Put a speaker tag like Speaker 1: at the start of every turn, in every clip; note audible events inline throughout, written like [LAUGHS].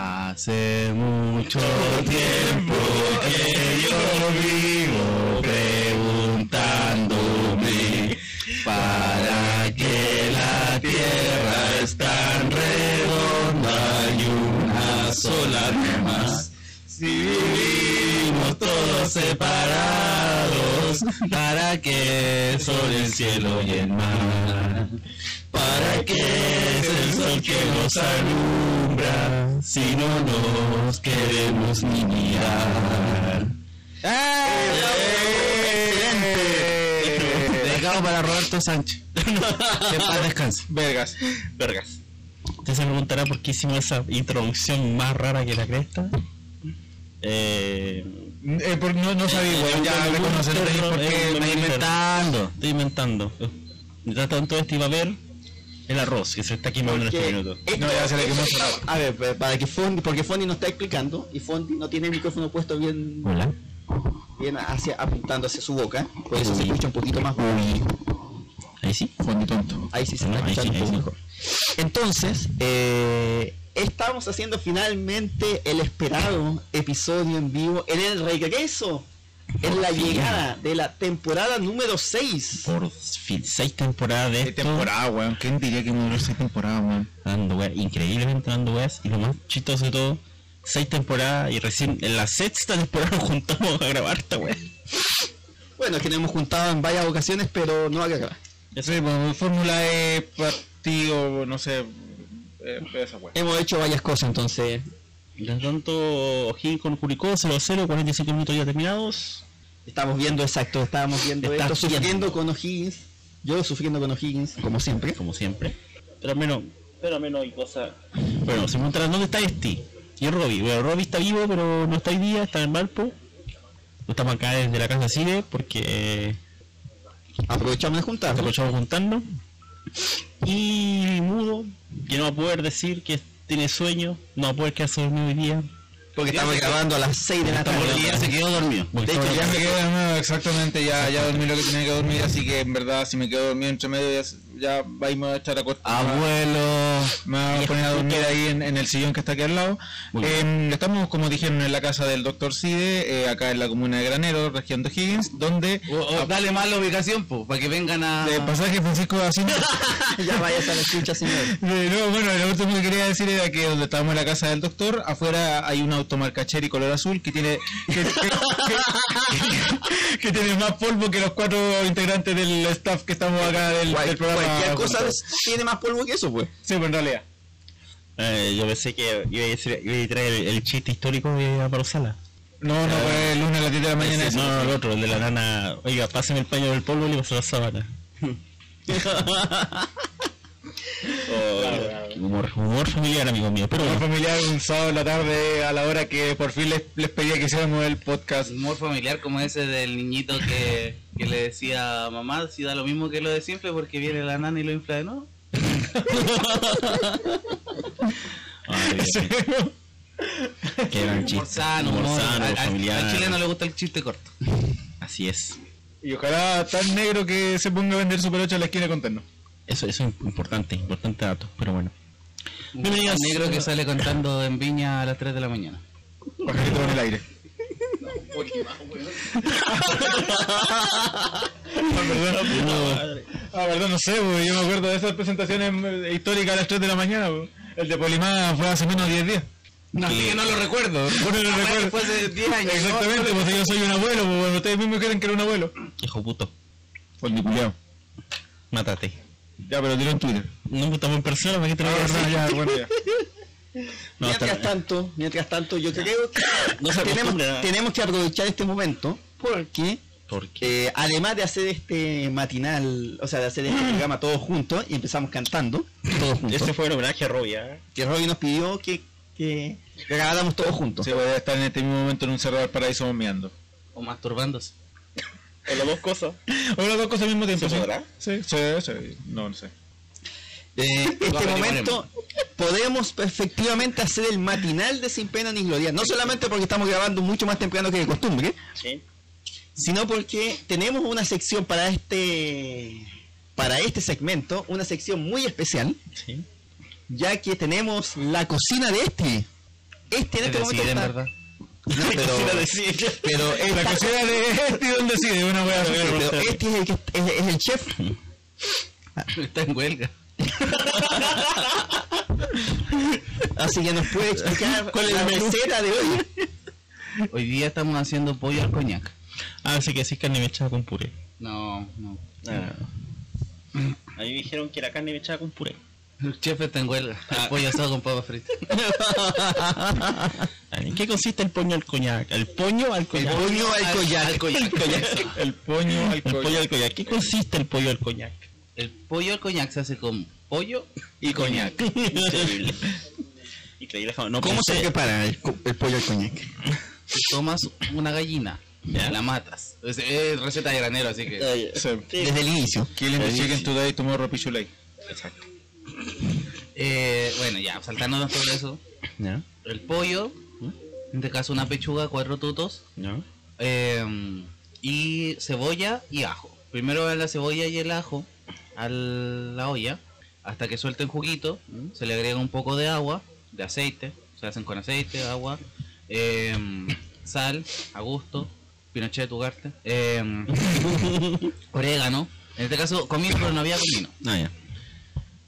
Speaker 1: Hace mucho tiempo que yo vivo preguntándome para qué la tierra es tan redonda y una sola no más. Si vivimos todos separados, ¿para qué sobre el cielo y el mar? ¿Para qué es el sol que nos alumbra si no nos queremos ni mirar?
Speaker 2: ¡Eh!
Speaker 1: Dedicado para Roberto Sánchez. Que en paz descanse.
Speaker 2: Vergas. Vergas.
Speaker 3: Usted se preguntará por qué hicimos esa introducción más rara que la cresta. Eh,
Speaker 2: Eh, por- no, no sabía, weón, ya
Speaker 3: Bueno,
Speaker 2: reconocer
Speaker 3: bueno,
Speaker 2: no
Speaker 3: bueno,
Speaker 2: porque
Speaker 3: bueno,
Speaker 2: me
Speaker 3: bueno.
Speaker 2: inventaba.
Speaker 1: Inventando.
Speaker 3: estoy inventando. Mientras tanto, este iba a ver el arroz que se está quemando en este minuto.
Speaker 4: Esto-
Speaker 2: No, ya se le quemó.
Speaker 4: A ver, pa- para que Fondi, porque Fondi no está explicando y Fondi no tiene el micrófono puesto bien,
Speaker 1: Hola.
Speaker 4: bien hacia, apuntando hacia su boca, por eso se
Speaker 1: Uy.
Speaker 4: escucha un poquito más.
Speaker 1: Ahí sí.
Speaker 2: Fondo tonto.
Speaker 4: Ahí sí se
Speaker 1: No,
Speaker 4: está
Speaker 1: ahí sí,
Speaker 4: escuchando un
Speaker 1: ahí
Speaker 4: poco
Speaker 1: sí.
Speaker 4: mejor. Entonces, eh, estamos haciendo finalmente el esperado episodio en vivo en el regreso, en la llegada de la temporada número 6.
Speaker 1: Por fin, seis temporadas de
Speaker 2: Qué
Speaker 1: esto.
Speaker 2: temporada, weón. ¿Quién diría que murió esa temporada, weón?
Speaker 1: Dando weas, increíblemente dando weas. Y lo más chistoso de todo, seis temporadas y recién en la sexta temporada nos juntamos a grabar esta wea.
Speaker 4: Bueno, es que nos hemos juntado en varias ocasiones, pero no acá. acá.
Speaker 2: Ya sé, pues, fórmula de partido, no sé. eh, esa weón.
Speaker 4: Hemos hecho varias cosas, entonces.
Speaker 3: Mientras tanto, O'Higgins con Curicó 0-0, 45 minutos ya terminados.
Speaker 4: Estamos viendo, exacto, estábamos viendo
Speaker 3: Estás
Speaker 4: esto, sufriendo
Speaker 3: sufriendo.
Speaker 4: con O'Higgins. Yo sufriendo con O'Higgins, como siempre.
Speaker 1: Como siempre.
Speaker 3: Pero al menos, pero al menos hay cosas. Bueno, se preguntarán dónde está Esti y Robbie. Bueno, Robbie está vivo, pero no está hoy día, está en Valpo. No estamos acá desde la casa cine porque
Speaker 4: Aprovechamos de
Speaker 3: nos
Speaker 4: juntarnos.
Speaker 3: aprovechamos juntando. Y Mudo, que no va a poder decir que tiene sueño, no va a poder quedarse dormido hoy día.
Speaker 4: Porque estamos grabando a las 6 de la tarde.
Speaker 1: se quedó dormido.
Speaker 3: Porque
Speaker 4: De hecho,
Speaker 3: estaba-
Speaker 2: Ya me quedo dormido, exactamente, ya, ya dormí lo que tenía que dormir, así que en verdad si me quedo dormido entre medio ya, ya va y me voy a echar a cortar.
Speaker 1: Abuelo.
Speaker 2: Me voy a poner a dormir ahí en, en el sillón que está aquí al lado.
Speaker 1: Muy bien.
Speaker 2: Em, estamos, como dijeron, en la casa del doctor Cide, eh, acá en la comuna de Granero, región de Higgins, donde
Speaker 5: O- o dale más la ubicación, pues, para que vengan a.
Speaker 2: de pasaje Francisco de Asís-
Speaker 4: [LAUGHS] ya vayas a la escucha, señor.
Speaker 2: Eh, No, bueno, lo último que quería decir era que donde estábamos en la casa del doctor, afuera hay un automarca Cherry color azul que tiene que, que- que- que tiene más polvo que los cuatro integrantes del staff que estamos acá del,
Speaker 4: Cual-
Speaker 2: del programa.
Speaker 4: cualquier cosa
Speaker 2: juntos.
Speaker 4: es- tiene más polvo que eso, pues.
Speaker 2: Sí, pues en realidad.
Speaker 3: Eh, yo pensé que iba a, decir- iba a traer el, el chiste histórico de Amaro Sala.
Speaker 2: No, no,
Speaker 4: Ah.
Speaker 2: fue el lunes a las 10 de la mañana.
Speaker 3: Ese,
Speaker 2: eso.
Speaker 3: no, el otro, el de la nana. Oiga, pásame el paño del polvo y le paso la sábana. Oh, humor, humor familiar, amigo mío. Pero
Speaker 2: Fue [LAUGHS]
Speaker 3: bueno,
Speaker 2: familiar un sábado en la tarde a la hora que por fin les, les pedía que hiciéramos el podcast.
Speaker 5: Humor familiar como ese del niñito que, que le decía a mamá si da lo mismo que lo de siempre porque viene la nana y lo infla de nuevo.
Speaker 3: ay, Dios mío, Ah, qué gran chiste.
Speaker 5: Humor sano,
Speaker 3: Humor
Speaker 5: humor-
Speaker 3: sano,
Speaker 5: al- al-
Speaker 3: familiar.
Speaker 5: Al chileno le gusta el chiste corto.
Speaker 3: Así es.
Speaker 2: Y ojalá tan negro que se ponga a vender Super 8 en la esquina a contarnos.
Speaker 3: Eso, eso es importante, importante dato. Pero
Speaker 2: [LAUGHS]
Speaker 3: bueno,
Speaker 5: Un
Speaker 3: Bienvenidos.
Speaker 5: negro que sale contando en viña a las 3 de la mañana.
Speaker 2: Pajarito en el aire. Ah, perdón. Ah, perdón, no sé, güey, yo me acuerdo de esas presentaciones eh, históricas a las 3 de la mañana. güey. El de Polimá fue hace menos de 10 días.
Speaker 5: No, que no lo recuerdo.
Speaker 2: Bueno, lo recuerdo.
Speaker 5: Después de 10 años.
Speaker 2: Exactamente, pues yo soy un abuelo, pues, bueno, ustedes mismos creen que era un abuelo.
Speaker 3: hijo puto,
Speaker 2: Fondipuleado.
Speaker 3: mátate.
Speaker 2: Ya, pero tiró en Twitter.
Speaker 3: No me gustamos en persona, ¿para qué te lo
Speaker 2: Ah,
Speaker 3: voy a
Speaker 2: verdad,
Speaker 3: decir?
Speaker 2: ya, bueno, [LAUGHS] ya.
Speaker 3: No, está-
Speaker 4: mientras tanto, mientras tanto, yo creo que
Speaker 3: No se
Speaker 4: tenemos,
Speaker 3: acostumbra.
Speaker 4: tenemos que aprovechar este momento porque
Speaker 3: ¿Por qué?
Speaker 4: eh, además de hacer este matinal, o sea, de hacer este programa todos juntos y empezamos cantando todos juntos.
Speaker 3: Ese Este fue un homenaje a Robbie, ¿eh?
Speaker 4: que Robbie nos pidió que, que grabáramos todos juntos.
Speaker 2: Se puede estar en este mismo momento en un cerro del paraíso bombeando.
Speaker 5: O masturbándose.
Speaker 3: O las dos
Speaker 2: [LAUGHS]
Speaker 3: cosas.
Speaker 2: O las dos cosas al mismo tiempo.
Speaker 3: ¿Se podrá?
Speaker 2: Sí, sí, sí. No, no sé.
Speaker 4: Eh,
Speaker 3: [LAUGHS]
Speaker 4: este
Speaker 5: Lo
Speaker 4: momento podemos efectivamente hacer el matinal de Sin Pena ni Gloria. No solamente porque estamos grabando mucho más temprano que de costumbre,
Speaker 3: Sí.
Speaker 4: sino porque tenemos una sección para este para este segmento, una sección muy especial,
Speaker 3: Sí.
Speaker 4: ya que tenemos la cocina de este. Este en
Speaker 5: Que
Speaker 4: este momento
Speaker 5: deciden,
Speaker 4: está-
Speaker 5: ¿verdad? [LAUGHS]
Speaker 4: No, [LAUGHS] pero, pero es
Speaker 2: La
Speaker 4: tan-
Speaker 2: cocina de este, ¿dónde decide? Una wea
Speaker 4: Sí,
Speaker 2: así.
Speaker 4: pero este es el, que, es, es el chef.
Speaker 5: Está en huelga.
Speaker 4: Así que nos puede explicar
Speaker 3: [LAUGHS] ¿Cuál es
Speaker 4: la
Speaker 3: el menú?
Speaker 4: receta de hoy.
Speaker 5: Hoy día estamos haciendo pollo al coñac.
Speaker 3: Ah, así que sí, carne mechada con puré.
Speaker 5: No, no.
Speaker 3: Ah. A mí me dijeron que era carne mechada con puré.
Speaker 5: El chef está en huelga. El pollo asado con papas fritas.
Speaker 3: Ah, ¿En qué consiste el poño al coñac? El poño al coñac.
Speaker 4: Pollo
Speaker 3: [LAUGHS]
Speaker 4: al collar.
Speaker 5: Al coñac.
Speaker 2: El poño al
Speaker 3: El pollo al coñac. ¿Qué consiste el pollo al coñac?
Speaker 5: El pollo al coñac se hace con pollo y
Speaker 3: [LAUGHS]
Speaker 5: coñac.
Speaker 3: Increíble. Increíble. No
Speaker 4: ¿Cómo se
Speaker 3: pensé-
Speaker 4: prepara el, co- el pollo al coñac?
Speaker 5: Te tomas una gallina,
Speaker 3: Ya.
Speaker 5: la matas. Es, es receta de granero, así que.
Speaker 4: Desde el inicio.
Speaker 2: Killing the chicken today, tomorrow pichu like.
Speaker 5: Eh, bueno, ya, saltándonos sobre eso.
Speaker 4: ¿No?
Speaker 5: El pollo, en este caso una pechuga, cuatro tutos,
Speaker 4: ¿No?
Speaker 5: eh, y cebolla y ajo. Primero va la cebolla y el ajo a la olla, hasta que suelte el juguito. Se le agrega un poco de agua, de aceite, se hacen con aceite, agua, eh, sal, a gusto, pinochet, ugarte, eh, [LAUGHS] orégano. En este caso comino, pero no había comino.
Speaker 4: Ah, ya.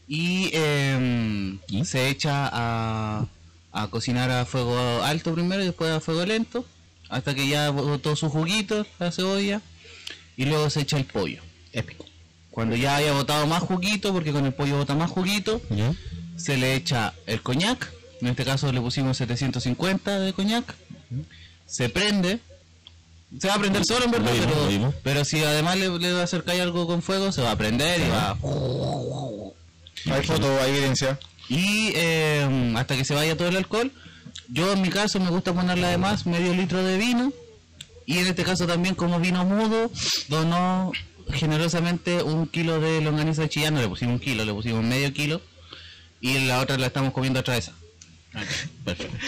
Speaker 5: Y eh, se echa a, a cocinar a fuego alto primero y después a fuego lento, hasta que ya botó su juguito, la cebolla, y luego se echa el pollo. Épico. Cuando ya haya botado más juguito, porque con el pollo bota más juguito, se le echa el coñac, en este caso le pusimos 750 de coñac, se prende, se va a prender solo en
Speaker 3: Lo
Speaker 5: verdad,
Speaker 3: vimos, lo
Speaker 5: pero,
Speaker 3: vimos.
Speaker 5: pero si además le, le va a acercar algo con fuego, se va a prender y va
Speaker 2: Hay foto, hay evidencia.
Speaker 5: Y eh, hasta que se vaya todo el alcohol. Yo en mi caso me gusta ponerle además medio litro de vino. Y en este caso también como vino mudo, donó generosamente un kilo de longaniza chillana. Le pusimos un kilo, le pusimos medio kilo. Y en la otra la estamos comiendo otra vez.
Speaker 2: [LAUGHS]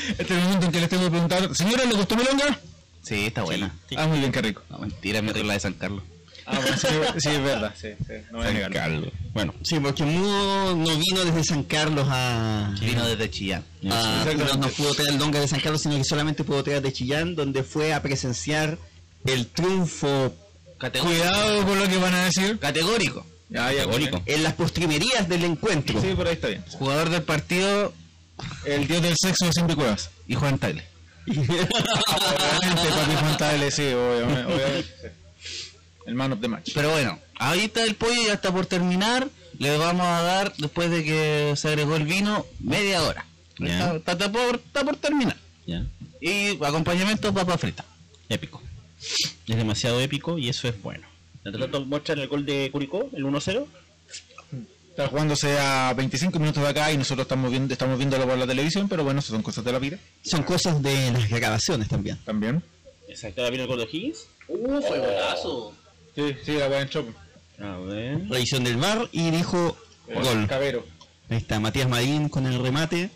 Speaker 2: Este es el momento en que les tengo que preguntar, señora, ¿le gustó Melonga?
Speaker 5: Sí, está buena.
Speaker 2: Ah, muy bien, qué rico.
Speaker 5: No, mentira, me la de San Carlos.
Speaker 2: Ah, bueno, sí, sí, es verdad, sí, sí, no voy a negarlo.
Speaker 3: Caldo. Bueno,
Speaker 4: Sí, porque Mudo no vino desde San Carlos a...
Speaker 5: Vino desde Chillán.
Speaker 4: Ah,
Speaker 2: Exactamente.
Speaker 4: no, no pudo traer el longa de San Carlos, sino que solamente pudo traer de Chillán, donde fue a presenciar el triunfo
Speaker 5: Categórico.
Speaker 2: Cuidado con lo que van a decir.
Speaker 5: Categórico.
Speaker 2: Ya, ya,
Speaker 3: Categórico.
Speaker 4: en las postrimerías del encuentro.
Speaker 2: Sí, por ahí está bien.
Speaker 5: Jugador del partido
Speaker 2: El dios del sexo siempre cuevas.
Speaker 5: y Juan Tagle.
Speaker 2: Obviamente, Ah, papi Fontale, sí, [LAUGHS] obviamente. obviamente. El man of the match.
Speaker 5: Pero bueno, ahorita el pollo ya está por terminar. Le vamos a dar, después de que se agregó el vino, media hora.
Speaker 3: Ya.
Speaker 5: Está, está- está por, está por terminar.
Speaker 3: ya.
Speaker 5: Y acompañamiento papa frita.
Speaker 3: Épico. Es demasiado épico y eso es bueno.
Speaker 6: Tanto muestran el gol de Curicó, el 1-0.
Speaker 2: Está jugándose a 25 minutos de acá y nosotros estamos viendo, estamos viéndolo por la televisión, pero bueno, eso son cosas de la vida
Speaker 4: Son cosas de las grabaciones también.
Speaker 2: también.
Speaker 6: Exacto, ahora viene el gol de Higgins.
Speaker 5: Uh, fue golazo.
Speaker 2: Sí, sí, la buena chop.
Speaker 6: A ver.
Speaker 4: Revisión del bar y dijo gol.
Speaker 2: Cabero.
Speaker 4: Ahí está Matías Marín con el remate.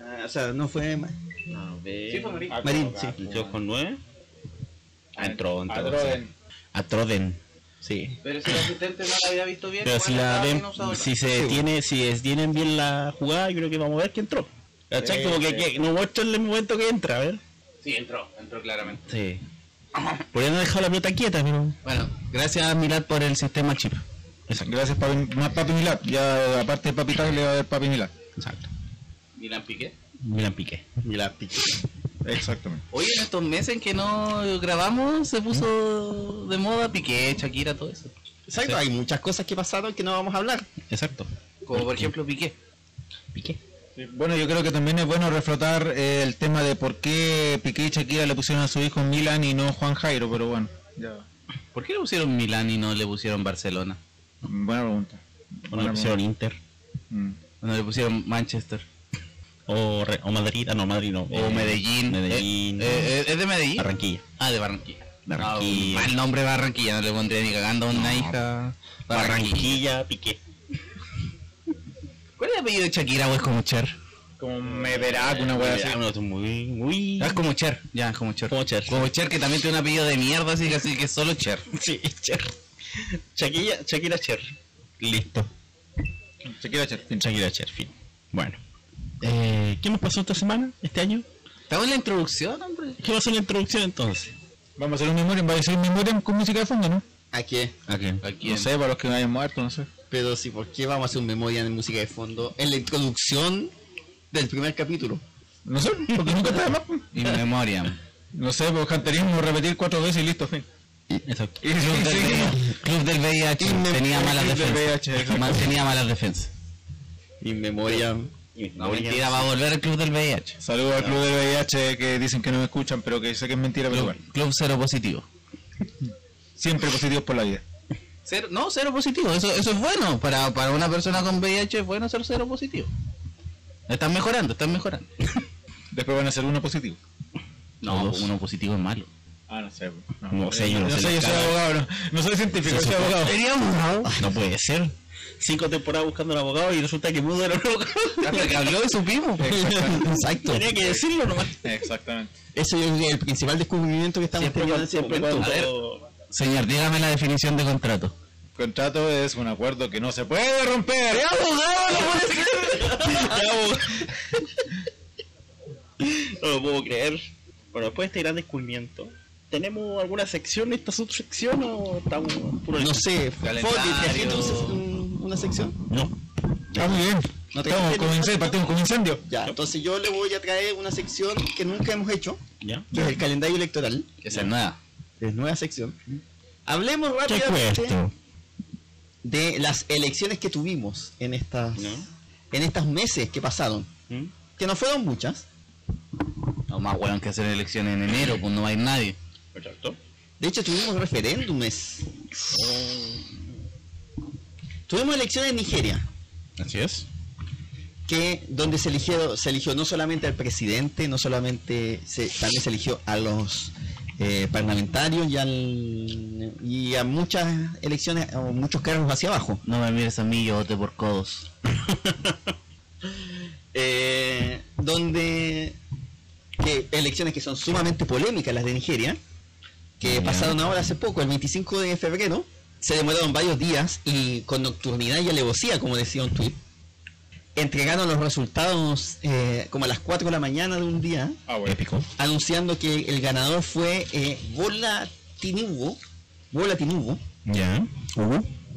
Speaker 4: Ah, o sea, no fue Ma-
Speaker 6: A ver.
Speaker 4: Marín, sí.
Speaker 6: El 2 con 9.
Speaker 3: Ah, Entró, entró. A Troden. Sí.
Speaker 5: Pero si el asistente no la había visto bien,
Speaker 3: Pero si la ven, si se detiene, si detienen bien la jugada, yo creo que vamos a ver que entró. ¿Cachai?
Speaker 2: Sí,
Speaker 3: Como que,
Speaker 2: sí.
Speaker 3: que no muestran el momento que entra, a ver.
Speaker 5: entró, entró claramente.
Speaker 3: Sí. Por ahí no ha dejado la pelota quieta, pero.
Speaker 5: Bueno, gracias a Milad por el sistema chip.
Speaker 2: Gracias, papi, más papi Milap. Ya, aparte de papi Tag, le va a haber papi Milap.
Speaker 3: Exacto.
Speaker 5: Milan Piqué.
Speaker 3: Milan Piqué. Milan Piqué.
Speaker 2: Exactamente.
Speaker 5: Hoy en estos meses en que no grabamos, se puso de moda Piqué, Shakira, todo eso.
Speaker 4: Exacto, hay muchas cosas que pasaron que no vamos a hablar.
Speaker 3: Exacto.
Speaker 5: Como por ejemplo Piqué.
Speaker 3: Piqué.
Speaker 2: Sí, Bueno, yo creo que también es bueno reflotar eh, el tema de por qué Piqué y Shakira le pusieron a su hijo Milan y no Juan Jairo, pero bueno. Ya.
Speaker 5: ¿Por qué le pusieron Milán y no le pusieron Barcelona?
Speaker 2: Buena pregunta.
Speaker 3: Bueno,
Speaker 2: Buena
Speaker 3: le pusieron Inter.
Speaker 2: pregunta. Mm.
Speaker 5: ¿O no le pusieron Manchester?
Speaker 3: O, Re- o Madrid. Ah, no, Madrid no.
Speaker 5: ¿O
Speaker 3: Eh,
Speaker 5: Medellín?
Speaker 3: Medellín.
Speaker 5: Eh, eh, ¿Es de Medellín?
Speaker 3: Barranquilla.
Speaker 5: Ah, de Barranquilla.
Speaker 3: Barranquilla.
Speaker 5: No, mal nombre Barranquilla, no le pondría ni cagando a una hija.
Speaker 3: Barranquilla, Piqué.
Speaker 5: ¿Cuál es el apellido de Shakira o es como Cher?
Speaker 2: Como me verá una wea así.
Speaker 3: Ah, bueno, esto es muy, muy.
Speaker 5: Ah, es como Cher, ya, es como Cher.
Speaker 3: Como Cher.
Speaker 5: Como Cher que también tiene un apellido de mierda, así que, así que solo Cher.
Speaker 3: Sí, Cher. Shakira, Shakira Cher. Listo.
Speaker 2: Shakira Cher.
Speaker 3: Shakira Cher, fin. Bueno. Eh, ¿Qué nos pasó esta semana, este año?
Speaker 5: Estamos en la introducción, hombre.
Speaker 3: ¿Qué va a ser la introducción entonces?
Speaker 2: Vamos a hacer un memoriam, va a ser un memoriam con música de fondo, ¿no?
Speaker 4: ¿A qué?
Speaker 3: ¿A
Speaker 5: Aquí.
Speaker 2: No sé, para los que no hayan muerto, no sé.
Speaker 4: Pero sí, ¿por qué vamos a hacer un memoria en música de fondo? En la introducción del primer capítulo.
Speaker 2: No [LAUGHS] sé, porque nunca está de más. pues.
Speaker 5: In memoriam.
Speaker 2: No sé, pues cantarismo, repetir cuatro veces y listo, fin.
Speaker 3: Exacto.
Speaker 2: Y sí, sí.
Speaker 5: Club del VIH.
Speaker 4: In mem-
Speaker 5: Tenía malas
Speaker 2: Club del VIH,
Speaker 5: defensas.
Speaker 2: exacto.
Speaker 5: Mal- Tenía malas defensas.
Speaker 4: In memoria.
Speaker 5: No, mentira, va a volver el Club del VIH.
Speaker 2: Saludos al club del VIH que dicen que no me escuchan, pero que sé que es mentira, pero
Speaker 5: Club,
Speaker 2: igual.
Speaker 5: club cero positivo.
Speaker 2: Siempre positivos por la vida.
Speaker 5: Cero, no, cero positivo. Eso, eso es bueno. Para, para una persona con VIH es bueno ser cero positivo. Están mejorando, están mejorando.
Speaker 2: Después van a ser uno positivo.
Speaker 5: No, uno positivo es malo.
Speaker 2: Ah, no sé. pues. No,
Speaker 3: No sé, yo no,
Speaker 2: No
Speaker 3: sé.
Speaker 2: sé, yo
Speaker 3: las
Speaker 2: soy
Speaker 3: caras.
Speaker 2: abogado, no, no soy científico, soy abogado.
Speaker 5: Sería un abogado.
Speaker 3: No puede ser. Cinco temporadas buscando un abogado y resulta que Mudo era un abogado.
Speaker 5: Hasta que habló y
Speaker 2: [LAUGHS]
Speaker 5: supimos.
Speaker 2: Exactamente.
Speaker 5: Exacto.
Speaker 3: Tenía que decirlo nomás.
Speaker 2: Exactamente.
Speaker 4: Eso yo diría el principal descubrimiento que estamos
Speaker 5: Siempre
Speaker 4: teniendo
Speaker 5: con-
Speaker 4: en este
Speaker 5: siempre
Speaker 4: momento.
Speaker 5: con- Señor, dígame la definición de contrato.
Speaker 2: Contrato es un acuerdo que no se puede romper.
Speaker 7: No lo puedo creer. Bueno, después de este gran descubrimiento, ¿tenemos alguna sección, esta subsección o estamos puro
Speaker 4: No sé,
Speaker 5: Calendario.
Speaker 4: Foti, ¿te has hecho un- una sección?
Speaker 3: No.
Speaker 2: Está Ah, muy bien.
Speaker 4: No te
Speaker 2: Estamos
Speaker 4: cambies,
Speaker 2: con
Speaker 4: no.
Speaker 2: incendio, partimos con incendio.
Speaker 4: Ya, entonces yo le voy a traer una sección que nunca hemos hecho,
Speaker 3: ¿Ya?
Speaker 4: que es el calendario electoral.
Speaker 5: Esa es nueva.
Speaker 4: Es nueva sección. Hablemos
Speaker 3: ¿Qué
Speaker 4: rápidamente
Speaker 3: cuesta?
Speaker 4: de las elecciones que tuvimos en estas
Speaker 7: ¿No?
Speaker 4: en estos meses que pasaron,
Speaker 7: ¿Mm?
Speaker 4: que no fueron muchas.
Speaker 5: No más weón que hacer elecciones en enero, pues no hay nadie.
Speaker 7: Exacto.
Speaker 4: De hecho, tuvimos referéndumes. Tuvimos elecciones en Nigeria,
Speaker 3: Así es.
Speaker 4: que donde se eligió, se eligió no solamente al presidente, no solamente se, también se eligió a los eh, parlamentarios y, al, y a muchas elecciones, o muchos cargos hacia abajo.
Speaker 5: No me mires a mí, yo voté por codos.
Speaker 4: Eh, donde que elecciones que son sumamente polémicas las de Nigeria, que
Speaker 5: Ya.
Speaker 4: pasaron ahora hace poco, el 25 de febrero, se demoraron varios días y con nocturnidad y alevosía, como decía un tuit, entregaron los resultados eh, como a las 4 de la mañana de un día,
Speaker 2: Ah, bueno.
Speaker 3: Épico.
Speaker 4: anunciando que el ganador fue eh, Bola Tinubu, Bola Tinubu,
Speaker 3: Ya.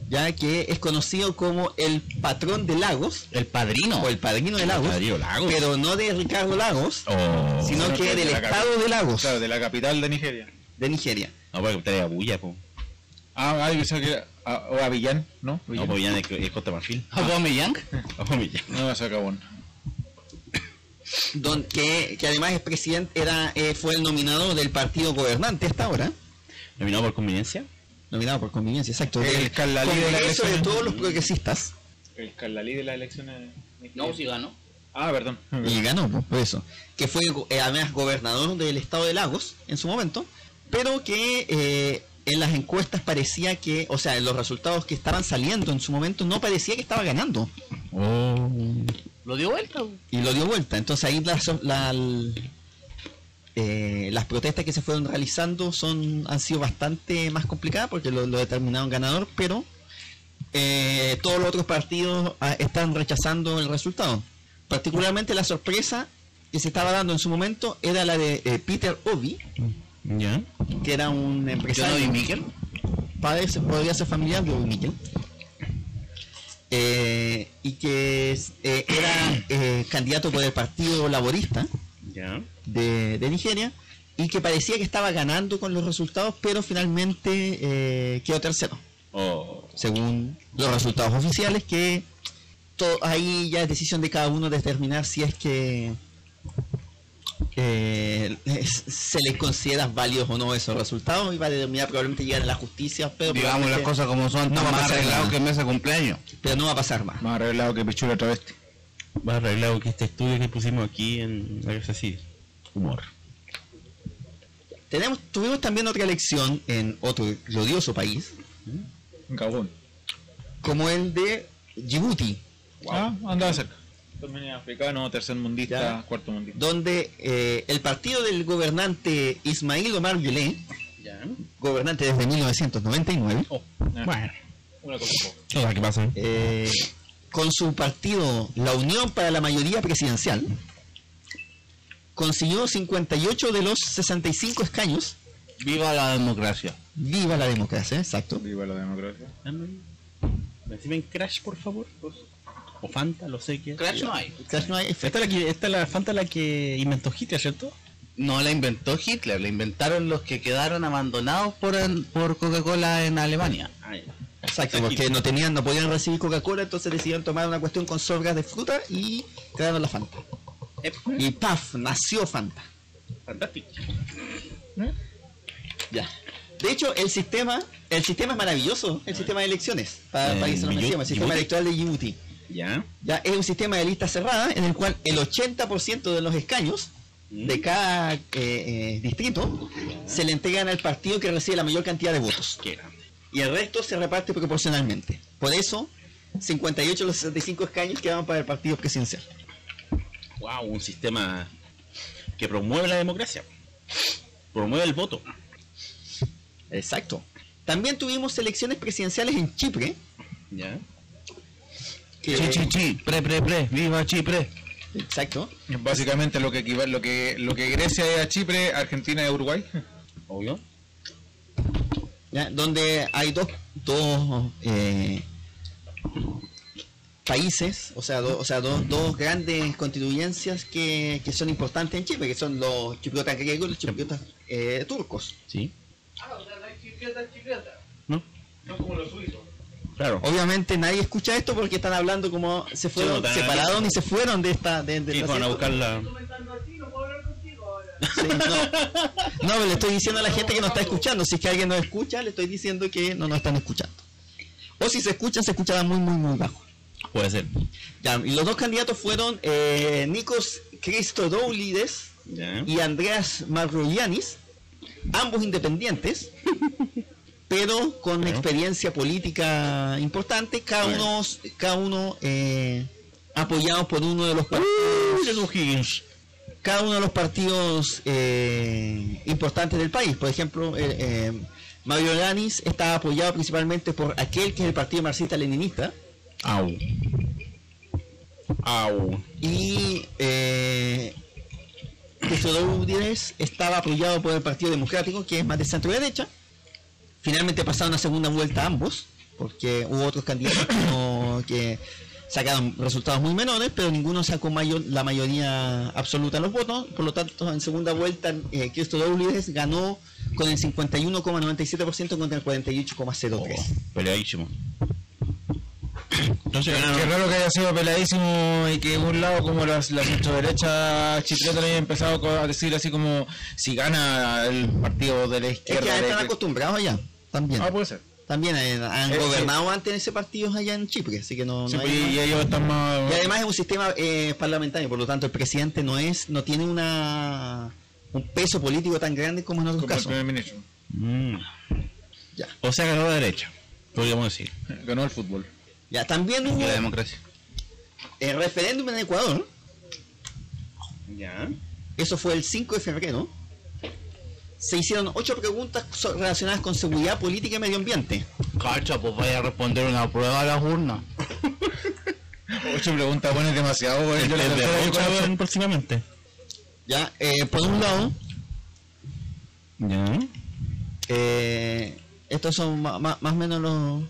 Speaker 4: ya que es conocido como el patrón de Lagos,
Speaker 5: El padrino.
Speaker 4: o el padrino de Lagos,
Speaker 3: Padrino Lagos.
Speaker 4: pero no de Ricardo Lagos,
Speaker 3: Oh.
Speaker 4: sino
Speaker 2: Sino
Speaker 4: que
Speaker 2: que
Speaker 4: del
Speaker 2: de la
Speaker 4: estado de Lagos,
Speaker 2: Claro, de la capital de Nigeria.
Speaker 4: de Nigeria.
Speaker 3: No, porque usted era Ah, bulla, po.
Speaker 2: Ah, ah, yo pensaba que era. ah, o Avillán, ¿no?
Speaker 3: No,
Speaker 2: Avillán.
Speaker 3: pues ya es, es Costa Marfil. [LAUGHS]
Speaker 5: Aubameyang.
Speaker 3: Ojo, mi ya.
Speaker 2: No, me saca bueno.
Speaker 4: Don, que, que además es presidente, era, eh, fue el nominado del partido gobernante hasta ahora,
Speaker 3: ¿Nominado por conveniencia?
Speaker 4: nominado por conveniencia, exacto.
Speaker 2: El
Speaker 4: del
Speaker 2: Carlalí de la
Speaker 4: Congreso de
Speaker 2: elección.
Speaker 4: todos los progresistas.
Speaker 2: El Carlalí de las elecciones.
Speaker 5: si ganó.
Speaker 2: Ah, perdón.
Speaker 4: Y ganó, pues, por eso. Que fue eh, además gobernador del estado de Lagos en su momento, pero que eh, en las encuestas parecía que, o sea, en los resultados que estaban saliendo en su momento, no parecía que estaba ganando.
Speaker 3: Oh.
Speaker 5: Lo dio vuelta.
Speaker 4: y lo dio vuelta. Entonces ahí las, la- l- eh, las protestas que se fueron realizando son han sido bastante más complicadas porque lo, lo determinaron ganador, pero eh, todos los otros partidos ah, están rechazando el resultado. Particularmente la sorpresa que se estaba dando en su momento era la de eh, Peter Obi,
Speaker 3: Ya.
Speaker 4: que era un
Speaker 5: Yo no
Speaker 4: empresario
Speaker 5: vi Miquel.
Speaker 4: padre se- podría ser familiar de Bobby Mitchell. Eh, y que es- eh, era eh, candidato por el Partido Laborista
Speaker 7: Ya.
Speaker 4: de, de Nigeria y que parecía que estaba ganando con los resultados, pero finalmente eh, quedó tercero,
Speaker 7: Oh.
Speaker 4: según los resultados oficiales, que to- ahí ya es decisión de cada uno determinar si es que eh, es- se les considera válidos o no esos resultados y va a determinar probablemente llegar a la justicia, pero
Speaker 5: Digamos las
Speaker 4: probablemente-
Speaker 5: cosas como son.
Speaker 4: No
Speaker 5: No
Speaker 4: va a
Speaker 5: más
Speaker 4: pasar
Speaker 5: arreglado
Speaker 4: nada.
Speaker 5: que mesa de cumpleaños.
Speaker 4: pero no va a pasar más.
Speaker 2: Más arreglado que Pichula Travesti.
Speaker 3: Más arreglado que este estudio que pusimos aquí en la casa así. Humor.
Speaker 4: Tenemos, tuvimos también otra elección en otro glorioso país,
Speaker 2: En Cabón.
Speaker 4: como el de Djibouti,
Speaker 2: Ah, andaba cerca. También es africano, tercer mundista, cuarto mundista.
Speaker 4: donde eh, el partido del gobernante Ismail Omar Guelleh,
Speaker 7: Ya.
Speaker 4: gobernante desde 1999,
Speaker 2: Eh,
Speaker 3: Bueno.
Speaker 2: Una cosa.
Speaker 3: ¿Qué pasa?
Speaker 4: eh, con su partido, la Unión para la Mayoría Presidencial, consiguió 58 de los 65 escaños.
Speaker 5: Viva la democracia.
Speaker 4: Viva la democracia, exacto.
Speaker 8: Viva la democracia.
Speaker 9: Reciben Crash, por favor. Pues, O Fanta, lo sé que.
Speaker 5: Crash no hay.
Speaker 4: Crash no hay
Speaker 9: Esta
Speaker 4: efecto.
Speaker 9: es la, que- esta es la Fanta la que inventó Hitler, ¿cierto?
Speaker 5: No la inventó Hitler, la inventaron los que quedaron abandonados por, por Coca-Cola en Alemania.
Speaker 9: Ah, ya.
Speaker 4: Exacto, porque no tenían, no podían recibir Coca-Cola, entonces decidieron tomar una cuestión con sobras de fruta y crearon la Fanta.
Speaker 9: Eh,
Speaker 4: Y paf, nació Fanta.
Speaker 9: fantástico.
Speaker 4: Ya. De hecho, el sistema, el sistema es maravilloso, el sistema de elecciones, para
Speaker 9: Eh,
Speaker 4: países no
Speaker 9: Yibuti-
Speaker 4: mencionan, el sistema
Speaker 9: Yibuti.
Speaker 4: electoral de Yibuti.
Speaker 9: Ya.
Speaker 4: Ya es un sistema de lista cerrada en el cual el 80% de los escaños
Speaker 9: Mm.
Speaker 4: de cada eh, eh, distrito se le entregan al partido que recibe la mayor cantidad de votos.
Speaker 9: Qué grande.
Speaker 4: Y el resto se reparte proporcionalmente. Por eso, 58 de los 65 escaños quedaban para el partido presidencial.
Speaker 9: Wow, un sistema que promueve la democracia. Promueve el voto.
Speaker 4: Exacto. También tuvimos elecciones presidenciales en Chipre.
Speaker 9: Ya.
Speaker 4: que-
Speaker 5: Chi, chi, chi, pre, pre, pre, viva Chipre.
Speaker 4: Exacto.
Speaker 8: Básicamente lo que equivale, lo que lo que Grecia es a Chipre, Argentina es a Uruguay.
Speaker 9: Obvio.
Speaker 4: ¿ya? donde hay dos, dos eh, países, o sea, do- o sea dos- dos grandes constituyencias que, que son importantes en Chipre, que son los chipriotas griegos y los chipriotas eh, turcos.
Speaker 9: Sí.
Speaker 4: Obviamente nadie escucha esto porque están hablando como se fueron,
Speaker 9: Sí, no,
Speaker 4: se pararon
Speaker 9: tan-
Speaker 4: y se fueron de esta... De, de-
Speaker 9: Sí,
Speaker 3: pues,
Speaker 4: de-
Speaker 9: van a buscar la.
Speaker 4: Sí, no. No, pero le estoy diciendo a la gente que nos está escuchando, si es que alguien nos escucha, le estoy diciendo que no nos están escuchando. O si se escuchan, se escuchará muy, muy, muy bajo.
Speaker 9: Puede ser.
Speaker 4: Ya, y los dos candidatos fueron eh, Nikos Christodoulides
Speaker 9: Ya.
Speaker 4: y Andreas Marrulianis, ambos independientes, pero con experiencia política importante, cada uno, cada uno eh, apoyado por uno de los partidos, cada uno de los partidos eh, importantes del país. Por ejemplo, el, eh, Marrulianis está apoyado principalmente por aquel que es el partido marxista-leninista.
Speaker 9: Au. Au.
Speaker 4: Y eh, Christodoulides estaba apoyado por el Partido Democrático, que es más de centro derecha. Finalmente pasaron a segunda vuelta ambos, porque hubo otros candidatos que, no- que sacaron resultados muy menores, pero ninguno sacó mayor, la mayoría absoluta de los votos. Por lo tanto, en segunda vuelta, eh, Christodoulides ganó con el 51,97% contra el 48,03%.
Speaker 5: Oh,
Speaker 9: [COUGHS] Peleadísimo.
Speaker 8: Qué raro que haya sido peladísimo y que un lado como las, la centroderecha chipriota le haya empezado co- a decir así como si gana el partido de la
Speaker 4: Es que
Speaker 8: izquierda. de
Speaker 4: están
Speaker 8: que-
Speaker 4: acostumbrados allá, también.
Speaker 8: Ah, puede ser.
Speaker 4: También eh, han
Speaker 8: Eh, sí.
Speaker 4: gobernado antes ese partidos allá en Chipre, así que no, no
Speaker 8: Sí,
Speaker 4: hay
Speaker 8: pues, y,
Speaker 4: más.
Speaker 8: ellos están más...
Speaker 4: Y además es un sistema eh, parlamentario, por lo tanto el presidente no es, no tiene una un peso político tan grande como en otros
Speaker 8: como el
Speaker 4: casos.
Speaker 8: primer ministro.
Speaker 4: Ya.
Speaker 9: O sea, ganó la derecha. Podríamos decir.
Speaker 8: Ganó el fútbol.
Speaker 4: Ya también hubo
Speaker 5: Viva la democracia.
Speaker 4: el referéndum en Ecuador,
Speaker 9: Ya.
Speaker 4: eso fue el 5 de febrero. Se hicieron ocho preguntas so- relacionadas con seguridad política y medio ambiente.
Speaker 5: Cacha, pues vaya a responder una prueba a las urnas.
Speaker 8: Ocho preguntas, bueno, es demasiado. güey. Yo la
Speaker 9: El de
Speaker 8: tercera que
Speaker 9: Rocha,
Speaker 8: conozco-
Speaker 9: weón, próximamente.
Speaker 4: Ya, eh, por un lado,
Speaker 9: Ya.
Speaker 4: eh, estos son ma- ma- más o menos los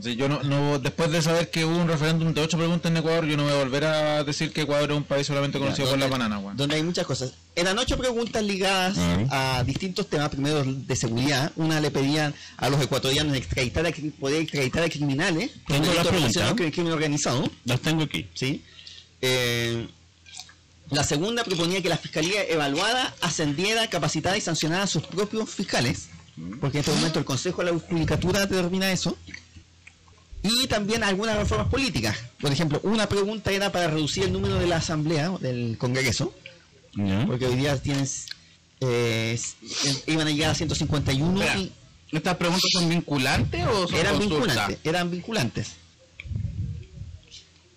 Speaker 8: Sí, yo no, no- después de saber que hubo un referéndum de ocho preguntas en Ecuador, yo no voy a volver a decir que Ecuador es un país solamente conocido por la
Speaker 4: donde-
Speaker 8: banana, weón.
Speaker 4: Donde hay muchas cosas. Eran ocho preguntas ligadas a distintos temas, primero de seguridad. Una le pedían a los ecuatorianos extraditar a, cri- poder extraditar a criminales,
Speaker 9: Tengo la
Speaker 4: delitos
Speaker 9: pregunta.
Speaker 4: relacionados con el crimen organizado.
Speaker 9: Las tengo aquí.
Speaker 4: ¿sí? Eh, la segunda proponía que la fiscalía evaluada, ascendiera, capacitada y sancionara a sus propios fiscales, porque en este momento el Consejo de la Judicatura determina eso. Y también algunas reformas políticas. Por ejemplo, una pregunta era para reducir el número de la Asamblea, del Congreso,
Speaker 9: Ya.
Speaker 4: porque hoy día tienes. eh, s- iban a llegar a 151 y
Speaker 5: ¿Estas preguntas son vinculantes o son
Speaker 4: eran
Speaker 5: consulta?
Speaker 4: vinculantes, eran vinculantes.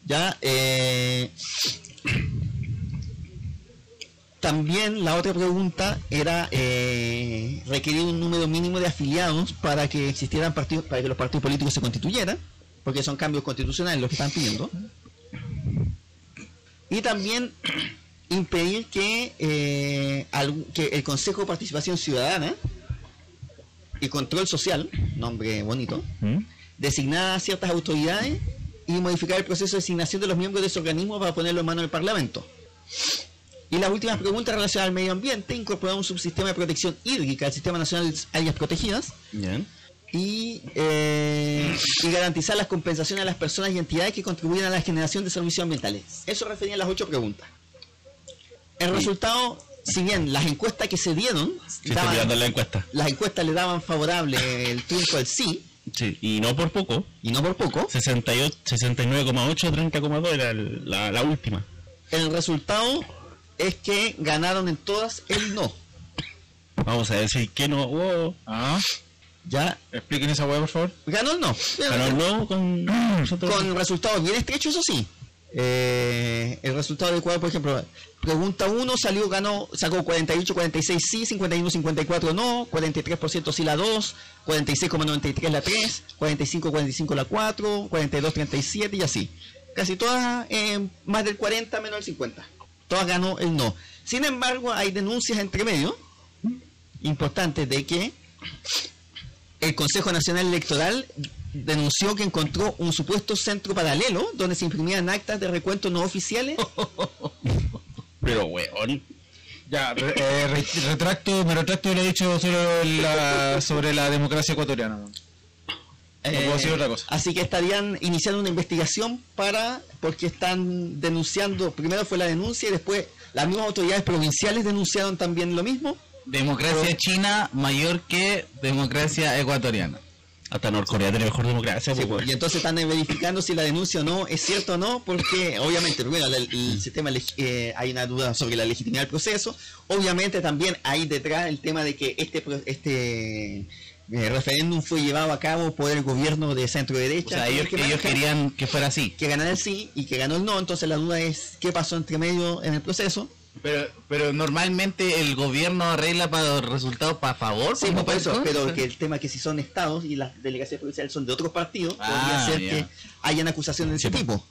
Speaker 4: Ya, eh, también la otra pregunta era eh, requerir un número mínimo de afiliados para que existieran partidos, para que los partidos políticos se constituyeran. porque son cambios constitucionales los que están pidiendo. Y también impedir que, eh, algún- que el Consejo de Participación Ciudadana y Control Social, nombre bonito,
Speaker 3: ¿Mm?
Speaker 4: designar a ciertas autoridades y modificar el proceso de designación de los miembros de ese organismo para ponerlo en manos del Parlamento. Y las últimas preguntas relacionadas al medio ambiente, incorporar un subsistema de protección hídrica al Sistema Nacional de Áreas Protegidas y, eh, y garantizar las compensaciones a las personas y entidades que contribuyen a la generación de servicios ambientales. Eso refería las ocho preguntas. El resultado, si bien las encuestas que se dieron,
Speaker 3: Sí, estoy
Speaker 4: daban-
Speaker 3: mirando la encuesta.
Speaker 4: las encuestas le daban favorable el triunfo al sí,
Speaker 3: Sí, y no por poco.
Speaker 4: y no por poco,
Speaker 3: 68, 69,8 a 30,2 era el- la, la última.
Speaker 4: el resultado es que ganaron en todas el no.
Speaker 3: Vamos a decir que no. wow.
Speaker 8: Ah,
Speaker 4: Ya
Speaker 8: expliquen esa weá, por favor.
Speaker 4: ganó el no.
Speaker 3: Ganó el no con.
Speaker 4: con resultados bien estrechos, eso sí. Eh, el resultado del cual, por ejemplo, pregunta 1 salió, ganó, sacó 48, 46 sí, 51, 54 no, 43% sí la 2, 46,93 la 3, 45, 45 la 4, 42, 37 y así. Casi todas, eh, más del 40 menos el 50. Todas ganó el no. Sin embargo, hay denuncias entre medio importantes de que el Consejo Nacional Electoral denunció que encontró un supuesto centro paralelo donde se imprimían actas de recuento no
Speaker 8: [LAUGHS]
Speaker 4: oficiales.
Speaker 9: Pero, weón.
Speaker 8: Ya, re- eh, re- retracto, me retracto de lo dicho sobre la, sobre la democracia ecuatoriana. weón. No puedo decir otra cosa.
Speaker 4: Así que estarían iniciando una investigación para porque están denunciando, primero fue la denuncia y después las mismas autoridades provinciales denunciaron también lo mismo.
Speaker 5: Democracia china mayor que democracia ecuatoriana.
Speaker 3: Hasta Norcorea tiene mejor democracia.
Speaker 4: Sí,
Speaker 3: pues, weón.
Speaker 4: y entonces están verificando si la denuncia o no es cierta o no, porque obviamente, primero, la- el, sistema leg- eh, hay una duda sobre la legitimidad del proceso. Obviamente, también hay detrás el tema de que este pro- este eh, referéndum fue llevado a cabo por el gobierno de centro derecha.
Speaker 5: O sea, ellos,
Speaker 4: que
Speaker 5: ellos
Speaker 4: maneja-
Speaker 5: querían que fuera así.
Speaker 4: que ganara el sí y que ganó el no. Entonces, la duda es qué pasó entre medio en el proceso.
Speaker 5: Pero, pero normalmente el gobierno arregla para los resultados para favor.
Speaker 4: Sí,
Speaker 5: como
Speaker 4: por eso,
Speaker 5: persona.
Speaker 4: pero que el tema es que si son estados y las delegaciones provinciales son de otros partidos,
Speaker 5: Ah,
Speaker 4: podría ser
Speaker 5: ya.
Speaker 4: que hayan acusaciones de ese tipo.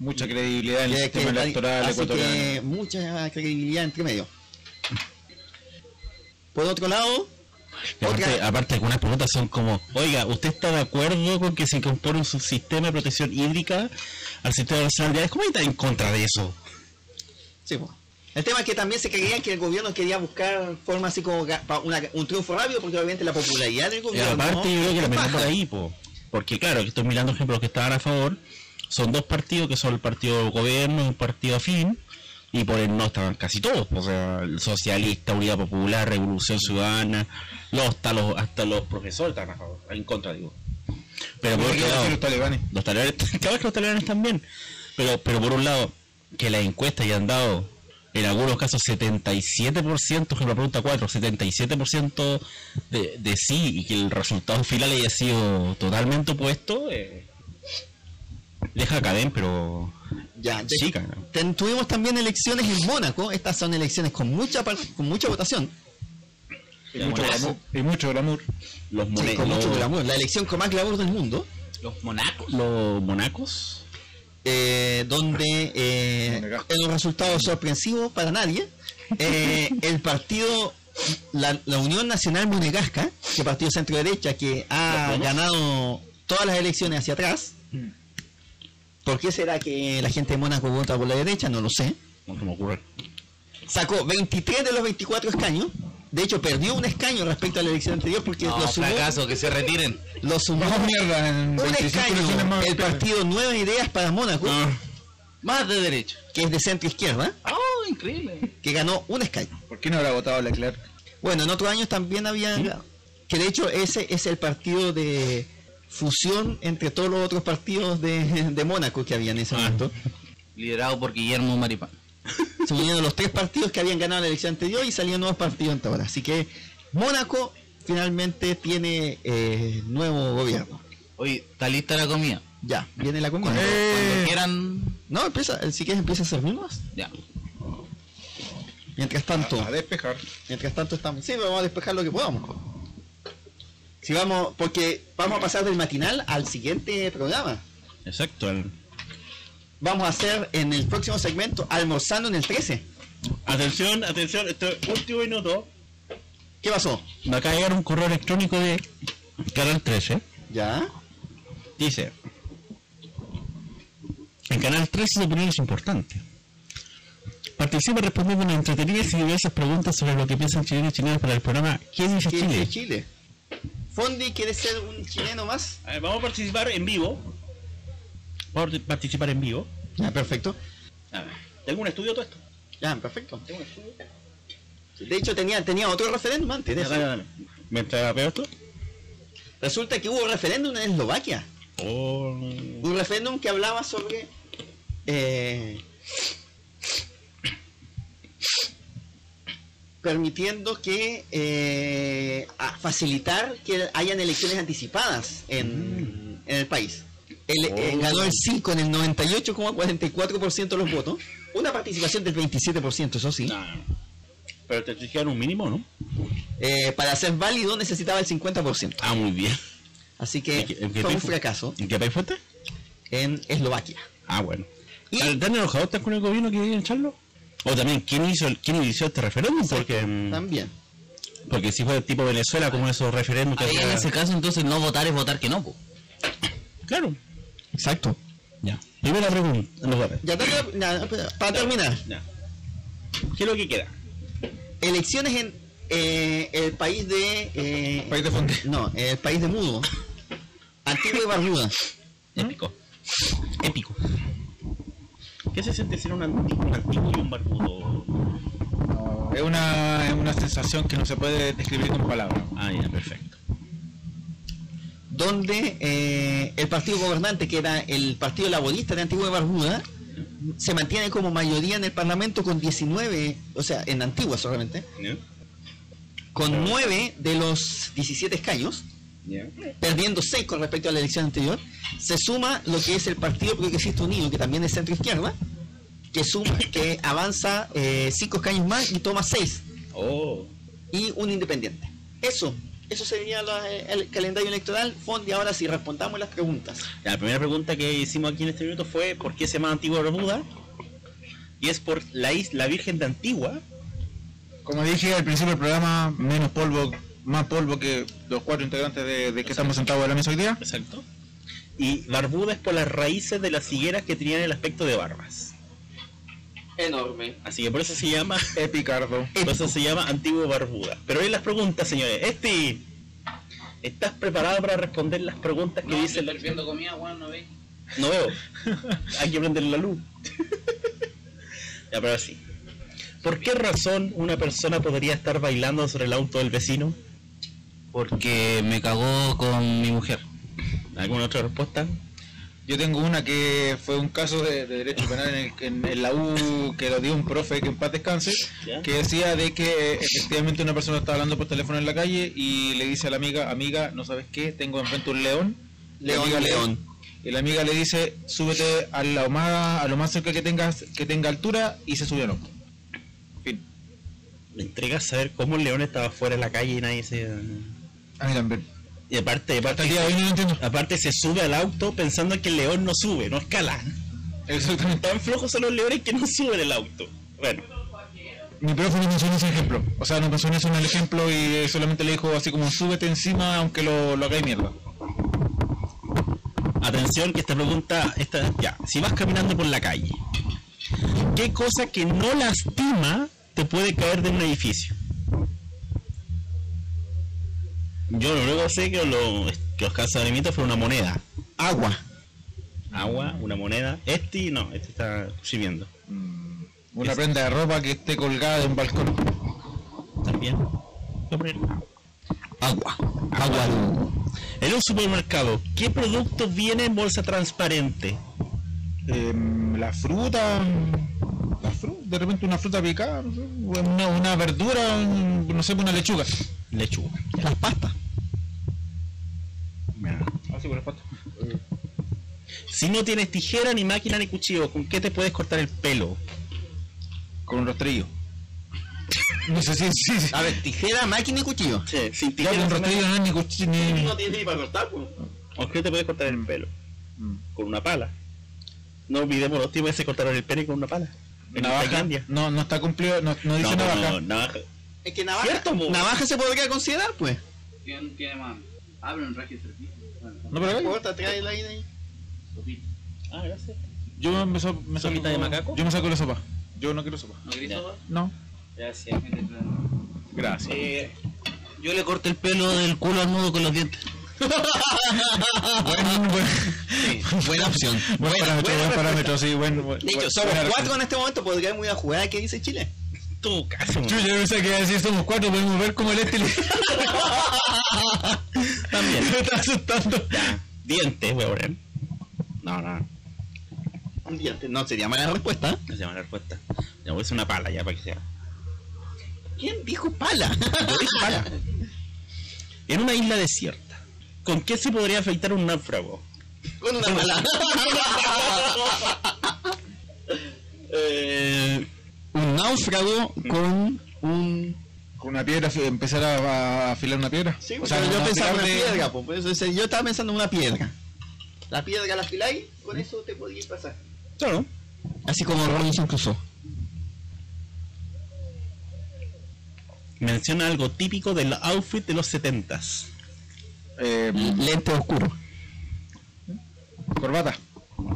Speaker 8: Mucha credibilidad en el
Speaker 4: Que-
Speaker 8: sistema
Speaker 4: que-
Speaker 8: electoral
Speaker 4: así
Speaker 8: ecuatoriano.
Speaker 4: que mucha credibilidad entre medio. Por otro lado,
Speaker 3: Y Aparte,
Speaker 4: otra-
Speaker 3: aparte, algunas preguntas son como, oiga, ¿usted está de acuerdo con que se incorpore un subsistema de protección hídrica al sistema nacional de áreas? ¿Cómo está en contra de eso?
Speaker 4: sí, po. el tema es que también se creía que el gobierno quería buscar forma así como ga- pa- una- un triunfo rápido, porque obviamente la popularidad del
Speaker 3: Y
Speaker 4: gobierno
Speaker 3: aparte, yo creo que la
Speaker 4: es
Speaker 3: metemos
Speaker 4: baja.
Speaker 3: por ahí, po. porque claro, que estoy mirando ejemplos que estaban a favor, son dos partidos que son el partido gobierno y un partido afín, y por el no estaban casi todos, po. o sea, el socialista, Unidad Popular, Revolución Ciudadana, los, hasta, los, hasta los profesores estaban a favor, en contra, digo. Pero por otro
Speaker 8: Porque iban a
Speaker 3: lado,
Speaker 8: decir los talibanes.
Speaker 3: los talones, [LAUGHS] claro que los talones también. Pero, pero por un lado, que las encuestas ya han dado, en algunos casos, 77%, por ejemplo, la pregunta 4, 77% de, de sí, y que el resultado final haya sido totalmente opuesto, eh, deja cadén, pero
Speaker 4: Ya, de-
Speaker 3: chica. ¿no?
Speaker 4: ten- tuvimos también elecciones en Mónaco, estas son elecciones con mucha par- con mucha votación,
Speaker 8: Y mucho
Speaker 3: Monaco.
Speaker 8: glamour. Y mucho glamour.
Speaker 3: Los,
Speaker 4: Sí,
Speaker 3: mone-
Speaker 4: con
Speaker 3: los,
Speaker 4: mucho glamour, la elección con más glamour del mundo,
Speaker 5: Los monacos.
Speaker 3: los monacos.
Speaker 4: eh, donde eh, en un resultado sorpresivo para nadie, eh, el partido, la, la Unión Nacional Monegasca, que partido centro derecha que ha ganado todas las elecciones hacia atrás, ¿por qué será que la gente de Mónaco vota por la derecha? No lo sé.
Speaker 3: No se me ocurre.
Speaker 4: Sacó 23 de los 24 escaños. De hecho, perdió un escaño respecto a la elección anterior porque
Speaker 5: No,
Speaker 4: lo sumó,
Speaker 5: fracaso, que se retiren.
Speaker 4: lo sumó
Speaker 8: Vamos mierda en
Speaker 4: un
Speaker 8: 25 elecciones
Speaker 4: escaño
Speaker 8: más.
Speaker 4: el partido Nuevas Ideas para Mónaco,
Speaker 5: Más de derecho.
Speaker 4: que es de centro izquierda,
Speaker 5: Oh, increíble.
Speaker 4: que ganó un escaño.
Speaker 8: ¿Por qué no habrá votado Leclerc?
Speaker 4: Bueno, en otros años también había. Que de hecho, ese es el partido de fusión entre todos los otros partidos de, de Mónaco que había en ese momento.
Speaker 5: Liderado por Guillermo Maripán.
Speaker 4: Se unieron los tres partidos que habían ganado la elección anterior y salían nuevos partidos hasta ahora. Así que Mónaco finalmente tiene eh, nuevo gobierno.
Speaker 5: Oye, está lista la comida.
Speaker 4: Ya, viene la comida. Eh.
Speaker 5: Cuando quieran.
Speaker 4: No, empieza, si quieres empieza a servir más.
Speaker 5: Ya.
Speaker 4: Mientras tanto,
Speaker 8: A despejar.
Speaker 4: mientras tanto estamos. Sí, vamos a despejar lo que podamos. Si vamos, porque vamos a pasar del matinal al siguiente programa.
Speaker 5: Exacto. al-
Speaker 4: Vamos a hacer en el próximo segmento almorzando en el 13.
Speaker 3: Atención, atención, esto es último minuto.
Speaker 4: ¿Qué pasó?
Speaker 5: Me acaba de llegar un correo electrónico de Canal 13.
Speaker 4: ¿Ya?
Speaker 5: Dice: En Canal 13 su opinión es importante. Participa respondiendo a entretenidas y diversas preguntas sobre lo que piensan chilenos y chilenas para el programa ¿Quién dice
Speaker 4: ¿Qué
Speaker 5: Chile?
Speaker 4: dice Chile? Fondi, ¿quieres ser un chileno más?
Speaker 3: A ver, vamos a participar en vivo. Vamos a participar en vivo.
Speaker 4: Ya, perfecto.
Speaker 3: A ver, tengo un estudio todo esto.
Speaker 4: Ya, perfecto.
Speaker 3: Tengo un estudio.
Speaker 4: De hecho, tenía, tenía otro referéndum antes de
Speaker 3: Ya,
Speaker 4: eso.
Speaker 3: dale, dale. Mientras apeo esto.
Speaker 4: Resulta que hubo referéndum en Eslovaquia.
Speaker 3: Oh,
Speaker 4: Un referéndum que hablaba sobre. eh, permitiendo que. eh, a- facilitar que hayan elecciones anticipadas en,
Speaker 3: Mm.
Speaker 4: en el país. El- eh,
Speaker 3: Oh.
Speaker 4: ganó el sí con el 98,44% de los votos. Una participación del 27%, eso sí.
Speaker 3: no, no. Pero te exigían un mínimo, ¿no?
Speaker 4: Eh, para ser válido necesitaba el 50%.
Speaker 5: Ah, muy bien.
Speaker 4: Así que
Speaker 5: ¿En qué- en qué
Speaker 4: fue un
Speaker 5: país fue?
Speaker 4: fracaso
Speaker 5: ¿En qué país fuiste?
Speaker 4: en Eslovaquia.
Speaker 5: Ah, bueno.
Speaker 4: Y-
Speaker 5: ¿Tan, tan enojado estás con el gobierno que debían echarlo? O también, ¿quién hizo el- quién inició este referéndum? Porque, mm,
Speaker 4: También.
Speaker 5: porque si fue tipo Venezuela, como esos referéndums que
Speaker 10: Ahí Ah, en
Speaker 5: hacía-
Speaker 10: ese caso, entonces, no votar es votar que no, po.
Speaker 5: Claro.
Speaker 4: Exacto.
Speaker 5: Ya. Primera pregunta. los goles.
Speaker 4: Ya, ya, ya, ya, para terminar,
Speaker 3: Ya. ¿Qué es lo que queda?
Speaker 4: elecciones en eh, el país de. eh,
Speaker 2: País de Fondi.
Speaker 4: no, el país de Mudo. Antigua y Barbuda.
Speaker 5: Épico. Épico.
Speaker 3: ¿Qué se siente ser un antiguo, un antiguo y un barbudo?
Speaker 2: Es una, es una sensación que no se puede describir con palabras.
Speaker 3: Ah, ya, perfecto.
Speaker 4: Donde eh, el partido gobernante, que era el Partido Laborista de Antigua y Barbuda, se mantiene como mayoría en el Parlamento con 19, o sea, en Antigua solamente,
Speaker 3: ¿Ya?
Speaker 4: con 9 de los 17 escaños.
Speaker 3: ¿Ya?
Speaker 4: perdiendo 6 con respecto a la elección anterior, se suma lo que es el Partido Progresista Unido, que también es centro izquierda, que suma, que avanza 5 escaños más y toma 6,
Speaker 3: Oh.
Speaker 4: y un independiente. Eso, eso sería la- el calendario electoral. Fondi, ahora sí, respondamos las preguntas.
Speaker 3: La primera pregunta que hicimos aquí en este minuto fue ¿por qué se llama Antigua Bermuda? Y es por la isla Virgen de Antigua.
Speaker 2: Como dije al principio del programa, menos polvo, más polvo que los cuatro integrantes de, de que estamos sentados en la mesa hoy día.
Speaker 3: Exacto. Y Barbuda es por las raíces de las higueras que tenían el aspecto de barbas.
Speaker 11: Enorme.
Speaker 3: Así que por eso se llama,
Speaker 2: Epicardo.
Speaker 3: [LAUGHS] por eso se llama Antiguo Barbuda. Pero hoy las preguntas, señores. Este, ¿estás preparado para responder las preguntas que
Speaker 11: No,
Speaker 3: dice
Speaker 11: estoy
Speaker 3: el
Speaker 11: perdiendo comida, weón, no veis.
Speaker 3: No veo. Hay que prender la luz. ya, pero sí. ¿Por qué razón una persona podría estar bailando sobre el auto del vecino?
Speaker 10: Porque me cagó con mi mujer.
Speaker 3: ¿Alguna otra respuesta?
Speaker 2: Yo tengo una que fue un caso de, de derecho penal en, el- en- en la U que lo dio un profe que en paz descanse,
Speaker 3: ¿Ya?
Speaker 2: que decía de que efectivamente una persona estaba hablando por teléfono en la calle y le dice a la amiga, amiga, ¿no sabes qué? Tengo enfrente un león.
Speaker 4: León,
Speaker 2: La amiga le-
Speaker 4: león.
Speaker 2: Y la amiga le dice, súbete a, la más, a lo más cerca que tengas que tenga altura y se subió al auto. Fin.
Speaker 3: Me intriga saber cómo el león estaba fuera en la calle y nadie se...
Speaker 2: A mí también.
Speaker 3: Y aparte, aparte,
Speaker 2: Hasta el día de hoy no lo entiendo.
Speaker 3: aparte se sube al auto pensando que el león no sube, no escala.
Speaker 2: Exactamente.
Speaker 3: Tan flojos son los leones que no suben el auto. Bueno,
Speaker 2: Mi profe no mencionó ese ejemplo. O sea, no mencionó eso en el ejemplo y eh, solamente le dijo así como súbete encima aunque lo, lo hagáis mierda.
Speaker 3: Atención, que esta pregunta está ya. Si vas caminando por la calle, ¿qué cosa que no lastima te puede caer de un edificio? Yo lo único que sé que lo- que los cazadorimientos fue una moneda.
Speaker 4: Agua.
Speaker 3: Agua, una moneda. Este no, este está sirviendo.
Speaker 2: Una
Speaker 3: Es-
Speaker 2: prenda de ropa que esté colgada de un balcón.
Speaker 3: También. Voy a poner agua. Agua. En un supermercado, ¿qué producto viene en bolsa transparente?
Speaker 2: Em, la fruta. La fruta, de repente una fruta picada, no sé, o una, una verdura, un- no sé, una lechuga.
Speaker 3: Lechuga.
Speaker 4: Las pastas.
Speaker 3: Si no tienes tijera, ni máquina, ni cuchillo, ¿con qué te puedes cortar el pelo?
Speaker 2: Con un rastrillo. No sé si. [LAUGHS] si, si-
Speaker 3: A ver, tijera, máquina y cuchillo.
Speaker 9: Sí, sin
Speaker 2: Ya
Speaker 9: tijeras.
Speaker 2: con rastrillo no es ni cuchillo ni.
Speaker 4: No tiene ni para cortar, pues.
Speaker 9: Aunque te puedes cortar el pelo.
Speaker 2: Mm.
Speaker 9: Con una pala. No olvidemos los tipos que se cortaron el pelo con una pala. En
Speaker 2: Navaja.
Speaker 9: Tailandia.
Speaker 2: No, no está cumplido. No, no dice
Speaker 9: no,
Speaker 2: navaja.
Speaker 9: no, navaja.
Speaker 3: Es que navaja.
Speaker 9: Cierto, po.
Speaker 3: Navaja se podría considerar, pues.
Speaker 4: Tiene, tiene más. Abre un raje de servicio. Bueno,
Speaker 2: No, pero
Speaker 3: Corta, trae la ahí.
Speaker 4: sopita.
Speaker 9: Ah, gracias.
Speaker 2: yo me, so- me saco.
Speaker 9: ¿Sopita de macaco?
Speaker 2: Yo me saco la sopa. Yo no quiero sopa.
Speaker 4: ¿No querés sopa?
Speaker 2: No.
Speaker 9: Gracias.
Speaker 2: Gracias.
Speaker 5: Eh, yo le corté el pelo del culo al nudo con los dientes.
Speaker 2: Bueno, [LAUGHS] bueno.
Speaker 3: Buena opción.
Speaker 2: Buen parámetro, buen parámetro, sí, buen. buen-
Speaker 3: De hecho,
Speaker 2: buen-
Speaker 3: somos
Speaker 2: buena
Speaker 3: cuatro en este momento, podríamos ir a jugar a qué dice Chile.
Speaker 9: Tú, casi.
Speaker 2: Yo ya pensé que iba a decir somos cuatro, podemos ver cómo el
Speaker 3: [LAUGHS]
Speaker 2: este le [LAUGHS]
Speaker 9: También.
Speaker 2: le está asustando.
Speaker 9: Dientes, voy a poner. No, no,
Speaker 3: Un diente, no sería mala respuesta.
Speaker 9: no se llama la respuesta. Ya voy a hacer una pala ya para que sea.
Speaker 3: ¿Quién dijo pala?
Speaker 9: [LAUGHS] Yo dije pala. En una isla desierta. ¿Con qué se podría afectar un náufrago?
Speaker 3: Con una pala.
Speaker 9: Eh,
Speaker 3: un náufrago con un.
Speaker 2: Con una piedra, fi- empezar a, a afilar una piedra.
Speaker 3: Sí, o sea, yo
Speaker 2: no
Speaker 3: pensaba en una
Speaker 2: afilar de-
Speaker 3: piedra, po, por eso decía, yo estaba pensando en una piedra. La piedra la afiláis, con eso te podías pasar.
Speaker 9: claro.
Speaker 3: Así como Robinson Crusoe.
Speaker 9: Menciona algo típico del outfit de los setentas.
Speaker 2: Eh,
Speaker 3: Lente oscuro.
Speaker 2: corbata.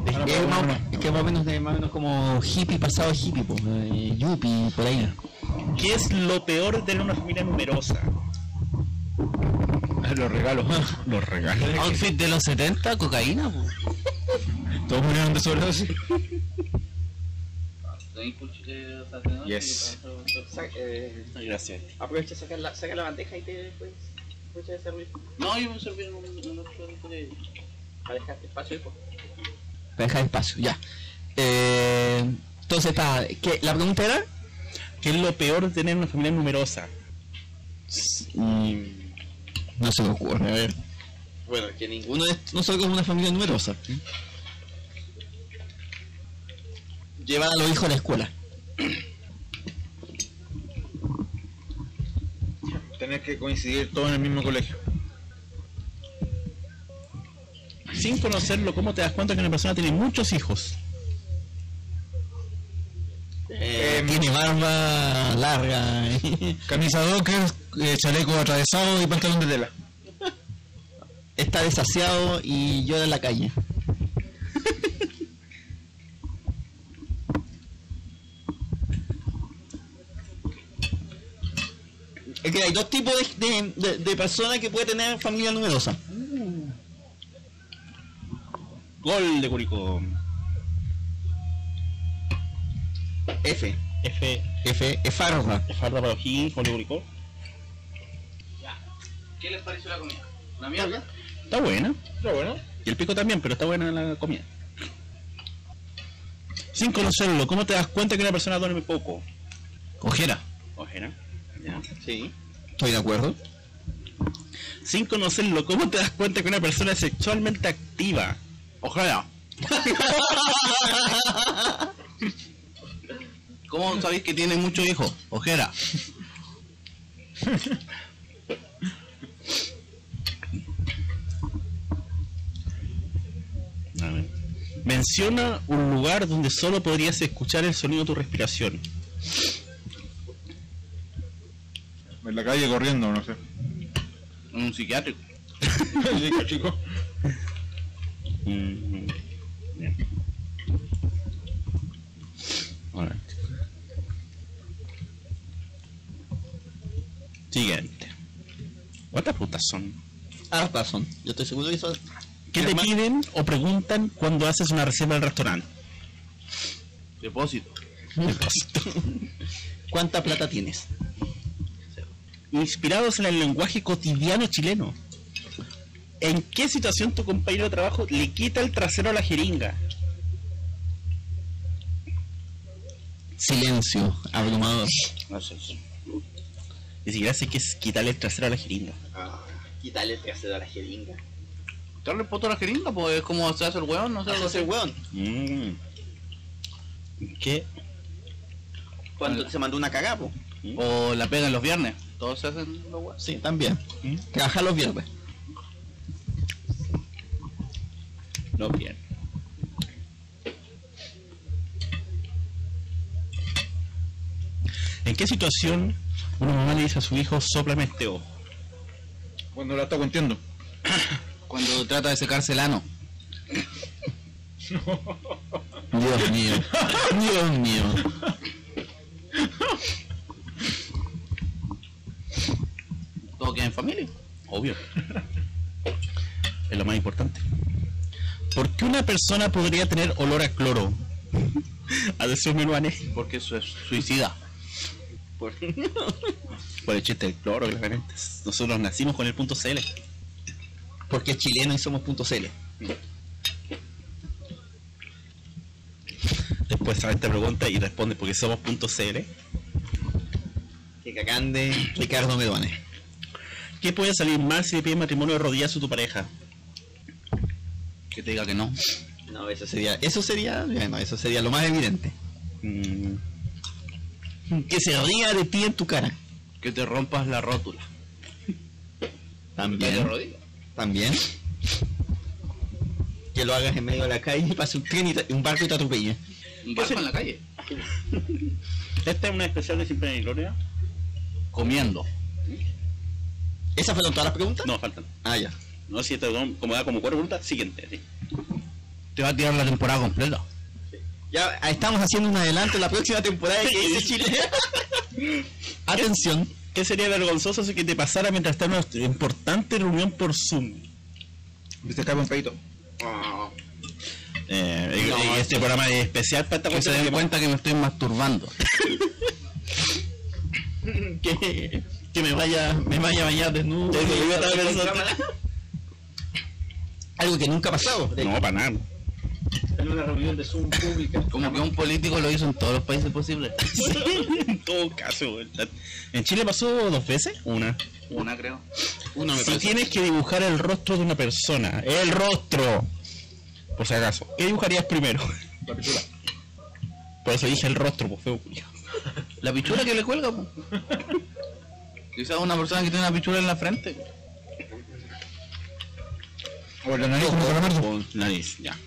Speaker 3: Es más, es que más o menos, de- más o menos como hippie pasado hippie, po, eh, yuppie, por ahí.
Speaker 9: ¿Qué es lo peor de tener una familia numerosa?
Speaker 3: [LAUGHS]
Speaker 2: Los regalos. Los regalos.
Speaker 5: Outfit de los 70, cocaína. po.
Speaker 2: Todos murieron de sobredosis.
Speaker 4: Tenéis cuchillo, o sea, de noche
Speaker 2: Yes.
Speaker 4: y para hacer- eh,
Speaker 9: Gracias.
Speaker 3: Aprovecha, saca la, saca la bandeja y te puedes aprovecha de servir.
Speaker 4: No, yo me serví en un en otro tipo de. Para dejar espacio, pues.
Speaker 3: Deja espacio, ya. Eh, entonces está, ¿qué? ¿la pregunta era?
Speaker 9: ¿Qué es lo peor de tener una familia numerosa?
Speaker 3: Mm, no se me ocurre, a ver.
Speaker 4: Bueno, que ningún.
Speaker 3: Uno de nosotros es una familia numerosa. Llevar a los hijos a la escuela.
Speaker 2: Tener que coincidir todos en el mismo colegio.
Speaker 9: Sin conocerlo, ¿cómo te das cuenta que una persona tiene muchos hijos? Eh,
Speaker 2: Em,
Speaker 3: Tiene barba larga.
Speaker 2: camisa docker, eh, chaleco atravesado y pantalón de tela.
Speaker 3: Está desasiado y llora en la calle. [LAUGHS] Es que hay dos tipos de, de- de- de personas que puede tener familia numerosa.
Speaker 9: Gol de Curicó.
Speaker 3: F.
Speaker 9: F.
Speaker 3: F. Farra.
Speaker 9: F Farda para O'Higgins, gol de Curicó.
Speaker 4: ¿Qué les pareció la comida? ¿Una mierda?
Speaker 9: Está buena.
Speaker 2: Pero bueno.
Speaker 9: Y el pico también, pero está buena la comida. Sin conocerlo, ¿cómo te das cuenta que una persona duerme poco?
Speaker 5: Ojera.
Speaker 9: Ojera. Ya.
Speaker 3: Sí. Estoy de acuerdo.
Speaker 9: Sin conocerlo, ¿cómo te das cuenta que una persona es sexualmente activa? Ojalá.
Speaker 5: ¿Cómo sabéis que tiene muchos hijos? Ojera.
Speaker 9: Menciona un lugar donde solo podrías escuchar el sonido de tu respiración.
Speaker 2: En la calle corriendo, no sé. [LAUGHS]
Speaker 5: Un psiquiátrico.
Speaker 2: Chico, chico.
Speaker 9: Mm, bien. Alright. Siguiente. ¿Cuántas putas son?
Speaker 3: Harta son. Yo estoy seguro que son.
Speaker 9: ¿Qué te piden o preguntan cuando haces una reserva en el restaurante?
Speaker 5: Depósito.
Speaker 3: ¿Cuánta plata tienes?
Speaker 9: Inspirados en el lenguaje cotidiano chileno. ¿En qué situación tu compañero de trabajo le quita el trasero a la jeringa?
Speaker 3: Silencio, abrumador.
Speaker 9: No sé. Ni siquiera sé qué es quitarle el trasero a la jeringa.
Speaker 4: Ah, Quítale el trasero a la jeringa.
Speaker 5: ¿Darle el poto a la jeringa? Pues es como se hace el hueón, no sé. algo así.
Speaker 3: Entonces, weón,
Speaker 9: Mm. ¿Qué?
Speaker 4: ¿Cuánto
Speaker 3: se mandó una cagapo?
Speaker 5: O la pegan los viernes. Todos se hacen los weas.
Speaker 4: Sí, también.
Speaker 3: ¿Mm?
Speaker 4: Trabajar los viernes.
Speaker 3: No bien. ¿En qué situación una mamá le dice a su hijo, soplame este ojo?
Speaker 9: Cuando la está contiendo.
Speaker 5: Cuando trata de secarse el ano.
Speaker 12: Dios mío. Dios mío.
Speaker 5: Todo queda en familia.
Speaker 3: Obvio. Es lo más importante. ¿Por qué una persona podría tener olor a cloro? A decir Meluane.
Speaker 5: Porque eso es suicida.
Speaker 3: Por... Por el chiste del cloro, claramente. Nosotros nacimos con el punto CL.
Speaker 4: Porque es chileno y somos punto CL.
Speaker 3: Después sabe esta pregunta y responde porque somos punto CL.
Speaker 4: Que cagán de Ricardo Medones.
Speaker 3: ¿Qué puede salir mal si le pides matrimonio de rodillas a tu pareja?
Speaker 5: Que te diga que no.
Speaker 4: No, eso sería, eso sería, bueno, eso sería lo más evidente.
Speaker 3: Mm,
Speaker 4: Que se ría de ti en tu cara.
Speaker 5: Que te rompas la rótula. De la
Speaker 4: También.
Speaker 5: rodilla.
Speaker 4: También. Que lo hagas en medio de la calle y pase un tren y te- un barco y te atropelle.
Speaker 5: Un barco en la calle.
Speaker 3: Esta es una especial de Sin Pena ni Gloria.
Speaker 5: Comiendo.
Speaker 4: ¿Esas fueron todas las preguntas?
Speaker 3: No, faltan.
Speaker 4: Ah, ya.
Speaker 3: No, si esta no, como da como cuatro preguntas, siguiente. sí.
Speaker 5: Te va a tirar la temporada completa.
Speaker 4: Ya ah, estamos haciendo un adelanto la próxima temporada de que dice Chile.
Speaker 3: [LAUGHS]
Speaker 4: Atención.
Speaker 3: ¿Qué sería vergonzoso si que te pasara mientras está en una importante reunión por Zoom?
Speaker 9: Se escapa un pedito.
Speaker 3: Eh, eh, este programa es especial para esta
Speaker 5: Que se
Speaker 3: cuestión
Speaker 5: den
Speaker 3: que-
Speaker 5: cuenta que me estoy
Speaker 3: [LAUGHS]
Speaker 5: masturbando.
Speaker 4: Que, que me vaya, me vaya a bañar desnudo.
Speaker 3: Ya, ya, ya, ya, ya, ya, ya.
Speaker 4: Algo que nunca ha pasado.
Speaker 3: No, para nada.
Speaker 13: En una reunión de Zoom pública.
Speaker 5: Como que un político lo hizo en todos los países posibles.
Speaker 3: en todo caso, güey. en Chile pasó dos veces. Una.
Speaker 5: Una creo. Una me
Speaker 3: si
Speaker 5: parece.
Speaker 3: tienes que dibujar el rostro de una persona, el rostro, por si acaso, ¿qué dibujarías primero?
Speaker 13: La pichula.
Speaker 3: Por eso dije el rostro, pues feo. culiao.
Speaker 5: La pichula que le
Speaker 3: [LAUGHS]
Speaker 5: cuelga, po. Quizás una persona que tiene una pichula en la frente.
Speaker 9: O la nariz como Calamardo.
Speaker 3: Con nariz, ya.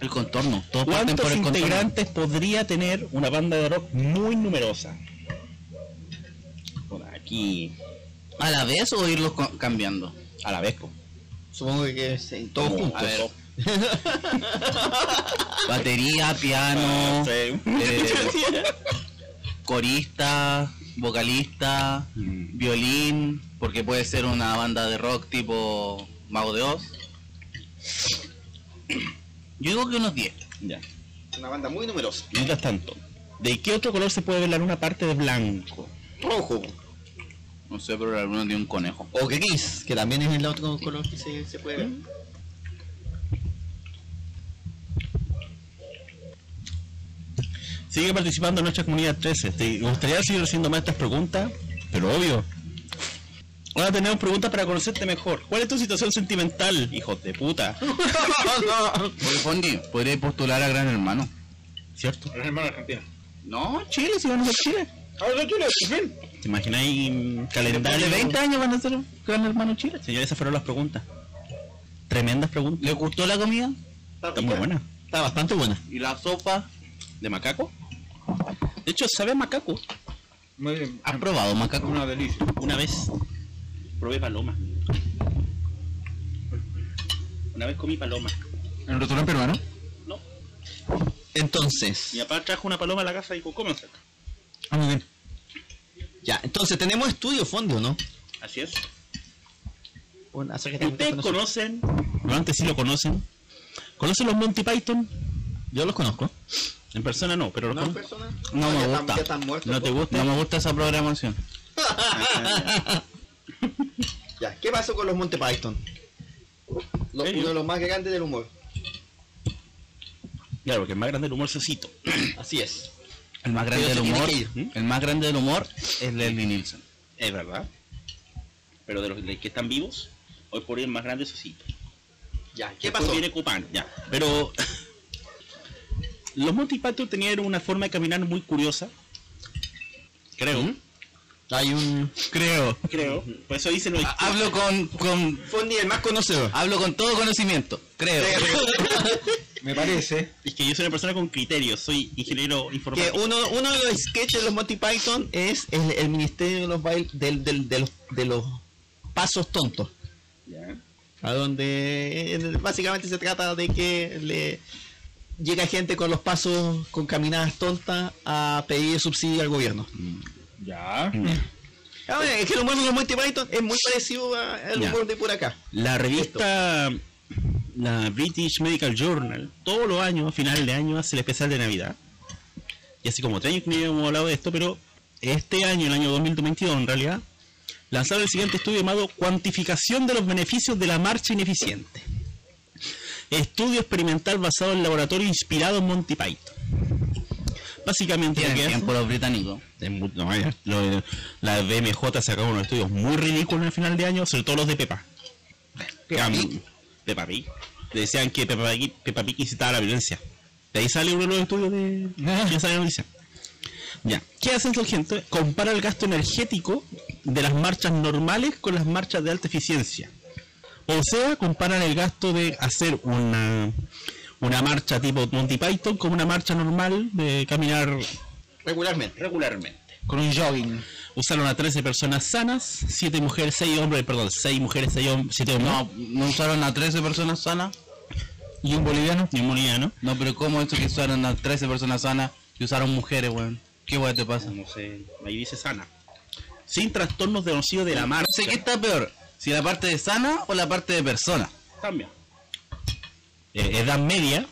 Speaker 5: El contorno. Todos parten
Speaker 3: ¿Cuántos
Speaker 5: por el contorno.
Speaker 3: integrantes podría tener una banda de rock muy numerosa? Por aquí,
Speaker 5: ¿A la vez o irlos co- cambiando?
Speaker 3: a la vez, pues.
Speaker 4: Supongo que sí, todos
Speaker 3: Como,
Speaker 4: juntos.
Speaker 3: a ver,
Speaker 5: [LAUGHS] Batería, piano,
Speaker 3: sí.
Speaker 5: eh, corista, vocalista,
Speaker 3: Mm.
Speaker 5: violín, porque puede ser una banda de rock tipo Mago de Oz. Yo digo que unos 10.
Speaker 3: ya.
Speaker 4: Una banda muy numerosa.
Speaker 3: Mientras tanto, ¿de qué otro color se puede ver la luna aparte de blanco?
Speaker 4: Rojo.
Speaker 5: No sé, pero la luna tiene un conejo.
Speaker 4: O gris, que también es el otro color que se, se puede ver.
Speaker 3: Sigue participando en nuestra comunidad 13. ¿Te gustaría seguir haciendo más estas preguntas? Pero obvio. Ahora tenemos preguntas para conocerte mejor. ¿Cuál es tu situación sentimental, hijo de puta?
Speaker 5: Oye, Fondi, podría postular a Gran Hermano.
Speaker 3: ¿Cierto? Ah,
Speaker 2: Los hermanos argentinos.
Speaker 5: No, Chile, si van a ser Chile.
Speaker 2: Ahora tú le
Speaker 3: ¿Te imagináis un
Speaker 5: Después
Speaker 3: calendario?
Speaker 5: de 20 años van a ser Gran Hermano Chile.
Speaker 3: Señores, esas fueron las preguntas. Tremendas preguntas.
Speaker 5: ¿Les gustó la comida?
Speaker 3: Está muy buena.
Speaker 4: Está bastante buena.
Speaker 5: ¿Y la sopa?
Speaker 3: ¿De macaco? De hecho, sabe a macaco.
Speaker 2: Muy bien.
Speaker 5: ¿Has probado macaco?
Speaker 2: Una delicia.
Speaker 3: Una vez probé paloma. Una vez comí paloma.
Speaker 9: En un restaurante peruano.
Speaker 4: Entonces,
Speaker 3: Mi papá trajo una paloma a la casa y dijo, cómensela.
Speaker 9: Ah, muy bien.
Speaker 4: ya, entonces tenemos estudio fondo, ¿no?
Speaker 3: Así es.
Speaker 4: Una
Speaker 3: ¿Ustedes conocen? Antes sí lo conocen. ¿Conocen los Monty Python?
Speaker 4: Yo los conozco.
Speaker 3: En persona no, pero los
Speaker 4: No, en
Speaker 3: conocen.
Speaker 5: No me gusta.
Speaker 3: ¿No te gusta?
Speaker 5: No me gusta esa programación.
Speaker 4: Ya, ¿qué pasó con los Monty Python? Lo-
Speaker 3: Ellos.
Speaker 4: uno de los más grandes del humor.
Speaker 3: Claro, porque el más grande el humor cecito.
Speaker 4: Así es.
Speaker 5: El más
Speaker 4: Pero
Speaker 5: grande del
Speaker 4: se tiene
Speaker 5: humor,
Speaker 4: que ir.
Speaker 5: ¿Mm? el más grande del humor es Leslie Nielsen.
Speaker 3: Es verdad. Pero de los de que están vivos, hoy por hoy el más grande es cecito.
Speaker 4: Ya, ¿qué
Speaker 3: Después
Speaker 4: pasó?
Speaker 3: viene Copán, ya. Pero [LAUGHS] Los Monty Python tenían una forma de caminar muy curiosa.
Speaker 5: pues,
Speaker 3: Creo.
Speaker 4: Hay un.
Speaker 5: Creo.
Speaker 3: Creo. Por eso dicen los
Speaker 5: Hablo con, con,
Speaker 4: Fondi, el más conocido.
Speaker 5: hablo con todo conocimiento. Creo.
Speaker 2: Me parece.
Speaker 3: Es que yo soy una persona con criterios, soy ingeniero
Speaker 4: Que
Speaker 3: informático.
Speaker 4: uno, uno de los sketches de los Monty Python es el, el ministerio de los, bail- del- del- de los, de los pasos tontos. A donde eh, básicamente se trata de que le llega gente con los pasos, con caminadas tontas, a pedir subsidio al gobierno.
Speaker 2: Ya.
Speaker 4: Ah, bueno, es que el humor de los Monty Python es muy parecido a- al
Speaker 3: Ya.
Speaker 4: humor de por acá.
Speaker 3: La revista, la British Medical Journal, todos los años, a final de año, hace el especial de Navidad. Y así como tres años que no hemos hablado de esto, pero este año, el año 2022 en realidad, lanzaron el siguiente estudio llamado Cuantificación de los beneficios de la marcha ineficiente. Estudio experimental basado en laboratorio inspirado en Monty Python. Básicamente, lo que
Speaker 5: Tienen
Speaker 3: hace-
Speaker 5: tiempo los británicos.
Speaker 3: Es mu- no, vaya, lo de- la BMJ sacaba unos estudios muy ridículos en el final de año, sobre todo los de Pepa. Pepa Pig. Pepa Pig. Decían que Pepa Pig, Peppa Pig incitaba a la violencia. De ahí sale uno de los estudios de... Ya sale la noticia. Ya. ¿Qué hace esta gente? Compara el gasto energético de las marchas normales con las marchas de alta eficiencia. O sea, comparan el gasto de hacer una, una marcha tipo Monty Python con una marcha normal de caminar
Speaker 4: Regularmente.
Speaker 3: regularmente
Speaker 2: Con un jogging.
Speaker 3: usaron a 13 personas sanas, 7 mujeres, 6 hombres, perdón, 6 mujeres, 6 hombres, 7 hombres
Speaker 5: No, no usaron a 13 personas sanas.
Speaker 2: ¿Y un boliviano?
Speaker 3: ni un boliviano.
Speaker 5: No, pero ¿cómo eso que usaron a 13 personas sanas y usaron mujeres, weón? ¿Qué weón te pasa?
Speaker 3: No sé, ahí dice sana. Sin trastornos de nocido de la marcha.
Speaker 5: No sé qué está peor, si la parte de sana o la parte de persona.
Speaker 3: Cambia. Eh, edad media.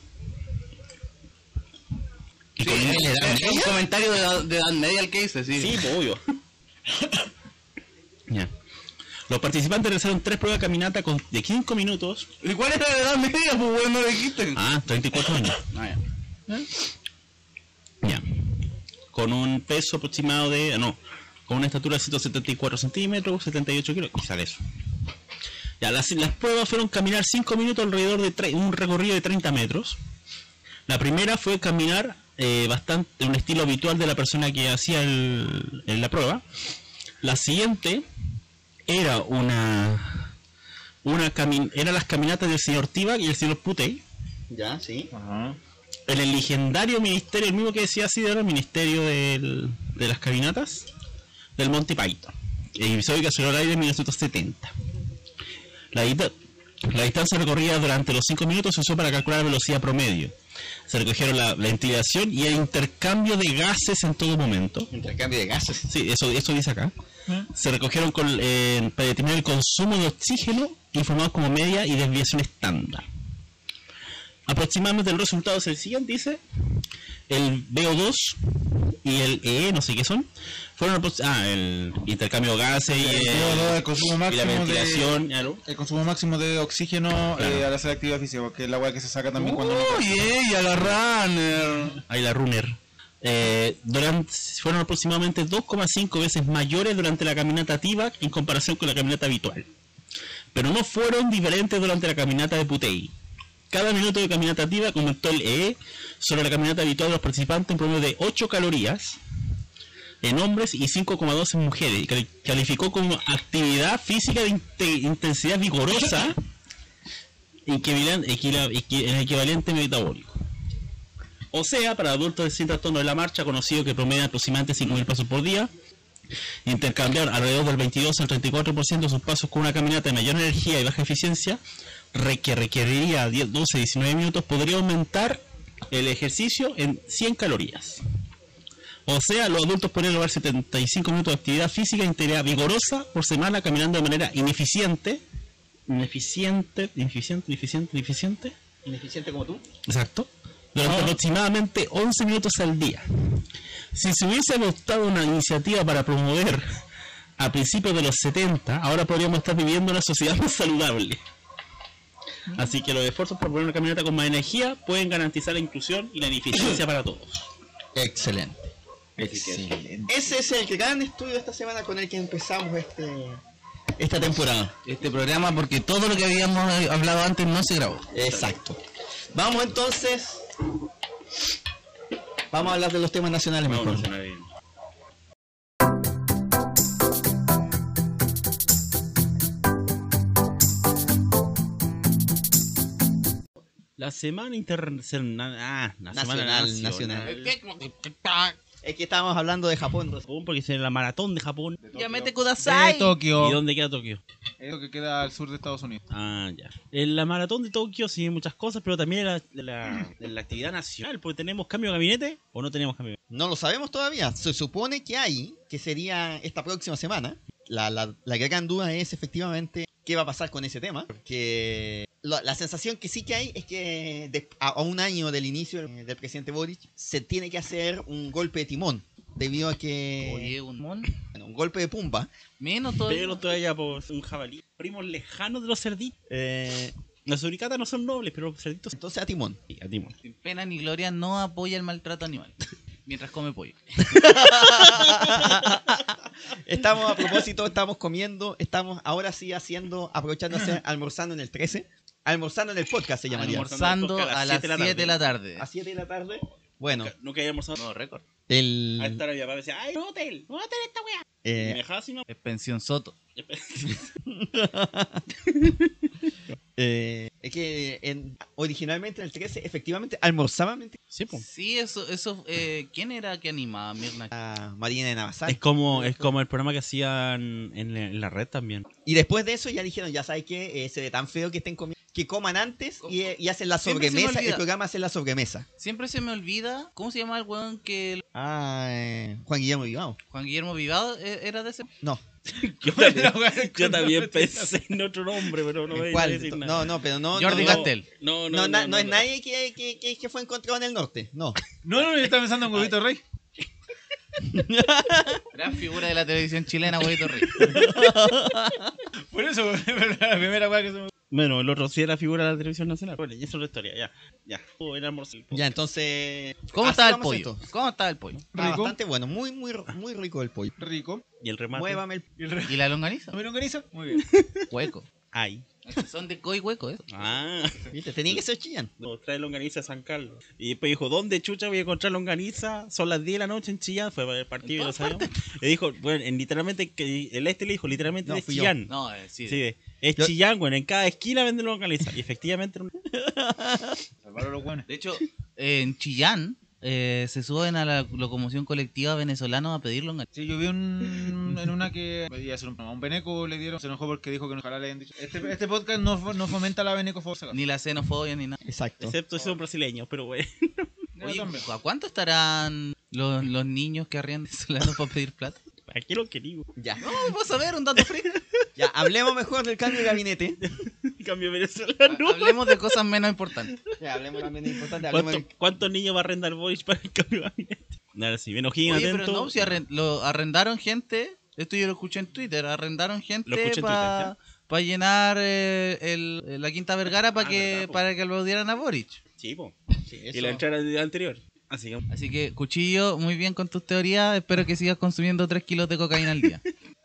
Speaker 3: Y con-
Speaker 5: Es un comentario de, de edad media el que hice, sí.
Speaker 3: Sí, pues, obvio. Ya. Los participantes realizaron tres pruebas de caminata con, de 5 minutos.
Speaker 5: ¿Y cuál era la edad media? Pues weón, no lo dijiste.
Speaker 3: Ah, 34 años. Ya. Con un peso aproximado de. ah, No. Con una estatura de 174 centímetros, 78 kilos, quizá de eso. Ya, las, las pruebas fueron caminar 5 minutos alrededor de tre- un recorrido de 30 metros. La primera fue caminar eh, bastante en un estilo habitual de la persona que hacía el- el- la prueba. La siguiente era una. una camin- era las caminatas del señor Tiva y el señor Putey
Speaker 4: Ya, sí.
Speaker 3: en el legendario ministerio, el mismo que decía así era el ministerio del- de las caminatas del Monty Python. Episodio que se al aire en 1970. La, dita- la distancia recorrida durante los 5 minutos se usó para calcular la velocidad promedio. Se recogieron la, la ventilación y el intercambio de gases en todo momento.
Speaker 4: Intercambio de gases.
Speaker 3: Sí, eso, eso dice acá. Se recogieron con, eh, para determinar el consumo de oxígeno, informados como media y desviación estándar. Aproximadamente el resultado es el siguiente, dice, el VO2 y el E, no sé qué son, fueron apro- ah, el intercambio de gases y, el-
Speaker 2: VO2, el consumo
Speaker 3: y la
Speaker 2: máximo de-
Speaker 3: ventilación, claro.
Speaker 2: El consumo máximo de oxígeno eh, al hacer actividad física, porque es la agua que se saca también cuando...
Speaker 9: Uh.
Speaker 2: uno-
Speaker 5: Uy, ella, la runner.
Speaker 3: ahí la runner. Eh, durante, fueron aproximadamente 2,5 veces mayores durante la caminata Tivac en comparación con la caminata habitual. Pero no fueron diferentes durante la caminata de Putei. Cada minuto de caminata Tivac aumentó el EE sobre la caminata habitual de los participantes en promedio de 8 calorías en hombres y 5,2 en mujeres. Y cali- calificó como actividad física de inte- intensidad vigorosa equivilan- equila- equi- en equivalente metabólico. O sea, para adultos de sin trastorno de la marcha, conocido que promedia aproximadamente 5.000 pasos por día, intercambiar alrededor del 22 al 34% de sus pasos con una caminata de mayor energía y baja eficiencia, re- que requeriría 10, 12, 19 minutos, podría aumentar el ejercicio en 100 calorías. O sea, los adultos podrían lograr 75 minutos de actividad física e integridad vigorosa por semana caminando de manera ineficiente. Ineficiente, ineficiente, ineficiente, ineficiente.
Speaker 4: Ineficiente como tú.
Speaker 3: Exacto. Durante aproximadamente 11 minutos al día. Si se hubiese adoptado una iniciativa para promover a principios de los 70, ahora podríamos estar viviendo una sociedad [LAUGHS] más saludable. Así que los esfuerzos por poner una caminata con más energía pueden garantizar la inclusión y la beneficencia para todos.
Speaker 5: Excelente.
Speaker 4: Ese es el gran estudio de esta semana con el que empezamos este esta temporada.
Speaker 5: Este programa, porque todo lo que habíamos hablado antes no se grabó.
Speaker 4: Exacto. Vamos entonces Vamos a hablar de los temas nacionales mejor.
Speaker 9: Vamos a sonar bien. La semana internacional. Ah, la semana
Speaker 4: Nacional, nacional. Es que estábamos hablando de Japón. Rosa.
Speaker 9: Japón, porque se la maratón de Japón.
Speaker 14: Llámete
Speaker 8: De
Speaker 14: Kudasai.
Speaker 9: ¿Y
Speaker 8: Tokio.
Speaker 9: dónde queda Tokio?
Speaker 8: Es lo que queda al sur de Estados Unidos.
Speaker 9: Ah, ya. En la maratón de Tokio sí hay muchas cosas, pero también en la, en la- en la actividad nacional, porque tenemos cambio de gabinete o no tenemos cambio de
Speaker 4: No lo sabemos todavía. Se supone que hay, que sería esta próxima semana. La, la, la gran duda es efectivamente qué va a pasar con ese tema. Porque la, la sensación que sí que hay es que de- a, a un año del inicio eh, del presidente Boric se tiene que hacer un golpe de timón. Debido a que...
Speaker 5: Oye, un mon.
Speaker 4: bueno, un golpe de pumba.
Speaker 5: Menos
Speaker 9: gabinete.
Speaker 5: todavía.
Speaker 9: Pero todavía por un jabalí. Primos lejanos de los cerditos. Eh, las suricatas no son nobles, pero los cerditos son
Speaker 4: Entonces a timón.
Speaker 9: Sí, a Timón.
Speaker 5: Sin pena ni gloria no apoya el maltrato animal. Mientras come pollo.
Speaker 4: Estamos a propósito, estamos comiendo, estamos ahora sí haciendo, aprovechando,
Speaker 9: [CLEARS THROAT]
Speaker 4: hacer- almorzando en el 13. Almorzando en el podcast se llamaría.
Speaker 5: Almorzando a las 7 de la tarde.
Speaker 4: A 7 de la tarde. Bueno,
Speaker 9: Nunca- Nunca habíamos almorzado. No, récord. A
Speaker 4: el,
Speaker 9: esta hora mi papá decía, ¡ay, un hotel! ¡Un hotel esta weá! Y me
Speaker 4: eh,
Speaker 9: dejaba así, no.
Speaker 5: Es pensión Soto.
Speaker 4: eh, es que en- originalmente en el 13 efectivamente almorzaban
Speaker 9: Sí, po.
Speaker 5: Sí, eso, eso, eh, ¿quién era que animaba a Mirna?
Speaker 4: a Marina de Navasal.
Speaker 9: Es como, es como el programa que hacían en la, en la red también.
Speaker 4: Y después de eso ya dijeron, ya sabes que se ve tan feo que estén comiendo. Que coman antes y, y hacen la
Speaker 5: Siempre se me
Speaker 4: sobremesa. El
Speaker 5: olvida.
Speaker 4: programa hace la sobremesa.
Speaker 5: Siempre se me olvida, ¿cómo se llama el weón que el-
Speaker 4: Ah, eh, Juan Guillermo Vivao.
Speaker 5: Juan Guillermo Vivado eh, era de ese?
Speaker 4: No,
Speaker 9: [LAUGHS] Yo también, [LAUGHS] yo también pensé en otro nombre, pero no voy a
Speaker 4: ¿cuál?
Speaker 9: decir nada.
Speaker 4: No, no, pero no.
Speaker 5: Jordi
Speaker 4: no, no.
Speaker 5: Gastel.
Speaker 9: No,
Speaker 4: No, na- no es nadie que, que- que- que fue encontrado en el norte. No.
Speaker 8: No, no, yo estaba pensando en Huevito Rey.
Speaker 5: Gran figura de la televisión chilena, huevito rico.
Speaker 8: Por eso, la primera weá que se me
Speaker 9: Bueno, el otro sí era figura de la televisión nacional. Bueno, y eso es la historia, ya. Ya. Oh, era amor-
Speaker 4: Ya, entonces.
Speaker 5: ¿Cóó
Speaker 4: así
Speaker 5: estaba el
Speaker 4: vamos
Speaker 5: pollo?
Speaker 4: esto.
Speaker 5: ¿Cómo estaba el pollo?
Speaker 4: Ah,
Speaker 8: Rico.
Speaker 4: bastante bueno. Muy, muy, muy rico el pollo.
Speaker 8: Rico.
Speaker 9: Y el remate.
Speaker 4: Muévame el
Speaker 8: ¿Y el rey?
Speaker 5: ¿Y la
Speaker 4: [LAUGHS]
Speaker 5: longaniza?
Speaker 8: ¿No me organiza? Muy bien.
Speaker 5: Hueco.
Speaker 9: Ay.
Speaker 5: Son de coy hueco, ¿eh?
Speaker 9: Ah.
Speaker 4: ¿Viste? Tenía que ser chillán.
Speaker 9: No, trae longaniza a San Carlos. Y después dijo, ¿dónde chucha voy a encontrar longaniza? Son las 10 de la noche en Chillán. Fue para el partido, lo sabemos. Y dijo, bueno, en, literalmente, que el este le dijo, literalmente
Speaker 4: No,
Speaker 9: es
Speaker 4: fui yo.
Speaker 9: Chillán.
Speaker 5: No, eh, sí.
Speaker 9: Sí, de- es
Speaker 4: Yo-
Speaker 9: Chillán, güey. En cada esquina venden longaniza. Y efectivamente, era un-
Speaker 8: Salvaron los buenos.
Speaker 5: De hecho, en Chillán eh, se suben a la locomoción colectiva venezolana a pedir longaniza.
Speaker 8: Sí, yo vi un, en una que iba a hacer un, a un veneco le dieron, se enojó porque dijo que no- ojalá le hayan dicho. Este, este podcast no, fo- no fomenta la veneco
Speaker 5: Ni la xenofobia ni nada.
Speaker 4: Exacto.
Speaker 9: excepto son brasileños, pero güey.
Speaker 5: Oye, ¿a cuánto estarán los, los niños que arriendan venezolanos para pedir [LAUGHS] plata?
Speaker 9: [LAUGHS] ¿Para qué lo [LAUGHS] quería?
Speaker 4: Ya.
Speaker 5: No, vas a ver un dato frío.
Speaker 4: Ya, hablemos mejor del cambio de gabinete.
Speaker 9: Cambio
Speaker 5: [LAUGHS]
Speaker 9: venezolano.
Speaker 5: Hablemos de cosas menos importantes.
Speaker 4: [LAUGHS] Ya, hablemos también de importante. Hablemos
Speaker 9: ¿Cuánto- ¿Cuántos niños va a arrendar Boris para el cambio de gabinete? Ahora sí, bien ojín,
Speaker 5: Oye,
Speaker 9: atento.
Speaker 5: pero no, si arren- lo arrendaron gente, esto yo lo escuché en Twitter, arrendaron
Speaker 9: Lo
Speaker 5: gente
Speaker 9: escuché en
Speaker 5: para llenar eh, el- la Quinta Vergara para
Speaker 9: Ah,
Speaker 5: que
Speaker 9: verdad, po.
Speaker 5: para que aplaudieran a Boric.
Speaker 9: Sí, po.
Speaker 4: del-
Speaker 9: Y
Speaker 4: eso.
Speaker 9: la entrada del día anterior. Así que
Speaker 5: Así que, Cuchillo, muy bien con tus teorías, espero que sigas consumiendo 3 kilos de cocaína al día.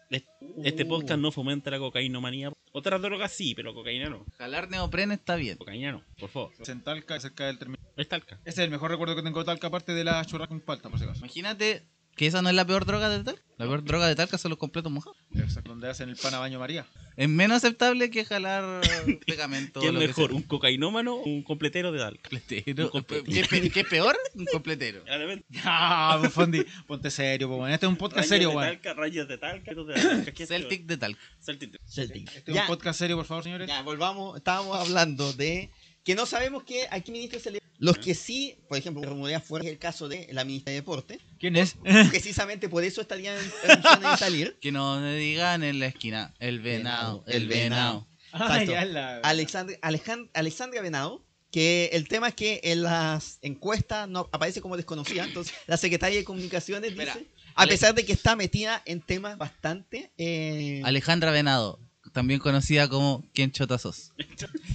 Speaker 9: es- este podcast no fomenta la cocaínomanía. Otras drogas sí, pero cocaína no.
Speaker 5: Jalar neopren está bien.
Speaker 9: Cocaína no, por favor.
Speaker 8: En Talca, cerca del terminal.
Speaker 9: Es talca.
Speaker 8: Ese es el mejor recuerdo que tengo de Talca, aparte de la churra con palta, por si acaso.
Speaker 5: Imagínate que esa no es la peor droga de Talca. La peor droga de Talca son los completos mojados.
Speaker 8: Exacto, donde hacen el pan a baño María. [LAUGHS]
Speaker 5: Es menos aceptable que jalar eh, pegamento.
Speaker 9: ¿Qué es
Speaker 5: lo que
Speaker 9: mejor,
Speaker 5: sea.
Speaker 9: un cocainómano o un completero de talca?
Speaker 5: completero.
Speaker 9: un completo.
Speaker 5: ¿Qué, pe- qué es peor? Un
Speaker 9: [LAUGHS]
Speaker 5: completero.
Speaker 9: Claramente.
Speaker 8: Ah, pues, Fondi, ponte serio, pues, bueno. Este es un
Speaker 9: Rayos
Speaker 8: podcast serio,
Speaker 9: de
Speaker 8: weón.
Speaker 9: talca, rayos de talca, rayos de talca. ¿Qué es esto?
Speaker 5: Celtic de Talca.
Speaker 9: Celtic.
Speaker 4: Celtic.
Speaker 8: Este es
Speaker 4: Ya,
Speaker 8: un podcast serio, por favor, señores.
Speaker 4: ya, volvamos. Estábamos hablando de que no sabemos qué, a qué ministro se le. Los que sí, por ejemplo, rumorea fuera es el caso de la ministra de Deporte.
Speaker 8: ¿Quién es?
Speaker 4: Precisamente por eso estarían en funciones de salir.
Speaker 5: Que nos digan en la esquina, el venado, el venado.
Speaker 8: [LAUGHS] Ah,
Speaker 4: Exacto.
Speaker 8: ya es la-
Speaker 4: Alexandre- Alejan- Alexandra Venado, que el tema es que en las encuestas no aparece como
Speaker 5: [COUGHS]
Speaker 4: desconocida, entonces la secretaria de comunicaciones dice,
Speaker 5: Espera,
Speaker 4: a
Speaker 5: Ale-
Speaker 4: pesar de que está metida en temas bastante... eh,
Speaker 5: Alejandra Venado, también conocida como Quien Chota Sos.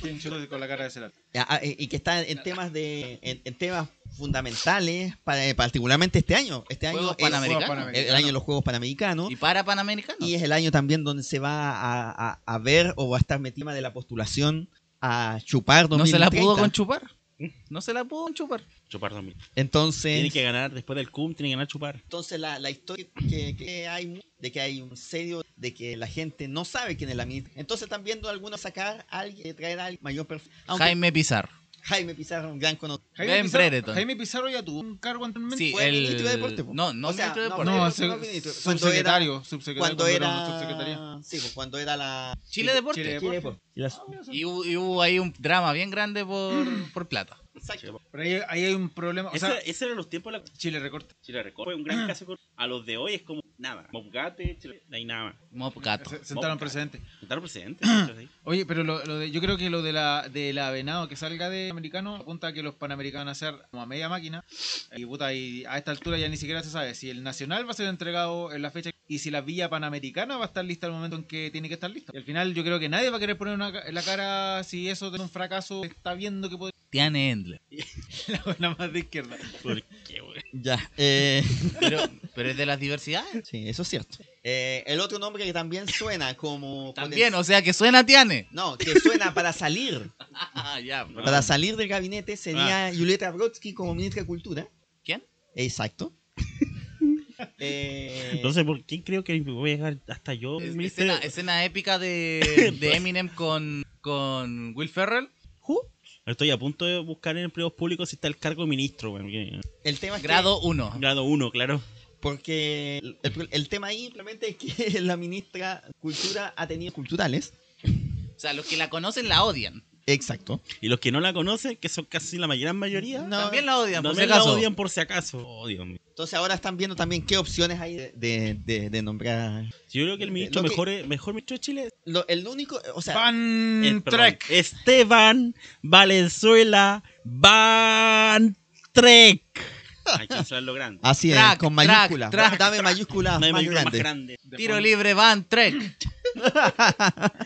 Speaker 8: ¿Quién chulo con la cara de Celal?
Speaker 4: ya, ah, eh, y que está en temas de en, en temas fundamentales, para, eh, particularmente este año. Este año
Speaker 5: Juegos
Speaker 4: es
Speaker 5: Panamericanos.
Speaker 4: el, el año de los Juegos Panamericanos.
Speaker 5: Y para Panamericano.
Speaker 4: Y es el año también donde se va a, a- a ver o va a estar metida de la postulación a chupar.
Speaker 5: No se la
Speaker 4: 2030.
Speaker 5: pudo conchupar. No se la pueden chupar.
Speaker 9: Chupar también. Tiene
Speaker 4: Entonces,
Speaker 9: que ganar, después del cum, tiene que ganar chupar.
Speaker 4: entonces la, la historia que, que hay de que hay un serio de que la gente no sabe quién es la ministra. Entonces están viendo a algunos sacar a alguien, traer a alguien mayor perfil. Aunque Jaime,
Speaker 5: Jaime Pizarro.
Speaker 4: Pizarro, un gran conocido.
Speaker 5: Ben Brereton.
Speaker 8: Jaime Pizarro ya tuvo un cargo Ah, anteriormente.
Speaker 5: Sí,
Speaker 4: fue
Speaker 5: el...
Speaker 4: ministro de deporte, po.
Speaker 5: No, no
Speaker 4: O sea,
Speaker 5: ministro de
Speaker 4: no,
Speaker 5: deporte.
Speaker 8: No,
Speaker 4: Porque-
Speaker 8: se-
Speaker 4: porque- porque- cuando
Speaker 8: subsecretario, subsecretario.
Speaker 4: Cuando
Speaker 8: una subsecretaría.
Speaker 4: era, sí, pues, cuando era la
Speaker 5: Chile Deporte.
Speaker 8: Chile Deporte.
Speaker 4: Y las-
Speaker 5: Y, hubo, y hubo ahí un drama bien grande por, por plata.
Speaker 4: Exacto.
Speaker 8: Pero ahí, ahí hay un problema. O sea,
Speaker 9: ese, ese eran los tiempos de la
Speaker 8: Chile recorta.
Speaker 9: Chile Record. Fue un gran caso. con- A los de hoy es como nada. Mobgate, Chile, no hay nada más.
Speaker 5: Mopcato.
Speaker 8: Se- Sentaron precedente.
Speaker 9: Sentaron presidente. muchachos, ahí.
Speaker 8: Oye, pero lo, lo de, yo creo que lo de la, de la venado que salga de americano apunta a que los panamericanos van a ser como a media máquina. Y puta, y a esta altura ya ni siquiera se sabe si el nacional va a ser entregado en la fecha y si la villa panamericana va a estar lista al momento en que tiene que estar lista. Y al final yo creo que nadie va a querer poner una, ca- la cara si eso es un fracaso. Está viendo que puede
Speaker 5: Tiane Endler.
Speaker 8: la buena más de izquierda.
Speaker 9: ¿Por qué, [LAUGHS] güey?
Speaker 4: Ya. eh,
Speaker 5: Pero, pero es de las diversidades.
Speaker 4: sí, eso es cierto. Eh, el otro nombre que también suena como.
Speaker 5: También, o sea que suena Tiane.
Speaker 4: No, que suena para salir.
Speaker 5: Ah, ya. po.
Speaker 4: Para salir del gabinete sería Julieta Brodsky como ministra de Cultura.
Speaker 5: Ah. ¿Quién? [LAUGHS]
Speaker 4: Exacto. Eh,
Speaker 9: Entonces, ¿por qué creo que voy a llegar hasta yo?
Speaker 5: Es-
Speaker 9: ministro?
Speaker 5: escena, escena
Speaker 4: [LAUGHS]
Speaker 5: épica de, de Eminem con, con Will Ferrell.
Speaker 9: Estoy a punto de buscar en empleos públicos si está el cargo de ministro. güey, que-
Speaker 4: el tema es que-
Speaker 5: Grado 1.
Speaker 9: Grado 1, claro.
Speaker 4: porque el, el tema ahí simplemente es que [LAUGHS] la ministra de Cultura ha tenido culturales.
Speaker 5: O sea, los que la conocen la odian.
Speaker 4: Exacto.
Speaker 9: Y los que no la conocen, que son casi la gran mayoría,
Speaker 4: No,
Speaker 5: También la odian, por si
Speaker 9: también la
Speaker 5: acaso.
Speaker 9: odian por si acaso. Oh, Dios mío.
Speaker 4: Entonces ahora están viendo también qué opciones hay de, de- de- de nombrar.
Speaker 9: Yo creo Eh, que el ministro
Speaker 4: Lo que-
Speaker 9: mejor, es- mejor ministro de Chile es-
Speaker 4: Lo- el único, o sea,
Speaker 8: Van
Speaker 9: es, perdón,
Speaker 8: Trek.
Speaker 9: Esteban Valenzuela Van Trek. Hay que hacerlo grande.
Speaker 4: así es,
Speaker 5: Track,
Speaker 4: con
Speaker 5: track,
Speaker 4: mayúscula.
Speaker 5: track,
Speaker 4: Dame mayúscula
Speaker 9: No hay
Speaker 4: más
Speaker 9: mayor- más
Speaker 4: grande.
Speaker 9: grande.
Speaker 5: Tiro libre, Van Trek.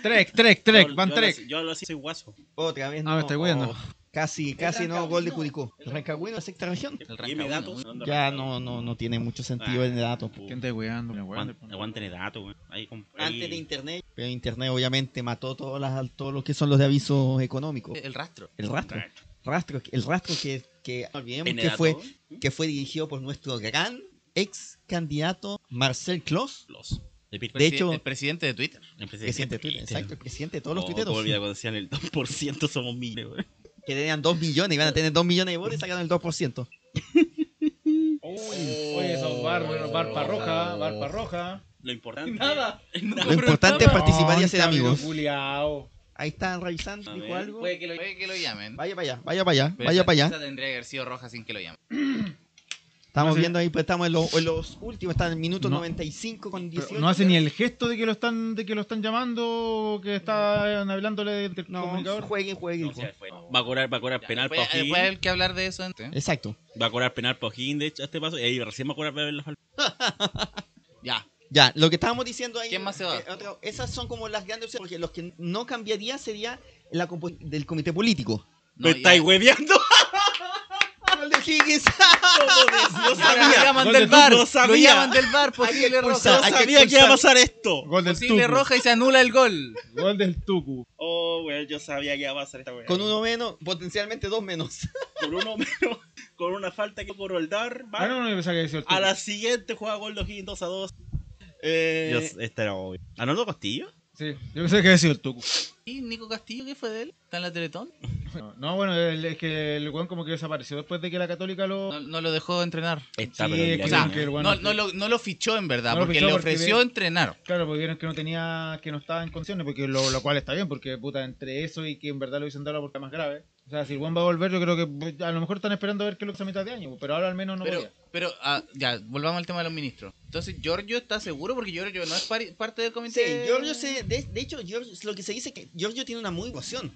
Speaker 8: Trek, Trek, Trek,
Speaker 9: Yo-
Speaker 8: Van
Speaker 9: yo
Speaker 8: Trek.
Speaker 9: lo- Yo lo así soy guaso.
Speaker 4: Otra vez Oh,
Speaker 8: Ah, me estoy guiando.
Speaker 4: Casi, casi no, gol de Curicó. Rancagüino, sexta región.
Speaker 9: Y mis datos son de
Speaker 4: Ya no,
Speaker 9: Rancagua.
Speaker 4: no, no tiene mucho sentido
Speaker 9: Ah.
Speaker 4: el dato. pues. po.
Speaker 8: ¿Quién está weando? Me wean del
Speaker 9: Aguant-
Speaker 8: programa.
Speaker 9: Aguanten el dato, güey. Ahí comp- ahí-
Speaker 4: Antes de internet. Pero internet obviamente mató todas las, todo lo que son los de avisos económicos.
Speaker 5: El rastro.
Speaker 4: El rastro.
Speaker 9: eh.
Speaker 4: rastro el rastro que, que no olvidemos
Speaker 9: ¿Tiene
Speaker 4: que
Speaker 9: dato?
Speaker 4: fue, que fue dirigido por nuestro gran ex candidato Marcel Claus.
Speaker 9: Los. De Pir-
Speaker 4: De hecho-
Speaker 5: el presidente de Twitter.
Speaker 9: El
Speaker 4: Presidente de Twitter, exacto, el presidente de todos los
Speaker 9: Oh,
Speaker 4: tuiteros.
Speaker 9: me olvidé cuando decían el 2% somos miles, güey.
Speaker 4: que tenían 2 millones, iban a tener 2 millones de votos y sacaron el 2%.
Speaker 8: Oye, eso, bar, bueno, barpa roja, barpa roja.
Speaker 9: Lo importante.
Speaker 4: Lo importante es participar y hacer
Speaker 8: Ay,
Speaker 4: amigos.
Speaker 8: culiao.
Speaker 4: Ahí están revisando,
Speaker 9: A
Speaker 4: dijo
Speaker 9: ver.
Speaker 4: algo.
Speaker 5: Puede que lo, puede que lo llamen.
Speaker 4: Vaya para allá, vaya para allá,
Speaker 5: Pero
Speaker 4: vaya
Speaker 5: esa-
Speaker 4: para
Speaker 5: esa
Speaker 4: allá.
Speaker 5: tendría que haber sido roja sin que lo llamen.
Speaker 4: Estamos
Speaker 8: hace-
Speaker 4: viendo ahí, pues estamos en, lo- en los últimos, están en el minuto
Speaker 8: No.
Speaker 4: 95 con
Speaker 8: Pero
Speaker 4: 18.
Speaker 8: no hace ni el gesto de que lo están, de que lo están llamando, que están hablándole del
Speaker 4: No,
Speaker 8: comunicador.
Speaker 4: jueguen, jueguen.
Speaker 9: No, o sea, fue- Va a cobrar, va a cobrar penal para
Speaker 5: Después,
Speaker 9: O'Higgins.
Speaker 5: después hay que hablar de eso ¿eh? antes.
Speaker 4: Exacto.
Speaker 9: Va a cobrar penal para O'Higgins, de hecho, a este paso. Y ahí recién va a cobrar para ver los al-
Speaker 5: Ya.
Speaker 4: Ya, lo que estábamos diciendo ahí.
Speaker 5: ¿Quién más se va?
Speaker 4: eh, otra- esas son como las grandes opciones, porque los que no cambiaría sería la compo- del comité político.
Speaker 5: No,
Speaker 9: ¡Me
Speaker 5: ya-
Speaker 9: estáis hueveando!
Speaker 8: Ah,
Speaker 4: El de Higgins.
Speaker 9: [LAUGHS] ¡No
Speaker 5: Ya lo
Speaker 9: sabía!
Speaker 5: llaman
Speaker 8: Gol
Speaker 5: del
Speaker 8: de
Speaker 5: bar.
Speaker 9: Tuco,
Speaker 5: Lo
Speaker 9: sabía.
Speaker 5: llaman del bar. Posible
Speaker 4: expulsar,
Speaker 5: roja.
Speaker 9: ¡No
Speaker 4: hay que
Speaker 9: sabía que iba a pasar esto!
Speaker 8: Gol del
Speaker 5: Posible
Speaker 8: Tucu.
Speaker 5: roja y se anula el gol.
Speaker 8: Gol del Tucu.
Speaker 9: Oh, güey, yo sabía que iba a pasar esta
Speaker 4: [LAUGHS]
Speaker 9: güey.
Speaker 4: Con uno menos, potencialmente dos menos.
Speaker 9: Con uno menos. Con una falta que por el dar. va.
Speaker 8: Ah, no, no, yo pensaba que decía el Tucu.
Speaker 9: A la siguiente juega gol de O'Higgins 2 a 2.
Speaker 4: Eh,
Speaker 9: Dios, esta era obvio. ¿Arnoldo Castillo?
Speaker 8: Sí, yo pensaba que decía el Tucu.
Speaker 5: ¿Y Nico Castillo qué fue de él? ¿Está en la Teletón?
Speaker 8: No, No, bueno, el- es que el weón como que desapareció después de que la católica lo...
Speaker 5: No, Ah, no lo dejó entrenar.
Speaker 9: Está,
Speaker 8: Sí,
Speaker 9: pero
Speaker 8: es
Speaker 5: O
Speaker 9: mira,
Speaker 8: que-
Speaker 5: sea,
Speaker 9: mira.
Speaker 8: que el weón
Speaker 5: no,
Speaker 8: no-
Speaker 5: no lo, no lo fichó en verdad,
Speaker 8: No lo
Speaker 5: porque
Speaker 8: fichó
Speaker 5: le
Speaker 8: porque
Speaker 5: ofreció
Speaker 8: ve-
Speaker 5: entrenar.
Speaker 8: Claro, porque vieron que no tenía, que no estaba en condiciones, porque lo, lo cual está bien, porque puta, entre eso y que en verdad lo dicen dado la oportunidad más grave. O sea, si el Juan va a volver, yo creo que pues, a lo mejor están esperando a ver qué es lo que es a mitad de año, pero ahora al menos no
Speaker 5: Pero,
Speaker 8: podía.
Speaker 5: pero ah, ya, volvamos al tema de los ministros. Entonces, Giorgio está seguro porque Giorgio no es pari- parte del
Speaker 4: Sí,
Speaker 5: comité.
Speaker 4: Giorgio se, de, de hecho, Giorgio, lo que se dice es que Giorgio tiene una muy emoción.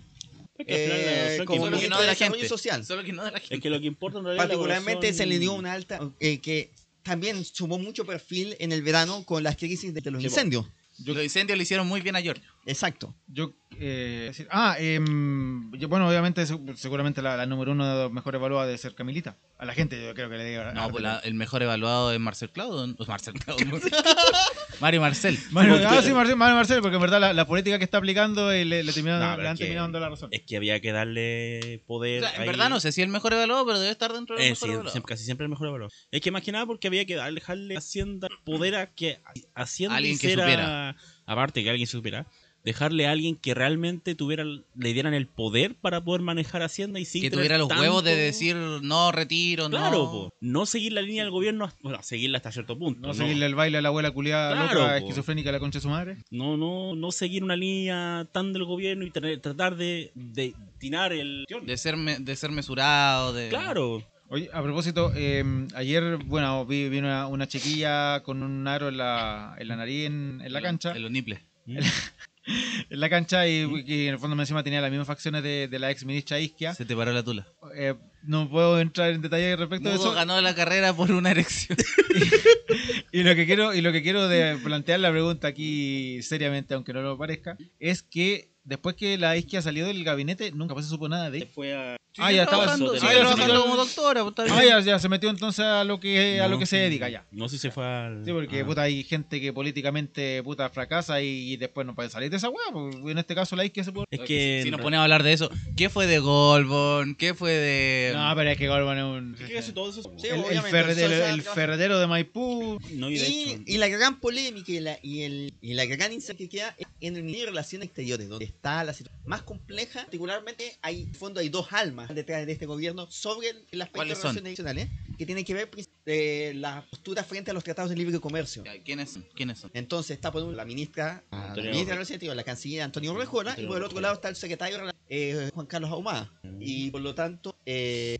Speaker 9: que al final la
Speaker 4: Eh,
Speaker 9: evaluación
Speaker 4: como
Speaker 9: que
Speaker 5: Solo
Speaker 9: importa-
Speaker 4: ministro
Speaker 5: que no de
Speaker 4: de
Speaker 5: la
Speaker 4: Desarrollo
Speaker 5: gente.
Speaker 4: Social.
Speaker 5: Solo que no de la gente.
Speaker 9: Es que lo que importa en realidad es la
Speaker 4: Particularmente se le dio
Speaker 9: evaluación-
Speaker 4: una alta eh, que también sumó mucho perfil en el verano con las crisis de, de los
Speaker 9: Sí, po.
Speaker 4: incendios.
Speaker 5: Los incendios le hicieron muy bien a Giorgio.
Speaker 4: Exacto.
Speaker 8: Yo, eh, decir- ah, em, yo- bueno, obviamente, seg- seguramente la, la número uno mejor evaluada debe ser Camilita. A la gente, yo creo que le diga.
Speaker 5: No, pues la- el mejor evaluado es Marcel Claudio. ¿no? Pues Marcel Claudio. Mario Marcel.
Speaker 8: Bueno, ah, sí, Marcel, Mario Marcel, porque en verdad la, la política que está aplicando eh, le, le terminaron-
Speaker 9: No, pero
Speaker 8: le han
Speaker 9: es que-
Speaker 8: terminado dando la razón.
Speaker 9: Es que había que darle
Speaker 5: O
Speaker 9: poder.
Speaker 5: sea, en
Speaker 9: ahí.
Speaker 5: verdad no sé si es el mejor evaluado, pero debe estar dentro del
Speaker 9: Eh,
Speaker 5: mejor
Speaker 9: sí,
Speaker 5: evaluado.
Speaker 9: siempre- casi siempre el mejor evaluado. Es que más que nada porque había que darle- dejarle a Hacienda poder a que Hacienda
Speaker 5: Alguien que
Speaker 9: hiciera-
Speaker 5: supiera.
Speaker 9: Aparte que alguien supiera. Dejarle a alguien que realmente tuviera le dieran el poder para poder manejar Hacienda y sin
Speaker 5: que
Speaker 9: tener
Speaker 5: tuviera los huevos de
Speaker 9: tanto-
Speaker 5: decir no retiro,
Speaker 9: Claro,
Speaker 5: no.
Speaker 9: po. no seguir la línea del gobierno, hasta- bueno, seguirla hasta cierto punto.
Speaker 8: No,
Speaker 9: No,
Speaker 8: seguirle el baile a la abuela culiada
Speaker 9: Claro,
Speaker 8: loca,
Speaker 9: po.
Speaker 8: esquizofrénica, la concha de su madre.
Speaker 9: no, no, no seguir una línea tan del gobierno y tener- tratar de, de tirar el...
Speaker 5: De ser, me- de ser mesurado, de...
Speaker 9: Claro,
Speaker 8: Oye, a propósito, eh, ayer, bueno, vi, vi una, una chiquilla con un aro en la, en la nariz en, en la cancha.
Speaker 5: De los nipples.
Speaker 8: En la cancha y, y en el fondo me encima tenía las mismas facciones de, de la ex ministra Isquia.
Speaker 5: Se te paró la tula.
Speaker 8: Eh, no puedo entrar en detalle respecto de
Speaker 5: Mudo
Speaker 8: eso.
Speaker 5: ganó la carrera por una erección.
Speaker 8: Y lo que quiero, y lo que quiero de plantear la pregunta aquí seriamente, aunque no lo parezca, es que después que la Isquia salió del gabinete, nunca más se supo nada de ella.
Speaker 9: fue a...
Speaker 8: Ah, ya estaba.
Speaker 5: trabajando,
Speaker 8: Ah,
Speaker 5: sigue
Speaker 8: ya se
Speaker 5: trabajando
Speaker 8: metió-
Speaker 5: como doctora. pues, está bien.
Speaker 8: ah, ya, ya se metió entonces a lo que, [LAUGHS] a lo
Speaker 9: No,
Speaker 8: que se
Speaker 9: sí. Ah.
Speaker 8: dedica ya.
Speaker 9: No sé si se fue al...
Speaker 8: Sí, porque
Speaker 9: a-
Speaker 8: puta, hay gente que políticamente puta fracasa y, después no puede salir de esa weá. porque En este caso la Isquia se puede.
Speaker 9: Es que...
Speaker 5: Si nos ponemos a hablar de eso, ¿qué fue de Golbon? ¿Qué fue de.?
Speaker 8: No, pero es que Gorban es un.
Speaker 9: ¿Qué hace todo eso?
Speaker 8: El, el ferretero, el ferretero de Maipú.
Speaker 9: No, y de
Speaker 4: Y,
Speaker 9: hecho...
Speaker 4: y la gran polémica y la, y el, y la gran incertidumbre que queda es en el Ministerio de Relaciones Exteriores, donde está la situación más compleja. Particularmente, hay, en el fondo hay dos almas detrás de este gobierno sobre el, el aspecto de
Speaker 5: ¿Cuáles son?
Speaker 4: relaciones internacionales, que tiene que ver princip- eh, la postura frente a los tratados de libre comercio.
Speaker 5: Ya, ¿Quiénes son? ¿Quiénes son?
Speaker 4: Entonces está por un lado la ministra, la
Speaker 9: Antonio
Speaker 4: ministra de
Speaker 9: Orrejona.
Speaker 4: Relaciones Exteriores, la canciller Antonio Rejona, y
Speaker 9: Antonio Mm.
Speaker 4: por el otro
Speaker 9: Orrejona.
Speaker 4: lado está el secretario eh, Juan Carlos Ahumada. Y por lo tanto, eh,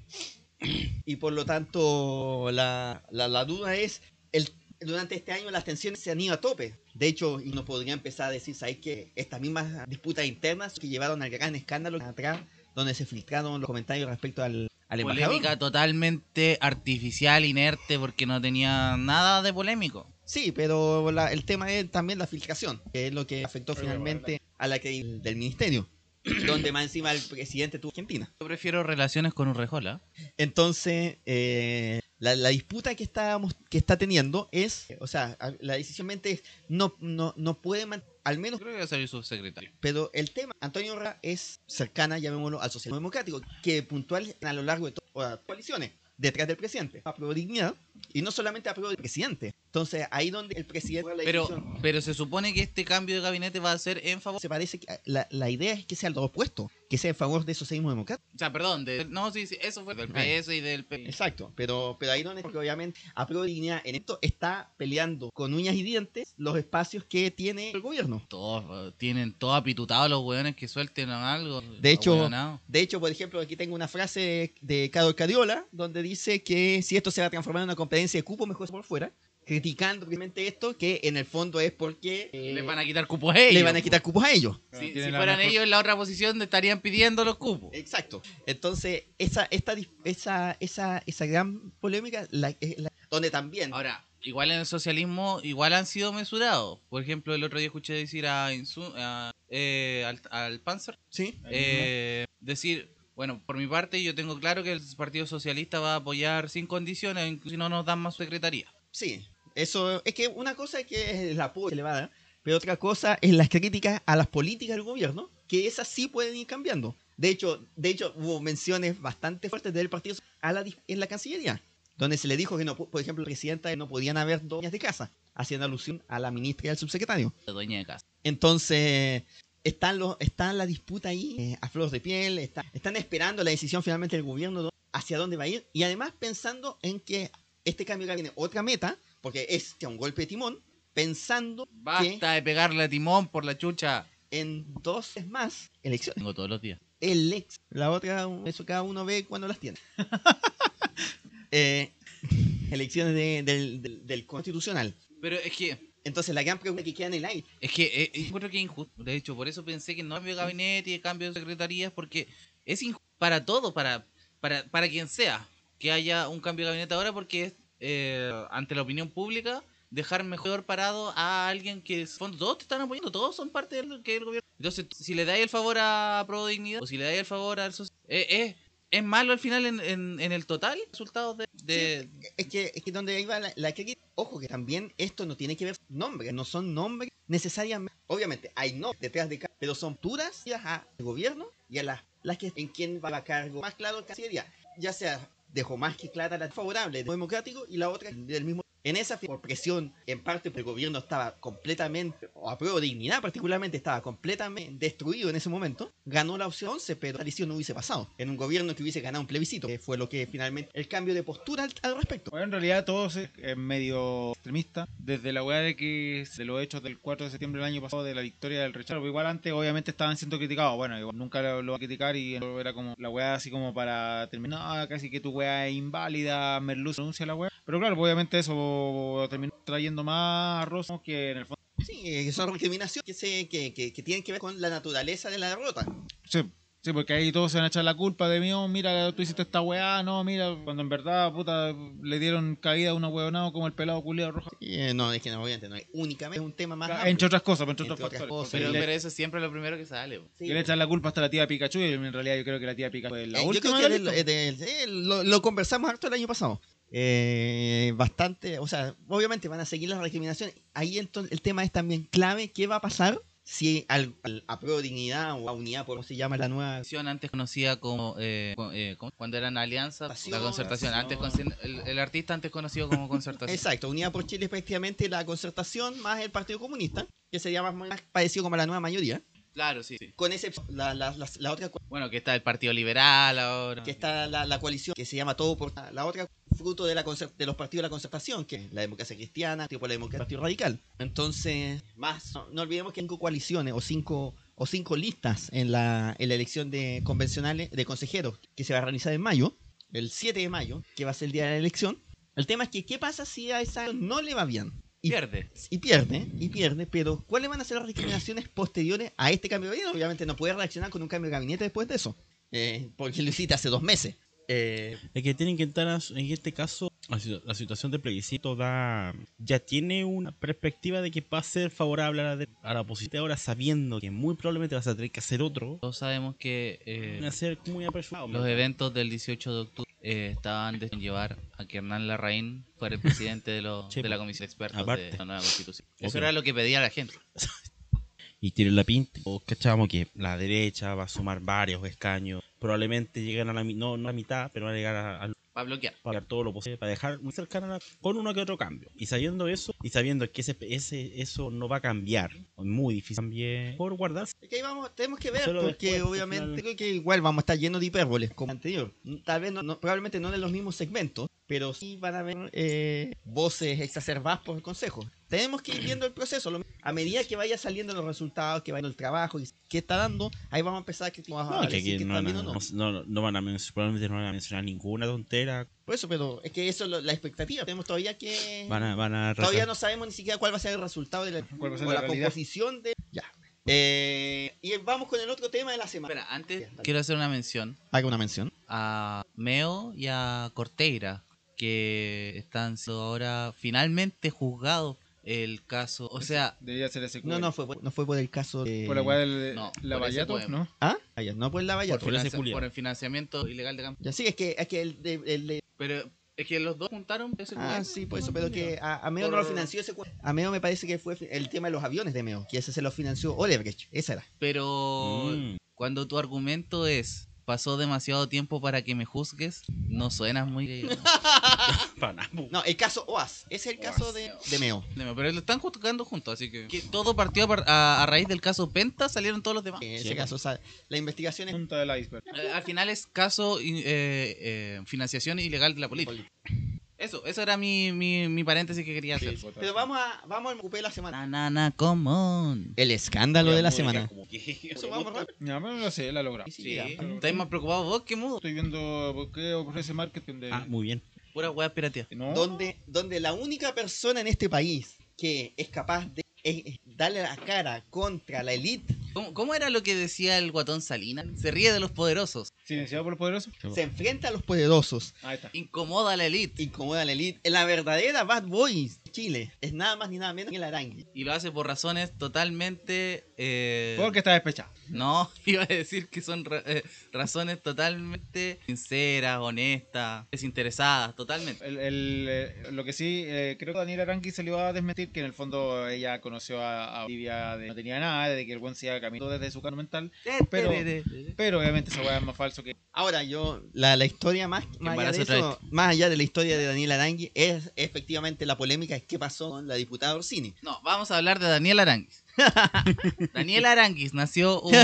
Speaker 4: [CLEARS THROAT] y por lo tanto, la, la- la duda es, el, durante este año las tensiones se han ido a tope. De hecho, y nos podría empezar a decir, ¿sabes que Estas mismas disputas internas que llevaron al gran escándalo atrás, donde se filtraron los comentarios respecto al, al embajador.
Speaker 5: Polémica totalmente artificial, inerte, porque no tenía nada de polémico.
Speaker 4: Sí, pero la- el tema es también la filtración, que es lo que afectó finalmente a la credibilidad del ministerio, [CLEARS THROAT] donde más encima el presidente tuvo Argentina.
Speaker 5: Yo prefiero relaciones con un rejola.
Speaker 4: Entonces, eh, la, la disputa que está, que está teniendo es, o sea, a- la decisión mente es, no, no, no puede, man- al menos,
Speaker 5: Creo que va a salir subsecretario.
Speaker 4: pero el tema, Antonio Herrera es cercana, llamémoslo, al socialismo democrático, que puntual a lo largo de todas las coaliciones, detrás del presidente, aprobó dignidad, y no solamente aprobó el presidente. Entonces, ahí donde el presidente...
Speaker 5: Pero, pero se supone que este cambio de gabinete va a ser en favor.
Speaker 4: se parece que la, la idea es que sea lo opuesto, que sea en favor de socialismo democrático.
Speaker 5: O sea, perdón, de- no, sí, sí, eso fue del PS y del PP.
Speaker 4: Exacto, pero, pero ahí donde porque obviamente a prueba de dignidad en esto está peleando con uñas y dientes los espacios que tiene el gobierno.
Speaker 5: Todos eh, tienen todo apitutado los hueones que suelten algo.
Speaker 4: De hecho-
Speaker 5: ahueonado.
Speaker 4: De hecho, por ejemplo, aquí tengo una frase de Carlos Cariola donde dice que si esto se va a transformar en una competencia de cupo, mejor por fuera, criticando obviamente esto, que en el fondo es porque eh,
Speaker 5: les van a quitar cupos a ellos.
Speaker 4: le van a quitar cupos a ellos.
Speaker 5: Si,
Speaker 8: Tienen
Speaker 5: si
Speaker 8: la
Speaker 5: fueran
Speaker 8: mejor-
Speaker 5: ellos en la otra posición, le estarían pidiendo los cupos.
Speaker 4: Exacto. Entonces, esa, esta, dis- esa, esa, esa gran polémica, la- eh, la- donde también...
Speaker 5: Ahora, igual en el socialismo, igual han sido mesurados. Por ejemplo, el otro día escuché decir a Insu- a, eh, al, al Panzer,
Speaker 4: sí.
Speaker 5: eh, decir, bueno, por mi parte yo tengo claro que el Partido Socialista va a apoyar sin condiciones, incluso si no nos dan más secretaría.
Speaker 4: Sí, eso es que una cosa es que es el apoyo que le va a dar, pero otra cosa es las críticas a las políticas del gobierno, que esas sí pueden ir cambiando. De hecho, de hecho hubo menciones bastante fuertes del partido a la, dis- en la Cancillería, donde se le dijo que, no, pu- por ejemplo, la presidenta que no podían haber doñas de casa, haciendo alusión a la ministra y al subsecretario.
Speaker 5: La dueña de casa.
Speaker 4: Entonces, están los, está la disputa ahí eh, a flor de piel, está- están esperando la decisión finalmente del gobierno do- hacia dónde va a ir y además pensando en que este cambio tiene otra meta, porque es que un golpe de timón, pensando
Speaker 5: Basta de pegarle a Timón por la chucha.
Speaker 4: que en dos es más elecciones.
Speaker 5: Tengo todos los días.
Speaker 4: El ex, la otra, eso cada uno ve cuando las tiene. Eh, [LAUGHS] elecciones de- del, del- del constitucional.
Speaker 5: Pero es que,
Speaker 4: Entonces, la gran pregunta que queda en el aire,
Speaker 5: es que, eh, eh, yo creo que es injusto. De hecho, por eso pensé que no cambio de gabinete y cambio de secretarías, porque es injusto para todo, para, para, para quien sea, que haya un cambio de gabinete ahora, porque es, eh, ante la opinión pública dejar mejor parado a alguien que en el fondo, todos te están apoyando, todos son parte del que el gobierno. Entonces, si le dais el favor a Pro Dignidad o si le dais el favor al social, eh, eh, es malo al final en, en- en el total resultados de, de-
Speaker 4: Es que, es que donde iba la, la crítica, ojo que también esto no tiene que ver con nombres, no son nombres necesariamente. Obviamente hay nombres detrás de cada, pero son duras al gobierno y a las las que en quién va a cargo. Más claro, Cancillería, ya sea dejó más que clara la favorable democrático y la otra del mismo. En esa, por presión, en parte, porque el gobierno estaba completamente, o a prueba de dignidad particularmente, estaba completamente destruido en ese momento, ganó la opción 11, pero la decisión no hubiese pasado. En un gobierno que hubiese ganado un plebiscito, que fue lo que finalmente, el cambio de postura al, al respecto.
Speaker 8: Bueno, en realidad todos es es medio extremista. Desde la weá de que de los hechos del 4 de septiembre del año pasado, de la victoria del rechazo, igual antes obviamente estaban siendo criticados. Bueno, igual nunca lo, lo va a criticar y era como la weá así como para terminar, "Ah, casi que tu weá es inválida, Merluz anuncia la weá. Pero claro, obviamente eso terminó trayendo más arroz ¿no? que en el fondo.
Speaker 4: Sí, eh, son recriminaciones que, se, que, que, que tienen que ver con la naturaleza de la derrota.
Speaker 8: Sí. Sí, porque ahí todos se van a echar la culpa de mí, oh, mira, tú hiciste esta weá, no, mira, cuando en verdad, puta, le dieron caída a un weonado como el pelado culiado rojo.
Speaker 4: Eh, no, es que no, obviamente, no es únicamente es un tema más. amplio.
Speaker 8: Entre otras cosas, pero entre,
Speaker 4: Entre
Speaker 8: otros
Speaker 4: otras
Speaker 8: factores.
Speaker 4: cosas.
Speaker 8: Porque
Speaker 5: pero,
Speaker 8: le-
Speaker 5: pero eso es siempre lo primero que sale. po.
Speaker 4: Sí.
Speaker 8: Y le echan la culpa hasta la tía Pikachu y en realidad yo creo que la tía Pikachu es la
Speaker 4: Eh, yo
Speaker 8: última.
Speaker 4: creo que
Speaker 8: de la
Speaker 4: del- del- eh, lo, lo conversamos harto el año pasado. Eh, bastante, o sea, obviamente van a seguir las recriminaciones. Ahí entonces el tema es también clave, ¿qué va a pasar si al, al- a Pro Dignidad o a Unidad, por cómo se llama la nueva...
Speaker 5: Constitución antes conocida como eh, co- eh, ¿cómo? cuando eran alianza
Speaker 4: Concertación,
Speaker 5: la concertación antes
Speaker 4: concertación.
Speaker 5: con- el, el artista antes conocido como concertación
Speaker 4: Exacto, Unidad por Chile es prácticamente la concertación más el Partido Comunista, que sería más, más parecido como a la nueva mayoría.
Speaker 5: claro sí, sí.
Speaker 4: Con excepción, la, la, la- la otra co-
Speaker 5: bueno que está el partido liberal ahora
Speaker 4: que está la, la coalición que se llama todo por la otra fruto de la concer- de los partidos de la concertación, que es la democracia cristiana, tipo la democracia Partido radical. Entonces, más no, no olvidemos que hay cinco coaliciones o cinco o cinco listas en la, en la elección de convencionales de consejeros que se va a realizar en mayo, el 7 de mayo, que va a ser el día de la elección. El tema es que qué pasa si a esa no le va bien y
Speaker 5: pierde
Speaker 4: y pierde, y pierde, pero ¿cuáles van a ser las recriminaciones posteriores a este cambio de gobierno? Obviamente no puede reaccionar con un cambio de gabinete después de eso, eh, porque lo hiciste hace dos meses. Eh,
Speaker 9: Es que tienen que entrar, a su- en este caso, la situ- la situación de plebiscito da ya tiene una perspectiva de que va a ser favorable a la, de- a la oposición ahora sabiendo que muy probablemente vas a tener que hacer otro.
Speaker 5: todos sabemos que eh,
Speaker 9: Van a ser muy apresurados.
Speaker 5: los eventos del 18 de octubre eh, estaban de llevar a que Hernán Larraín fuera el presidente de, los-
Speaker 9: Sí,
Speaker 5: de la
Speaker 9: po.
Speaker 5: comisión de expertos
Speaker 9: Aparte.
Speaker 5: de la nueva constitución eso
Speaker 9: Obvio.
Speaker 5: era lo que pedía la gente
Speaker 9: y tienen la pinta. Todos cachamos que la derecha va a sumar varios escaños. Probablemente lleguen a la, mi- no, no a la mitad, pero van a llegar a- al
Speaker 5: para bloquear
Speaker 9: para todo lo posible, para dejar muy cercana la- con uno que otro cambio. Y sabiendo eso, y sabiendo que ese, ese eso no va a cambiar, muy difícil también, por guardarse.
Speaker 4: es que ahí vamos, tenemos que ver,
Speaker 9: Solo
Speaker 4: porque
Speaker 9: después, pues, al
Speaker 4: obviamente
Speaker 9: final-
Speaker 4: creo que igual vamos a estar llenos de hipérboles como anterior. Tal vez no, no- probablemente no de los mismos segmentos, pero sí van a haber eh, voces exacerbadas por el Consejo. Tenemos que ir viendo el proceso. lo- a medida que vaya saliendo los resultados, que vaya el trabajo y que está dando, ahí vamos a empezar a, que, a
Speaker 9: No, que
Speaker 4: decir
Speaker 9: aquí
Speaker 4: que está
Speaker 9: no, van a-
Speaker 4: bien o no.
Speaker 9: no- no- no van a mencionar, probablemente no van a mencionar ninguna tontera,
Speaker 4: Por eso, pero es que eso es lo- la expectativa. Tenemos todavía que.
Speaker 9: van a, van a
Speaker 4: Todavía
Speaker 9: resaltar-
Speaker 4: no sabemos ni siquiera cuál va a ser el resultado de la,
Speaker 8: ¿Cuál va a ser
Speaker 4: o
Speaker 8: la
Speaker 4: la
Speaker 8: realidad?
Speaker 4: composición de. Ya. Eh, y vamos con el otro tema de la semana.
Speaker 5: Espera, antes quiero hacer una mención
Speaker 4: Haga una mención.
Speaker 5: a Meo y a Corteira, que están siendo ahora finalmente juzgados el caso. O sea,
Speaker 8: Debería ser ese
Speaker 4: No, no fue, por- no fue por el caso de.
Speaker 8: Por la weá del
Speaker 5: No,
Speaker 8: la
Speaker 5: por ese
Speaker 8: vallato,
Speaker 5: poema.
Speaker 8: ¿no?
Speaker 4: Ah, ah, ya, no por la valla.
Speaker 5: por,
Speaker 9: ese
Speaker 5: financi-
Speaker 9: culiao.
Speaker 5: por el financiamiento ilegal de campaña.
Speaker 4: Ya sí, es que, es que el de. el de-
Speaker 5: Pero es que los dos juntaron. ese
Speaker 4: ah,
Speaker 5: culiao.
Speaker 4: sí, por eso, pero que a, a Meo no
Speaker 5: Por-
Speaker 4: lo financió ese. cu- A Meo me parece que fue fi- el tema de los aviones de Meo, que ese se lo financió Odebrecht. Esa era.
Speaker 5: Pero
Speaker 9: Mm.
Speaker 5: cuando tu argumento es pasó demasiado tiempo para que me juzgues, no suenas muy.
Speaker 4: [LAUGHS]
Speaker 9: para nada, po.
Speaker 4: No, el caso OAS. Ese es el caso de, de Meo.
Speaker 5: Pero lo están juzgando juntos, así que. que todo partió a, par- a- a raíz del caso Penta, salieron todos los demás.
Speaker 4: En ese caso, o sea, la investigación es
Speaker 8: Punta del iceberg.
Speaker 5: Eh, al final es caso in- eh, eh, financiación ilegal de la política. Eso, eso era mi, mi, mi paréntesis que quería hacer.
Speaker 4: Pero vamos a vamos al cupé de la semana.
Speaker 5: Na, na, na, come on.
Speaker 4: El escándalo de la semana.
Speaker 9: Como que-
Speaker 4: Eso vamos rápido.
Speaker 8: Mi mamá no lo sé, la logra.
Speaker 4: Sí,
Speaker 5: Sí.
Speaker 4: ya.
Speaker 5: Estáis más preocupado vos que mudo.
Speaker 8: Estoy viendo por qué ofrece marketing de.
Speaker 9: Ah, muy bien.
Speaker 5: Pura weá piratea.
Speaker 8: no.
Speaker 4: Donde, donde la única persona en este país que es capaz de eh, eh, darle la cara contra la élite
Speaker 5: ¿Cómo, cómo era lo que decía el guatón Salina? Se ríe de los poderosos.
Speaker 8: Silenciado por los poderosos.
Speaker 4: se enfrenta a los poderosos,
Speaker 8: Ahí está.
Speaker 5: Incomoda a la élite.
Speaker 4: incomoda a la élite, la verdadera bad boys Chile. Es nada más ni nada menos que la araña.
Speaker 5: Y lo hace por razones totalmente. eh,
Speaker 8: Porque está despechado.
Speaker 5: No, [LAUGHS] iba a decir que son ra- eh, razones totalmente sinceras, honestas, desinteresadas, totalmente.
Speaker 8: El- el, eh, lo que sí, eh, creo que Daniela Aranqui salió a desmentir que en el fondo ella conoció a, a Olivia de no tenía nada, de que el buen se iba caminando desde su carro mental. Pero- Pero obviamente esa weá es más falso que.
Speaker 4: Ahora, yo, la, la historia más, más, allá
Speaker 5: Embarazo
Speaker 4: de
Speaker 5: otra
Speaker 4: eso, más allá de la historia de Daniel Arangui, es efectivamente la polémica es qué pasó con la diputada Orsini.
Speaker 5: No, vamos a hablar de
Speaker 4: [LAUGHS]
Speaker 5: Daniel Aranguis. Daniel Aranguis nació un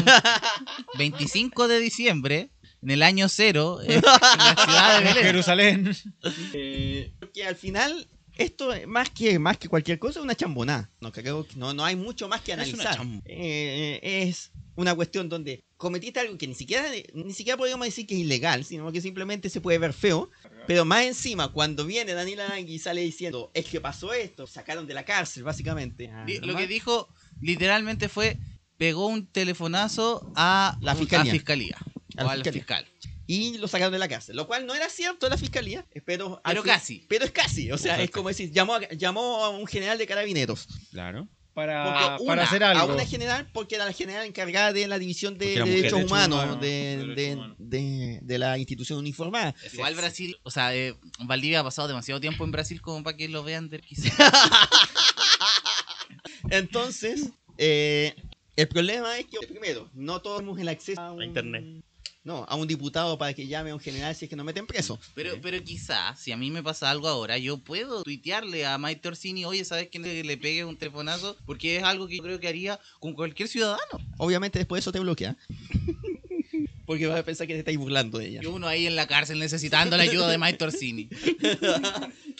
Speaker 5: 25 de diciembre en el año cero
Speaker 4: [LAUGHS]
Speaker 5: Eh, en la
Speaker 4: Ah,
Speaker 5: ciudad de
Speaker 8: En
Speaker 5: Belén.
Speaker 8: Jerusalén. [LAUGHS]
Speaker 4: Eh, Porque al final, esto es más que, más que cualquier cosa es una chamboná. No, creo que no, no hay mucho más que analizar. Eh, eh, es una cuestión donde cometiste algo que ni siquiera, ni siquiera podríamos decir que es ilegal, sino que simplemente se puede ver feo. Pero más encima, cuando viene Daniel Arangui y sale diciendo, es que pasó esto, sacaron de la cárcel, básicamente.
Speaker 5: Di- Ah, Lo que dijo literalmente fue pegó un telefonazo a
Speaker 4: La
Speaker 5: un- a
Speaker 4: fiscalía.
Speaker 5: fiscalía,
Speaker 4: A
Speaker 5: o
Speaker 4: la
Speaker 5: al
Speaker 4: fiscalía.
Speaker 5: fiscal.
Speaker 4: y lo sacaron de la cárcel. Lo cual no era cierto de la fiscalía, eh, pero... al
Speaker 5: Pero
Speaker 4: fin-
Speaker 5: casi.
Speaker 4: Pero es casi, o sea, es como decir, llamó a, llamó a un general de carabineros.
Speaker 15: Claro.
Speaker 8: Para,
Speaker 4: Porque una-
Speaker 8: Ah, para hacer
Speaker 4: A
Speaker 8: algo.
Speaker 4: una general, porque era la general encargada de la división de,
Speaker 15: Porque era mujer.
Speaker 4: derechos
Speaker 8: Derechos
Speaker 4: humanos,
Speaker 8: humanos,
Speaker 4: de,
Speaker 8: derechos
Speaker 4: de-
Speaker 8: humanos.
Speaker 4: de- de la institución uniformada.
Speaker 5: Igual Brasil, o sea, eh, Valdivia ha pasado demasiado tiempo en Brasil como para que lo vean de quizás.
Speaker 4: [LAUGHS] Entonces, eh, el problema es que, primero, no todos tenemos el acceso a, un-
Speaker 9: A internet.
Speaker 4: No, a un diputado para que llame a un general si es que no meten preso.
Speaker 5: Pero, pero quizás, si a mí me pasa algo ahora, yo puedo tuitearle a Maite Orsini, oye, ¿sabes que le, le pegue un telefonazo? Porque es algo que yo creo que haría con cualquier ciudadano.
Speaker 4: Obviamente después eso te bloquea. [LAUGHS] Porque vas a pensar que te estáis burlando de ella.
Speaker 5: Y uno ahí en la cárcel necesitando la ayuda de
Speaker 4: [LAUGHS]
Speaker 5: Maite Orsini.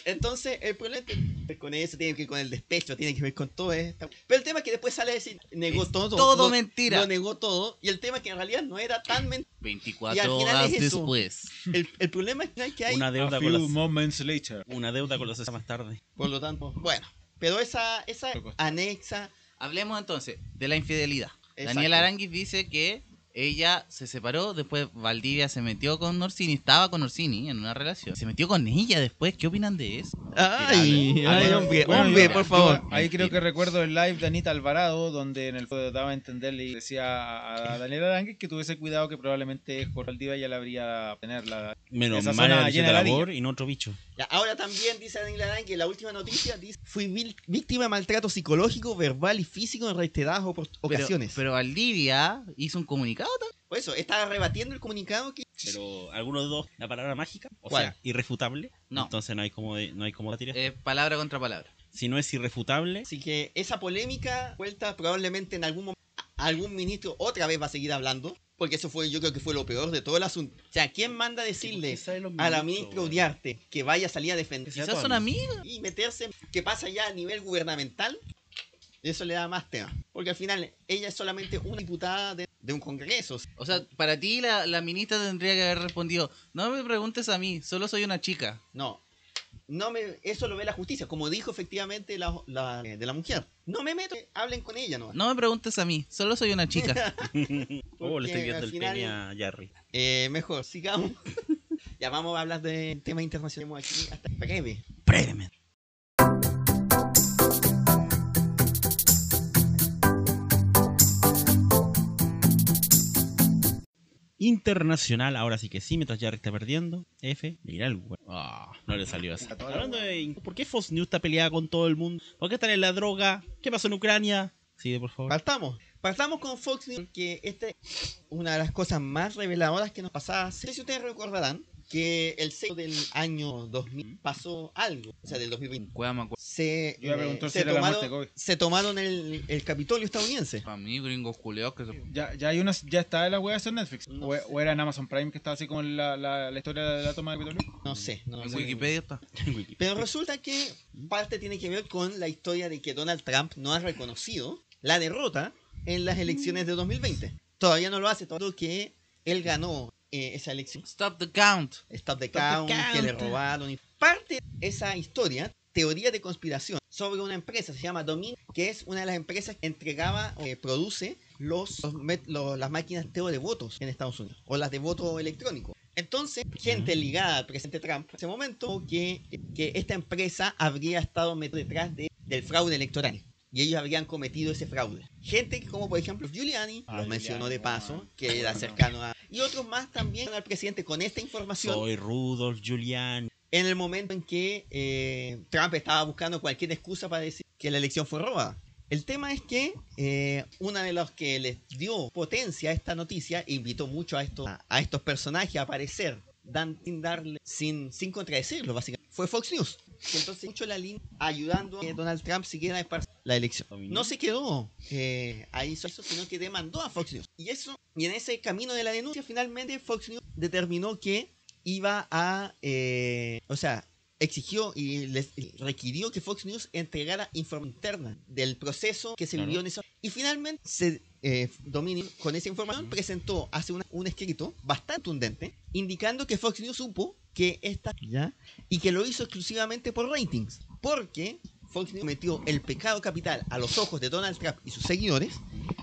Speaker 4: Entonces, el problema tiene que ver con eso, tiene que ver con el despecho, tiene que ver con todo esto. Pero el tema es que después sale a decir, negó
Speaker 5: Es
Speaker 4: todo.
Speaker 5: todo
Speaker 4: lo-
Speaker 5: mentira.
Speaker 4: Lo negó todo. Y el tema es que en realidad no era tan mentira.
Speaker 5: 24
Speaker 4: final
Speaker 5: horas
Speaker 4: es eso.
Speaker 5: después.
Speaker 4: El, el problema es que hay. Ah,
Speaker 9: Una
Speaker 8: A
Speaker 9: deuda con
Speaker 8: few
Speaker 9: la
Speaker 8: moments later.
Speaker 9: una deuda con la CESA más tarde.
Speaker 4: Por lo tanto, bueno. Pero esa, esa anexa.
Speaker 5: Hablemos entonces de la infidelidad.
Speaker 4: Exacto.
Speaker 5: Daniel Aranguis dice que ella se separó, después Valdivia se metió con Orsini, estaba con Orsini en una relación. Se metió con ella después, ¿qué opinan de eso?
Speaker 4: [LAUGHS] Ay, ay, hombre,
Speaker 8: Bueno,
Speaker 4: hombre,
Speaker 8: yo-
Speaker 4: por
Speaker 8: yo
Speaker 4: favor.
Speaker 8: ahí creo que recuerdo el live de Anita Alvarado, donde en el fondo daba a entenderle y decía a Daniel Aránguiz que tuviese cuidado que probablemente Jorge Diva ya la habría tener la
Speaker 9: Menos
Speaker 8: Esa
Speaker 9: mal
Speaker 8: zona
Speaker 9: era
Speaker 8: llena
Speaker 9: de
Speaker 8: de
Speaker 9: labor y no otro bicho.
Speaker 4: Ya, ahora también dice Daniel Arán que la última noticia dice: Fui vil- víctima de maltrato psicológico, verbal y físico en reiteradas opor-
Speaker 5: Pero-
Speaker 4: ocasiones.
Speaker 5: Pero, Valdivia hizo un comunicado también.
Speaker 4: por eso, estaba rebatiendo el comunicado que.
Speaker 9: Pero alguno de dos, la palabra mágica, o
Speaker 4: ¿Cuál?
Speaker 9: sea, irrefutable.
Speaker 5: No.
Speaker 9: Entonces no hay como de- no hay como batir.
Speaker 5: Eh, palabra contra palabra.
Speaker 9: Si no es irrefutable,
Speaker 4: Así que esa polémica vuelta probablemente en algún momento algún ministro otra vez va a seguir hablando, porque eso fue yo creo que fue lo peor de todo el asunto. O sea, ¿quién manda a decirle a la ministra Uriarte que vaya a salir a defender
Speaker 5: Quizás son amigos.
Speaker 4: y meterse que pasa ya a nivel gubernamental? Eso le da más tema, porque al final ella es solamente una diputada de, de un congreso.
Speaker 5: O sea, para ti la, la ministra tendría que haber respondido, no me preguntes a mí, solo soy una chica.
Speaker 4: No. No me, eso lo ve la justicia, como dijo efectivamente la, la- eh, de la mujer. No me meto, hablen con ella, ¿no?
Speaker 5: No me preguntes a mí, solo soy una
Speaker 4: [LAUGHS]
Speaker 5: chica.
Speaker 9: oh, le
Speaker 4: Porque
Speaker 9: estoy viendo
Speaker 4: al
Speaker 9: el
Speaker 4: final-
Speaker 9: pene a Jerry.
Speaker 4: Eh, mejor, sigamos. [LAUGHS] ya vamos a hablar de temas internacionales aquí hasta breve.
Speaker 9: Internacional, ahora sí que sí, mientras Jerry está perdiendo. F, mira el güey. Ah, no le salió así. Hablando de. ¿Por qué Fox News está peleada con todo el mundo? ¿Por qué está en la droga? ¿Qué pasó en Ucrania? Sigue, por favor.
Speaker 4: Partamos. Partamos con Fox News, que esta es una de las cosas más reveladoras que nos pasaba. No sé si ustedes recordarán que el 6 del año 2000 pasó algo, o sea, del 2020.
Speaker 5: Cueva me acuerdo.
Speaker 4: Se,
Speaker 8: Yo iba a
Speaker 4: eh,
Speaker 8: preguntar
Speaker 4: se
Speaker 8: si era la
Speaker 4: tomaron,
Speaker 8: muerte, Kobe.
Speaker 4: se tomaron el, el Capitolio estadounidense.
Speaker 5: Para mí, gringos culeados que se-
Speaker 8: ya, ya hay una ya está la wea en Netflix
Speaker 4: No
Speaker 8: o, o era en Amazon Prime que estaba así como la, la, la historia de la toma de Capitolio.
Speaker 4: No sé, no
Speaker 5: En
Speaker 4: sé.
Speaker 5: Wikipedia está.
Speaker 4: Pero resulta que parte tiene que ver con la historia de que Donald Trump no ha reconocido la derrota en las elecciones de 2020. Todavía no lo hace, todo que él ganó eh, esa elección.
Speaker 5: Stop the count.
Speaker 4: Stop the count, que le robaron. y- Parte de esa historia, teoría de conspiración, sobre una empresa, se llama Dominion, que es una de las empresas que entregaba, eh, produce los, los met- los- las máquinas de teo de votos en Estados Unidos, o las de voto electrónico. Entonces, gente ligada al presidente Trump, en ese momento que, que esta empresa habría estado met- detrás de- del fraude electoral. Y ellos habrían cometido ese fraude. Gente que, como por ejemplo Giuliani,
Speaker 2: Ah,
Speaker 4: lo mencionó
Speaker 2: Giuliani, Ah.
Speaker 4: de paso,
Speaker 2: bueno.
Speaker 4: que era cercano a... Y otros más también al presidente con esta información
Speaker 2: Soy Rudolf Giuliani.
Speaker 4: en el momento en que eh, Trump estaba buscando cualquier excusa para decir que la elección fue robada. El tema es que eh, una de las que les dio potencia a esta noticia, invitó mucho a, esto, a, a estos personajes a aparecer, dan, sin darle, sin, sin contradecirlo, básicamente, fue Fox News. que entonces mucho la línea ayudando a que Donald Trump siguiera esparci- la elección. No se quedó eh, ahí hizo eso, sino que demandó a Fox News. Y eso, y en ese camino de la denuncia, finalmente Fox News determinó que iba a, eh, o sea, exigió y les requirió que Fox News entregara información interna del proceso que se vivió en eso. Y finalmente se eh, Dominion, con esa información, presentó hace una- un escrito bastante tundente, indicando que Fox News supo que esta ya y que lo hizo exclusivamente por ratings, porque Fox News cometió el pecado capital a los ojos de Donald Trump y sus seguidores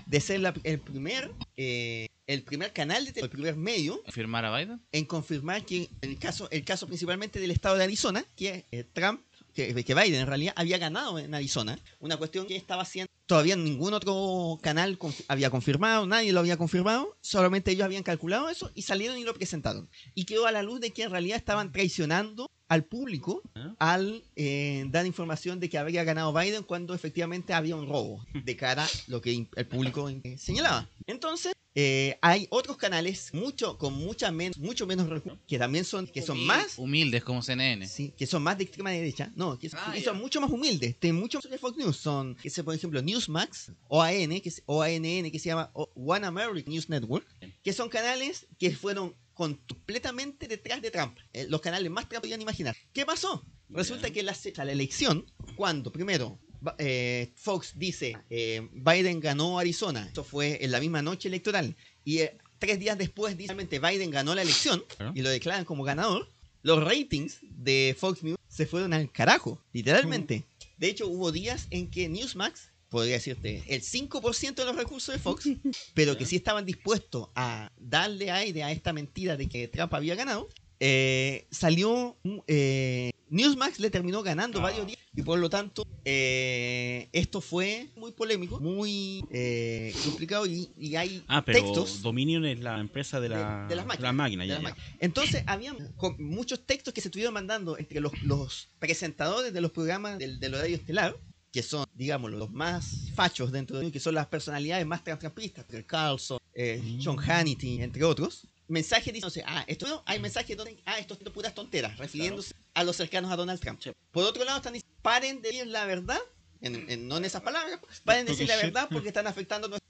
Speaker 4: de ser la- el primer eh, el primer canal de tele- el primer medio
Speaker 14: ¿Firmar a Biden?
Speaker 4: en confirmar que el caso, el caso principalmente del estado de Arizona, que eh, Trump, que, que Biden en realidad había ganado en Arizona, una cuestión que estaba haciendo todavía ningún otro canal conf- había confirmado, nadie lo había confirmado, solamente ellos habían calculado eso y salieron y lo presentaron. Y quedó a la luz de que en realidad estaban traicionando al público al eh, dar información de que había ganado Biden cuando efectivamente había un robo de cara a lo que in- el público eh, señalaba. Entonces, eh, hay otros canales mucho con mucha menos mucho menos recursos que también son que son más
Speaker 5: Humildes como CNN.
Speaker 4: Sí, que son más de extrema derecha. No, que,
Speaker 14: Ah,
Speaker 4: que
Speaker 14: ya.
Speaker 4: son mucho más humildes. de mucho más que Fox News. Son, que se, por ejemplo, Newsmax, OAN, que se, OANN, que se llama O- One American News Network, que son canales que fueron con- completamente detrás de Trump. eh, los canales más Trump podían imaginar. ¿Qué pasó? Resulta que la, se- a la elección, cuando primero ba- eh, Fox dice eh, Biden ganó Arizona, eso fue en la misma noche electoral, y eh, tres días después dice realmente Biden ganó la elección y lo declaran como ganador, los ratings de Fox News se fueron al carajo, literalmente. De hecho, hubo días en que Newsmax, podría decirte, el 5% de los recursos de
Speaker 9: [LAUGHS]
Speaker 4: Fox, pero que sí estaban dispuestos a darle aire a esta mentira de que Trump había ganado, eh, salió mm, eh, Newsmax le terminó ganando
Speaker 9: Ah.
Speaker 4: varios días y por lo tanto eh, esto fue muy polémico, muy eh, complicado y, y hay
Speaker 9: Ah, pero
Speaker 4: textos
Speaker 9: Dominion es la empresa de, la,
Speaker 4: de, de las máquinas.
Speaker 9: máquina,
Speaker 4: de
Speaker 9: ya,
Speaker 4: las
Speaker 9: ya.
Speaker 4: máquinas. Entonces, había con- muchos textos que se estuvieron mandando entre los, los presentadores de los programas del, del horario estelar, que son, digamos, los más fachos dentro de que son las personalidades más trans- trampistas, Tucker Carlson, eh,
Speaker 9: Mm.
Speaker 4: John Hannity, entre otros. Mensajes diciéndose, ah, esto no, hay mensajes donde, ah, esto es puras tonteras, refiriéndose a los cercanos a Donald Trump. Por otro lado, están diciendo, paren de decir la verdad, en- en- no en esas palabras, pues, paren de decir la verdad porque están afectando a
Speaker 14: [LAUGHS]
Speaker 4: nuestro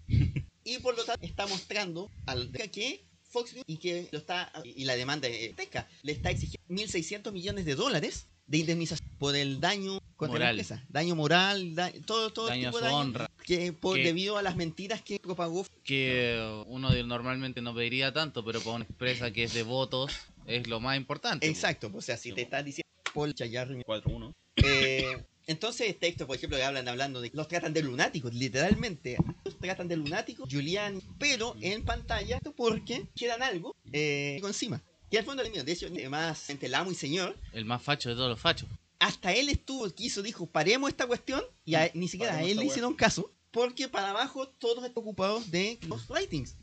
Speaker 4: y por lo tanto está mostrando al que Fox News y que lo está y la demanda eh, teca le está exigiendo 1.600 millones de dólares de indemnización por el daño contra
Speaker 14: Moral.
Speaker 4: la empresa, daño moral, da- todo todo
Speaker 14: Daño a
Speaker 4: tipo
Speaker 14: su
Speaker 4: de daño
Speaker 14: honra.
Speaker 4: que por
Speaker 14: Que-
Speaker 4: debido a las mentiras que propagó
Speaker 14: Que eh, uno de- normalmente no pediría tanto, pero para una empresa que es de votos es lo más importante. pues.
Speaker 4: Exacto, pues, o sea, si te estás diciendo Paul Chayarri
Speaker 9: 4-1.
Speaker 4: Eh, entonces, textos, por ejemplo, que hablan hablando de. Los tratan de lunáticos, literalmente. Los tratan de lunáticos, Julián, pero en pantalla, porque quedan algo eh, encima. Y al fondo del mío, de hecho, además, entre el amo y señor,
Speaker 14: El más facho de todos los fachos.
Speaker 4: hasta él estuvo, quiso, dijo, paremos esta cuestión, y a- ni siquiera a él le hicieron caso, porque para abajo todos están ocupados de los ratings.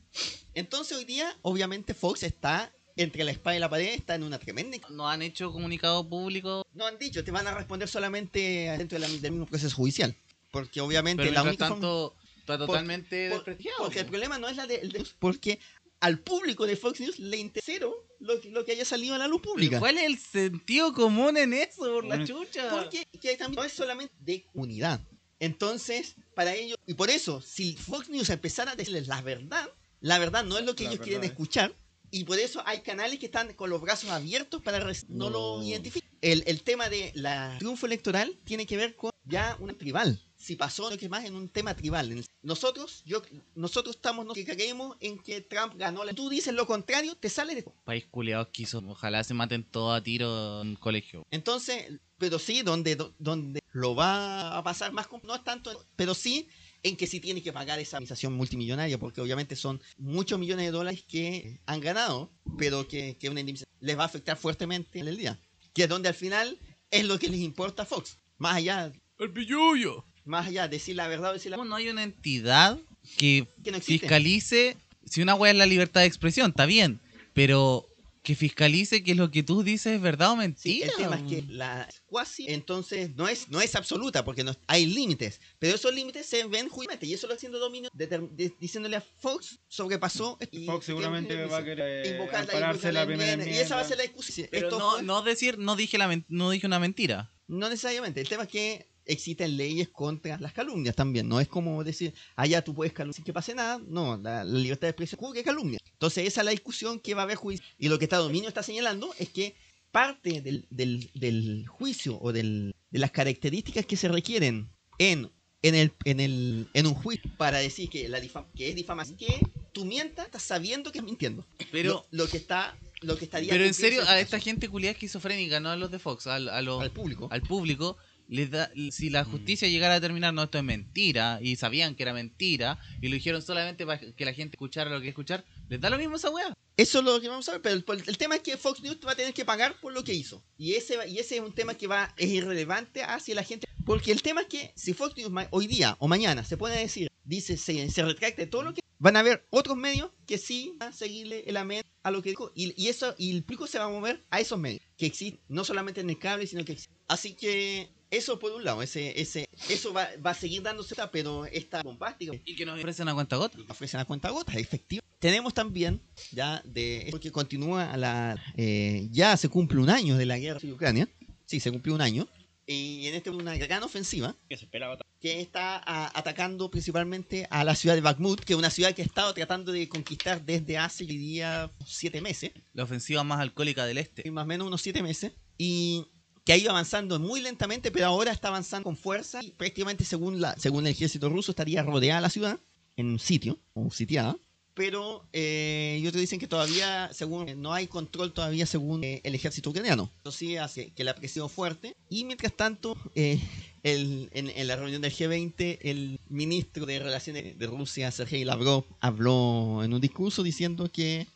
Speaker 4: Entonces, hoy día, obviamente, Fox está entre la espada y la pared, está en una tremenda
Speaker 14: No han hecho comunicado público,
Speaker 4: no han dicho, te van a responder solamente dentro de la- del mismo proceso judicial. Porque obviamente
Speaker 14: pero
Speaker 4: la
Speaker 14: mientras
Speaker 4: única forma-
Speaker 14: tanto está
Speaker 4: Por-
Speaker 14: totalmente
Speaker 4: por-
Speaker 14: desprestigiado. pues.
Speaker 4: porque el
Speaker 14: po.
Speaker 4: problema no es la de, el de- porque al público de Fox News le interesa lo, que- lo que haya salido a la luz
Speaker 14: Pero
Speaker 4: pública.
Speaker 14: ¿Cuál es el sentido común en eso, por la chucha?
Speaker 4: Porque que también no es solamente de unidad. Entonces, para ellos, y por eso, si Fox News empezara a decirles la verdad, la verdad no es lo que ellos quieren escuchar. Y por eso hay canales que están con los brazos abiertos para rec- no, lo identifican. El, el tema de la triunfo electoral tiene que ver con ya una tribal. Si pasó no que más en un tema tribal. En- Nosotros, yo, nosotros estamos no que caguemos en que Trump ganó la. Tú dices lo contrario, te sale de.
Speaker 14: País culiados que hizo. Ojalá se maten todos a tiro en colegio.
Speaker 4: Entonces, pero sí, donde, do- donde lo va a pasar más, com- no es tanto, pero sí en que sí tiene que pagar esa organización multimillonaria, porque obviamente son muchos millones de dólares que han ganado, pero que, que una indemnización les va a afectar fuertemente en el día. Que es donde al final es lo que les importa a Fox. Más allá,
Speaker 14: El pilluyo.
Speaker 4: más allá, decir la verdad o decir la
Speaker 14: No hay una entidad que
Speaker 4: que no existe.
Speaker 14: fiscalice. Si una wea es la libertad de expresión, está bien. Pero que fiscalice que lo que tú dices es verdad o
Speaker 4: Sí,
Speaker 14: mentira.
Speaker 4: el tema es que la cuasi, entonces no es, no es absoluta porque no, hay límites, pero esos límites se ven jurídicamente y eso lo haciendo dominio deter- de- diciéndole a Fox sobrepasó. y-
Speaker 2: Fox seguramente
Speaker 4: y-
Speaker 2: va a querer, eh,
Speaker 4: invocar la-
Speaker 2: ampararse
Speaker 4: invocar
Speaker 2: la primera
Speaker 4: Y esa va a
Speaker 2: enmienda.
Speaker 4: ser la excusa.
Speaker 14: Pero
Speaker 4: Esto
Speaker 14: no,
Speaker 4: fue-
Speaker 14: no decir, no dije, la men- no dije una mentira.
Speaker 4: No necesariamente. El tema es que existen leyes contra las calumnias también. No es como decir, allá tú puedes calumniar sin que pase nada. No, la, la libertad de expresión cubre calumnia. Entonces, esa es la discusión que va a haber juicio. Y lo que está dominio está señalando es que parte del, del- del juicio o del- de las características que se requieren en, en, el, en, el, en un juicio para decir que, la difam- que es difamación, que tú mientas, estás sabiendo que estás mintiendo.
Speaker 14: Pero,
Speaker 4: lo, lo que está, lo que estaría
Speaker 14: pero en
Speaker 4: cumpliendo
Speaker 14: serio,
Speaker 4: es el
Speaker 14: a
Speaker 4: caso.
Speaker 14: esta gente culiada esquizofrénica, no a los de Fox, al- a, los,
Speaker 4: al Mm. público.
Speaker 14: al público, les da, si la justicia llegara a terminar, no, esto es mentira, y sabían que era mentira, y lo dijeron solamente para que la gente escuchara lo que escuchar, les da lo mismo esa wea.
Speaker 4: Eso es lo que vamos a ver, pero el, el tema es que Fox News va a tener que pagar por lo que hizo. Y ese, va- y ese es un tema que va es irrelevante hacia la gente. Porque el tema es que si Fox News ma- hoy día o mañana se pone a decir, dice, se, se retracta de todo lo que... Van a haber otros medios que sí van a seguirle el amén a lo que dijo. Y, y eso y el público se va a mover a esos medios que existen, no solamente en el cable, sino que existen. Así que eso por un lado, ese, ese, eso va, va a seguir dándose, pero está bombástico
Speaker 14: Y que nos ofrecen a cuenta gota.
Speaker 4: ofrecen a cuenta gotas, efectivo. Tenemos también, ya de. Porque continúa la. eh, ya se cumple un año de la guerra de Ucrania. Sí, se cumplió un año. Y en este una gran ofensiva
Speaker 9: Que se esperaba
Speaker 4: que está a- atacando principalmente a la ciudad de Bakhmut, que es una ciudad que ha estado tratando de conquistar desde hace, yo diría, siete meses
Speaker 14: La ofensiva más alcohólica del
Speaker 4: y
Speaker 14: este.
Speaker 4: más o menos unos siete meses, y que ha ido avanzando muy lentamente, pero ahora está avanzando con fuerza y prácticamente según, la, según el ejército ruso estaría rodeada la ciudad en un sitio, o sitiada, pero eh, ellos te dicen que todavía, según, eh, no hay control todavía según eh, el ejército ucraniano. Eso sí hace que la presión fuerte, y mientras tanto, eh, el- en, en la reunión del G20, el ministro de Relaciones de Rusia, Sergei Lavrov, habló en un discurso diciendo que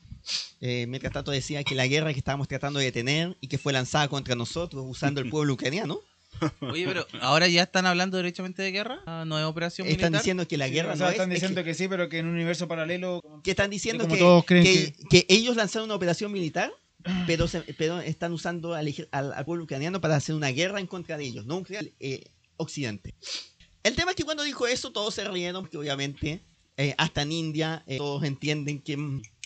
Speaker 4: eh, mientras tanto decía que la guerra que estábamos tratando de detener y que fue lanzada contra nosotros usando
Speaker 2: [LAUGHS]
Speaker 4: el pueblo ucraniano,
Speaker 14: Oye, pero ahora ya están hablando derechamente de guerra. Ah, No es operación
Speaker 4: están
Speaker 14: militar.
Speaker 4: diciendo que la
Speaker 2: Sí,
Speaker 4: guerra
Speaker 2: o sea,
Speaker 4: no
Speaker 2: están
Speaker 4: es, es
Speaker 2: diciendo
Speaker 4: que,
Speaker 2: que... sí, pero que en un universo paralelo.
Speaker 4: que están diciendo
Speaker 2: como
Speaker 4: que,
Speaker 2: todos creen
Speaker 4: que- que ellos lanzaron una operación militar, pero, se- pero están usando al, ej- al- al pueblo ucraniano para hacer una guerra en contra de ellos, no un eh, occidente. El tema es que cuando dijo eso todos se rieron, que obviamente eh, hasta en India eh, todos entienden que,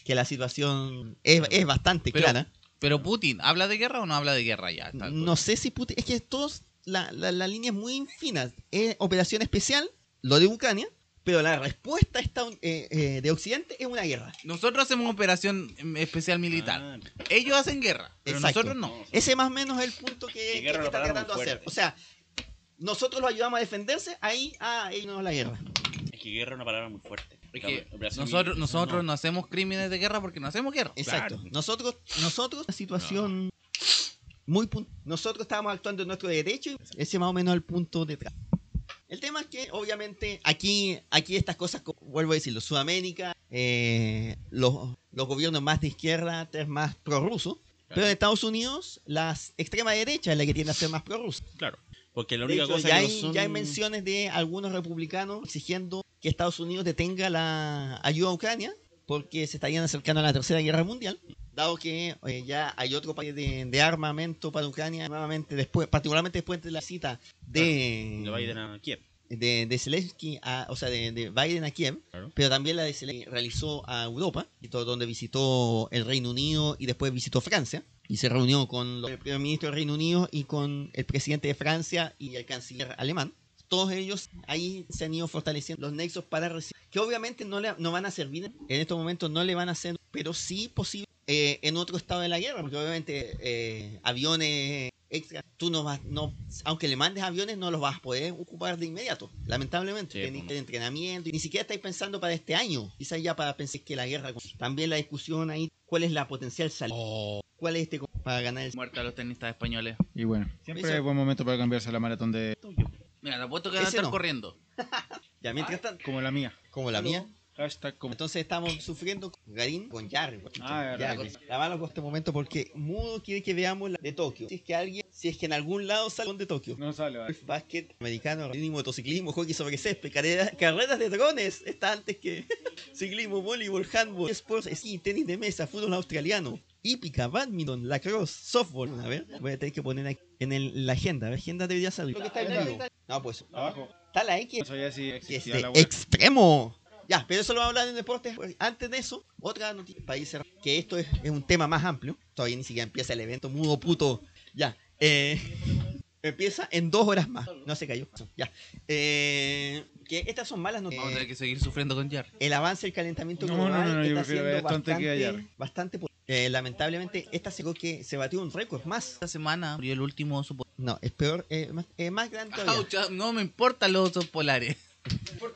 Speaker 4: que la situación es, es bastante
Speaker 14: Pero-
Speaker 4: clara.
Speaker 14: Pero Putin, ¿habla de guerra o no habla de guerra ya? Está-
Speaker 4: No sé si Putin. Es que todos. La, la- la línea es muy fina. Es operación especial, lo de Ucrania. Pero la respuesta está, eh, eh, de Occidente es una guerra.
Speaker 14: Nosotros hacemos operación mm, especial militar.
Speaker 9: Ah,
Speaker 14: Ellos hacen guerra, pero
Speaker 4: Ah. Exacto.
Speaker 14: nosotros no.
Speaker 4: Ese es más o menos el punto que, que
Speaker 9: guerra lo
Speaker 4: está
Speaker 9: pararon
Speaker 4: tratando de hacer.
Speaker 9: fuerte.
Speaker 4: O sea, nosotros los ayudamos a defenderse. Ahí, ah, ellos no la guerra.
Speaker 9: Es que guerra es una palabra muy fuerte.
Speaker 14: Es
Speaker 9: Claro,
Speaker 14: que
Speaker 9: operación
Speaker 14: nosotros,
Speaker 9: militar.
Speaker 14: nosotros no hacemos crímenes de guerra porque no hacemos guerra.
Speaker 4: Exacto. Nosotros, nosotros, la situación. Muy pun- Nosotros estábamos actuando en nuestro derecho. y Ese más o menos el punto detrás. El tema es que, obviamente, aquí, aquí estas cosas, como vuelvo a decirlo, Sudamérica, eh, los, los gobiernos más de izquierda, ter- más prorrusos. Pero en Estados Unidos, la extrema derecha es la que tiende a ser más prorrusa.
Speaker 9: Claro. Porque la
Speaker 4: De
Speaker 9: única
Speaker 4: hecho,
Speaker 9: cosa
Speaker 4: ya,
Speaker 9: que no
Speaker 4: hay,
Speaker 9: son-
Speaker 4: ya hay menciones de algunos republicanos exigiendo que Estados Unidos detenga la ayuda a Ucrania porque se estarían acercando a la Tercera Guerra Mundial, dado que eh, ya hay otro país de, de armamento para Ucrania, nuevamente después, particularmente después de la cita de,
Speaker 9: Le va a ir a Kiev.
Speaker 4: de, de Zelensky, a- o sea, de, de Biden a Kiev,
Speaker 9: Claro.
Speaker 4: pero también la de Zelensky realizó a Europa, y todo donde visitó el Reino Unido y después visitó Francia, y se reunió con los- el primer ministro del Reino Unido y con el presidente de Francia y el canciller alemán. Todos ellos ahí se han ido fortaleciendo los nexos para recibir, que obviamente no, le, no van a servir, en estos momentos no le van a hacer, pero sí posible eh, en otro estado de la guerra, porque obviamente eh, aviones extra, tú no vas, no, aunque le mandes aviones, no los vas a poder ocupar de inmediato, lamentablemente.
Speaker 9: Sí,
Speaker 4: Tenés
Speaker 9: pues.
Speaker 4: que ir entrenamiento, y ni siquiera estáis pensando para este año, quizás ya para pensar que la guerra, también la discusión ahí, cuál es la potencial salida,
Speaker 9: Oh.
Speaker 4: cuál es este co- para ganar el...
Speaker 14: Muerta los tenistas españoles.
Speaker 8: Y bueno, siempre es buen momento para cambiarse la maratón de.
Speaker 14: Mira, te apuesto que van a
Speaker 4: Ese
Speaker 14: estar
Speaker 4: no.
Speaker 14: corriendo.
Speaker 4: Ya,
Speaker 9: Ah,
Speaker 4: mientras tanto,
Speaker 8: Como la mía.
Speaker 4: como la mía.
Speaker 8: Hashtag como.
Speaker 4: Entonces estamos sufriendo con Garín, con Yarry. weón.
Speaker 8: Ah,
Speaker 4: Ya,
Speaker 8: Yarry.
Speaker 4: La malo con este momento porque Mudo quiere que veamos la de Tokio. Si es que alguien, si es que en algún lado sale con de Tokio.
Speaker 8: No sale, vale.
Speaker 4: Básquet americano, ritmo, motociclismo, hockey sobre césped, carrera- carreras de drones. Está antes que [LAUGHS] ciclismo, voleibol, handball, sports, esquí, tenis de mesa, fútbol australiano, hípica, badminton, lacrosse, softball. A ver, voy a tener que poner aquí en el- la agenda. La agenda debería salir. Creo que está en vivo. No, pues
Speaker 8: Abajo.
Speaker 4: está la X
Speaker 8: Eso ya sí
Speaker 4: que Este, es
Speaker 8: existía
Speaker 4: de
Speaker 8: la web.
Speaker 4: extremo. Ya, pero eso lo vamos a hablar en deportes. Pues, Antes de eso, otra noticia para ir cerrando, que esto es, es un tema más amplio. Todavía ni siquiera empieza el evento, mudo puto. Ya, eh, [LAUGHS] empieza en dos horas más. No se cayó. Ya, eh, que estas son malas
Speaker 14: Vamos a
Speaker 4: noticias.
Speaker 14: tener que seguir sufriendo con Jar.
Speaker 4: El avance del calentamiento
Speaker 8: No,
Speaker 4: global
Speaker 8: no, no, yo
Speaker 4: está
Speaker 8: prefiero
Speaker 4: siendo
Speaker 8: esto antes que
Speaker 4: bastante,
Speaker 8: hallar.
Speaker 4: bastante po- eh, lamentablemente, esta se, creo que se batió un récord más.
Speaker 16: Esta semana murió el último oso polar.
Speaker 4: No, es peor, eh, más, eh, más grande todavía.
Speaker 16: Au, chao, no me importan los osos polares.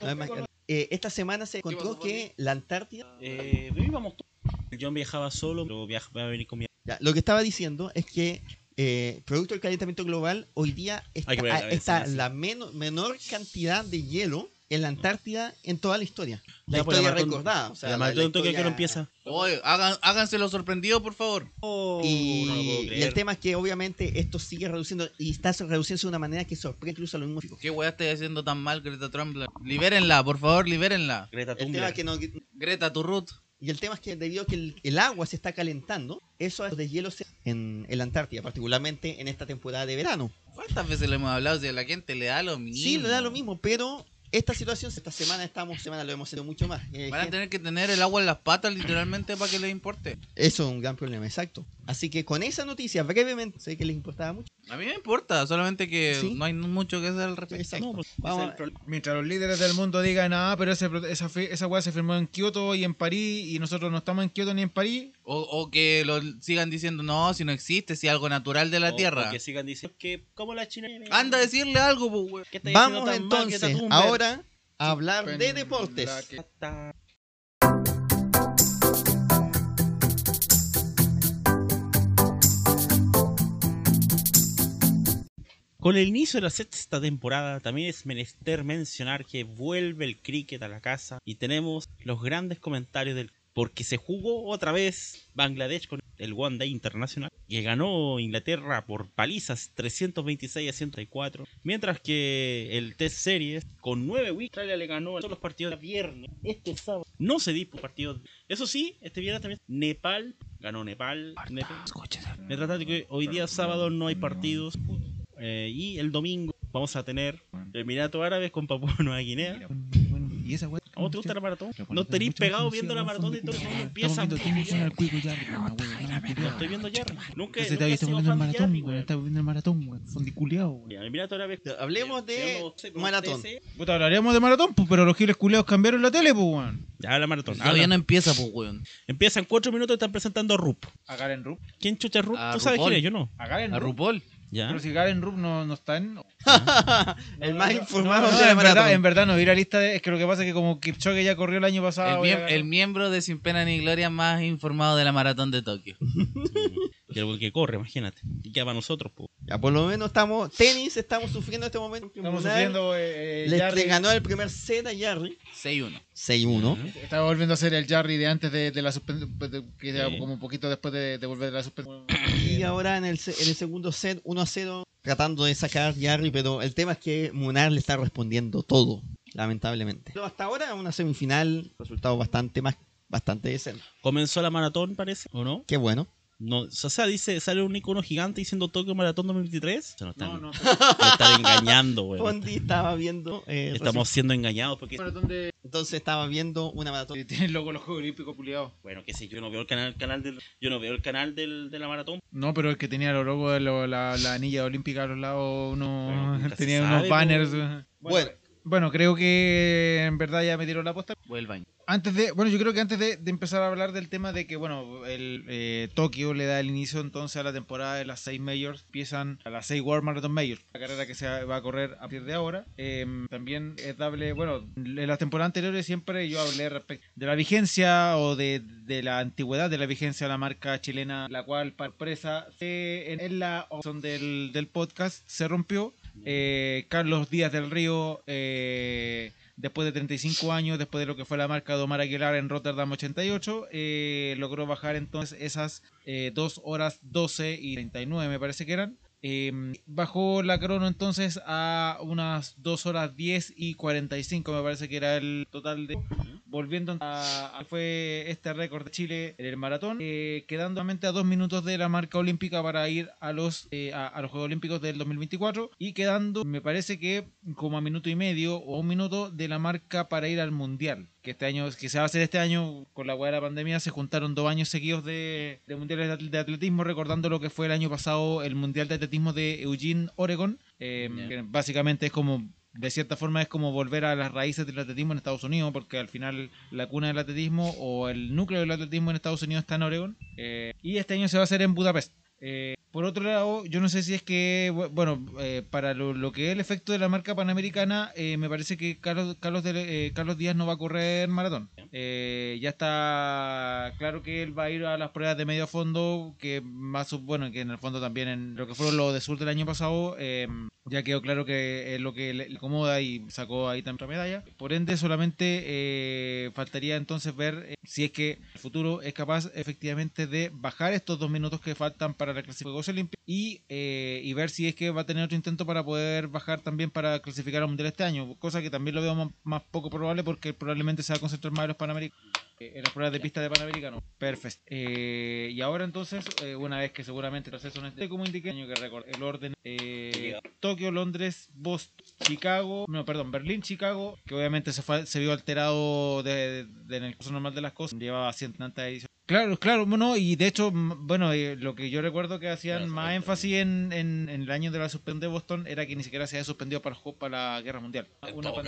Speaker 4: Además, eh, esta semana se encontró
Speaker 14: pasó,
Speaker 4: que la Antártida
Speaker 9: Eh, íbamos todos. Yo viajaba solo, pero viaj- voy a venir con mi.
Speaker 4: Ya, lo que estaba diciendo es que eh, producto del calentamiento global, hoy día está,
Speaker 9: Hay que ver la
Speaker 4: ah, está
Speaker 9: vecina, sí.
Speaker 4: la meno- menor cantidad de hielo en la Antártida en toda la historia. La
Speaker 9: Ya, pues,
Speaker 4: historia
Speaker 9: maratón-
Speaker 4: recordada. O sea,
Speaker 9: la
Speaker 4: la-
Speaker 9: maratón
Speaker 4: la
Speaker 9: de Tokio, ¿a qué hora
Speaker 4: historia-
Speaker 9: empieza? Oh,
Speaker 16: Oye, hagan- háganse los sorprendidos, por favor.
Speaker 4: Oh, Y,
Speaker 9: no lo puedo
Speaker 4: y el
Speaker 9: creer.
Speaker 4: tema es que obviamente esto sigue reduciendo y está reduciéndose de una manera que sorprende incluso a los mismos.
Speaker 16: ¿Qué weá estáis haciendo tan mal, Greta Trump? Libérenla, por favor, libérenla.
Speaker 9: Greta
Speaker 4: El tema es
Speaker 9: Thunberg.
Speaker 4: que no-
Speaker 16: Greta Turrut.
Speaker 4: y el tema es que debido a que el, el agua se está calentando, eso de hielo se en, en la Antártida, particularmente en esta temporada de verano.
Speaker 16: ¿Cuántas veces le hemos hablado? Si a la gente le da lo mismo.
Speaker 4: Sí, le da lo mismo, pero esta situación, esta semana estamos, semana lo hemos hecho mucho más. Eh,
Speaker 16: Van a
Speaker 4: gente-
Speaker 16: tener que tener el agua en las patas literalmente para que les importe.
Speaker 4: Eso es un gran problema, exacto. Así que con esa noticia, brevemente, sé que les importaba mucho.
Speaker 16: A mí me importa, solamente que
Speaker 4: Sí.
Speaker 16: no hay mucho que hacer al respecto.
Speaker 4: Exacto.
Speaker 9: No, pues,
Speaker 4: Vamos,
Speaker 8: Mientras los líderes del mundo digan, ah, pero ese, pro- esa, fe- esa weá se firmó en Kioto y en París y nosotros no estamos en Kioto ni en París.
Speaker 16: O, o que lo sigan diciendo, no, si no existe, si algo natural de la
Speaker 9: o-
Speaker 16: tierra.
Speaker 9: o Que sigan diciendo que como la China.
Speaker 16: Anda a decirle algo, pues, weón.
Speaker 9: ¿Qué estáis
Speaker 4: vamos
Speaker 9: haciendo tan mal, Greta
Speaker 4: entonces
Speaker 9: Thunberg?
Speaker 4: ahora a hablar de deportes.
Speaker 8: La que-
Speaker 9: Con el inicio de la sexta temporada, también es menester mencionar que vuelve el cricket a la casa y tenemos los grandes comentarios del. Porque se jugó otra vez Bangladesh con el One Day Internacional, que ganó Inglaterra por palizas 326 a 104, mientras que el Test Series con 9 wickets, Australia le ganó todos los partidos de viernes, este sábado. No se disputó partido. Eso sí, este viernes también Nepal ganó Nepal. Nepal. Mientras tanto, que hoy día sábado no hay partidos. Eh, y el domingo vamos a tener Emirato Árabe con Papua [LAUGHS] Nueva Guinea.
Speaker 2: Y esa weá.
Speaker 9: ¿Cómo te gusta la maratón? No tenéis pegado viendo la maratón de todo el mundo empieza.
Speaker 2: Estamos viendo cómo funciona el cuico ya, weón, la weá, la
Speaker 9: Lo
Speaker 2: culiao.
Speaker 9: estoy viendo ya. Nunca
Speaker 2: Entonces
Speaker 9: nunca
Speaker 2: está
Speaker 9: he
Speaker 2: estamos
Speaker 9: sido
Speaker 2: viendo el
Speaker 9: fan de
Speaker 2: maratón,
Speaker 9: Yarri,
Speaker 2: weón.
Speaker 9: weón.
Speaker 2: Estamos viendo el maratón, weón. Fondiculeado, weón.
Speaker 9: Ya, Emirato Árabe.
Speaker 4: Hablemos de
Speaker 9: Digamos, sí,
Speaker 4: maratón.
Speaker 9: TC.
Speaker 8: Puta, hablaríamos de maratón, pues, pero los giles culeados cambiaron la tele, pues, weón.
Speaker 9: Ya, la maratón.
Speaker 16: Todavía
Speaker 9: Habla.
Speaker 16: no empieza, pues, weón.
Speaker 9: Empieza en cuatro minutos están presentando a Rup.
Speaker 8: A Garen Rupp.
Speaker 9: ¿Quién chucha es Rup?
Speaker 16: A
Speaker 4: Ah,
Speaker 9: ¿Tú sabes
Speaker 16: RuPaul.
Speaker 9: quién es? Yo no.
Speaker 8: A Garen
Speaker 16: A
Speaker 8: Rupp.
Speaker 16: RuPaul.
Speaker 9: Ya.
Speaker 8: Pero si Garen Rupp no, no está en.
Speaker 4: el más
Speaker 8: No,
Speaker 4: informado
Speaker 8: no,
Speaker 4: de la
Speaker 8: en,
Speaker 4: maratón.
Speaker 8: verdad, en verdad no vi la lista de. Es que lo que pasa es que como Kipchoge ya corrió el año
Speaker 16: El,
Speaker 8: pasado.
Speaker 16: miem-
Speaker 8: ya-
Speaker 16: el miembro de Sin Pena ni Gloria más informado de la maratón de Tokio.
Speaker 9: Y el [LAUGHS] que corre, imagínate. Y queda para nosotros, po.
Speaker 4: Ya por lo menos estamos, tenis, estamos sufriendo en este momento.
Speaker 8: Estamos
Speaker 4: Mundial.
Speaker 8: sufriendo. Eh, eh,
Speaker 4: Le,
Speaker 8: Jarry-
Speaker 4: le ganó el primer set a Jarry.
Speaker 16: 6-1.
Speaker 4: 6-1.
Speaker 8: Estaba volviendo a ser el Jarry de antes de, de la suspensión. Que era
Speaker 9: Sí.
Speaker 8: como un poquito después de, de volver de la
Speaker 9: [CLEARS THROAT]
Speaker 8: suspensión.
Speaker 4: Y ahora en el, se- en el segundo set, 1-0, tratando de sacar Jarry, pero el tema es que Munar le está respondiendo todo, lamentablemente. Pero hasta ahora, una semifinal, resultado bastante más, bastante decente.
Speaker 9: Comenzó la maratón, parece, ¿o no?
Speaker 4: Qué bueno.
Speaker 9: No, o sea, dice, sale un icono gigante diciendo Tokio Maratón 2023. Se nos están,
Speaker 8: No,
Speaker 9: [LAUGHS]
Speaker 8: no.
Speaker 9: nos están engañando, weón.
Speaker 4: Fondi estaba viendo.
Speaker 8: pues,
Speaker 4: eh,
Speaker 9: Estamos siendo engañados porque.
Speaker 8: Maratón de.
Speaker 4: resu- Entonces estaba viendo una maratón.
Speaker 8: que Tiene el logo los Juegos Olímpicos puliados.
Speaker 9: Bueno, que sé, yo no veo el canal, el canal del, yo no veo el canal del, de la maratón.
Speaker 8: No, pero el que tenía los logos de lo- la, la anilla olímpica a los lados,
Speaker 9: Bueno,
Speaker 8: uno,
Speaker 9: nunca se
Speaker 8: [LAUGHS] tenía
Speaker 9: sabe,
Speaker 8: unos
Speaker 9: pues.
Speaker 8: banners.
Speaker 4: Bueno,
Speaker 8: Bueno, creo que en verdad ya me dieron la posta.
Speaker 16: Vuelvan.
Speaker 8: Antes de, bueno, yo creo que antes de, de empezar a hablar del tema de que, bueno, el eh, Tokio le da el inicio entonces a la temporada de las seis majors, empiezan a las seis World Marathon Majors, la carrera que se va a correr a partir de ahora. Eh, también es dable, bueno, en las temporadas anteriores siempre yo hablé respecto de la vigencia o de, de la antigüedad de la vigencia de la marca chilena, la cual, para sorpresa, se- en, en la opción del, del podcast se rompió. Eh, Carlos Díaz del Río eh, después de 35 años, después de lo que fue la marca de Omar Aguilar en Rotterdam 88, eh, logró bajar entonces esas eh, 2 horas 12 y 39 me parece que eran. Eh, bajó la crono entonces a unas 2 horas 10 y 45 me parece que era el total de... Volviendo a, a- fue este récord de Chile en el maratón, eh, quedando solamente a 2 minutos de la marca olímpica para ir a los, eh, a, a los Juegos Olímpicos del 2024 y quedando me parece que como a minuto y medio o un minuto de la marca para ir al Mundial. Que este año, que se va a hacer este año con la hueá de la pandemia, se juntaron dos años seguidos de, de mundiales de atl- de atletismo, recordando lo que fue el año pasado el mundial de atletismo de Eugene, Oregon, eh, que básicamente es como, de cierta forma, es como volver a las raíces del atletismo en Estados Unidos, porque al final la cuna del atletismo o el núcleo del atletismo en Estados Unidos está en Oregon, eh, y este año se va a hacer en Budapest. Eh, por otro lado, yo no sé si es que, bu- bueno, eh, para lo, lo que es el efecto de la marca panamericana, eh, me parece que Carlos Carlos, de- eh, Carlos Díaz no va a correr maratón. Eh, ya está claro que él va a ir a las pruebas de medio fondo, que más, o- bueno, que en el fondo también en lo que fueron los de sur del año pasado, eh, ya quedó claro que es lo que le le acomoda y sacó ahí también otra medalla. Por ende, solamente eh, faltaría entonces ver eh, si es que el futuro es capaz efectivamente de bajar estos dos minutos que faltan para la clasificación de Juegos Olímpicos y, eh, y ver si es que va a tener otro intento para poder bajar también para clasificar al Mundial este año, cosa que también lo veo más, más poco probable porque probablemente se va a concentrar más en los Panamericanos. eh, En las pruebas de pista de Panamericano. Perfecto. Eh, y ahora entonces, eh, una vez que seguramente el proceso no esté como indiqué, año que recordar, el orden eh, Tokio, Londres, Boston, Chicago, no, perdón, Berlín, Chicago, que obviamente se, fue, se vio alterado de, de- de- en el curso normal de las cosas, llevaba ciento tantas ediciones. Claro, claro, bueno, y de hecho, m- bueno, eh, lo que yo recuerdo que hacían más énfasis en, en- en el año de la suspensión de Boston era que ni siquiera se había suspendido para, el juego- para la guerra mundial. Una pan-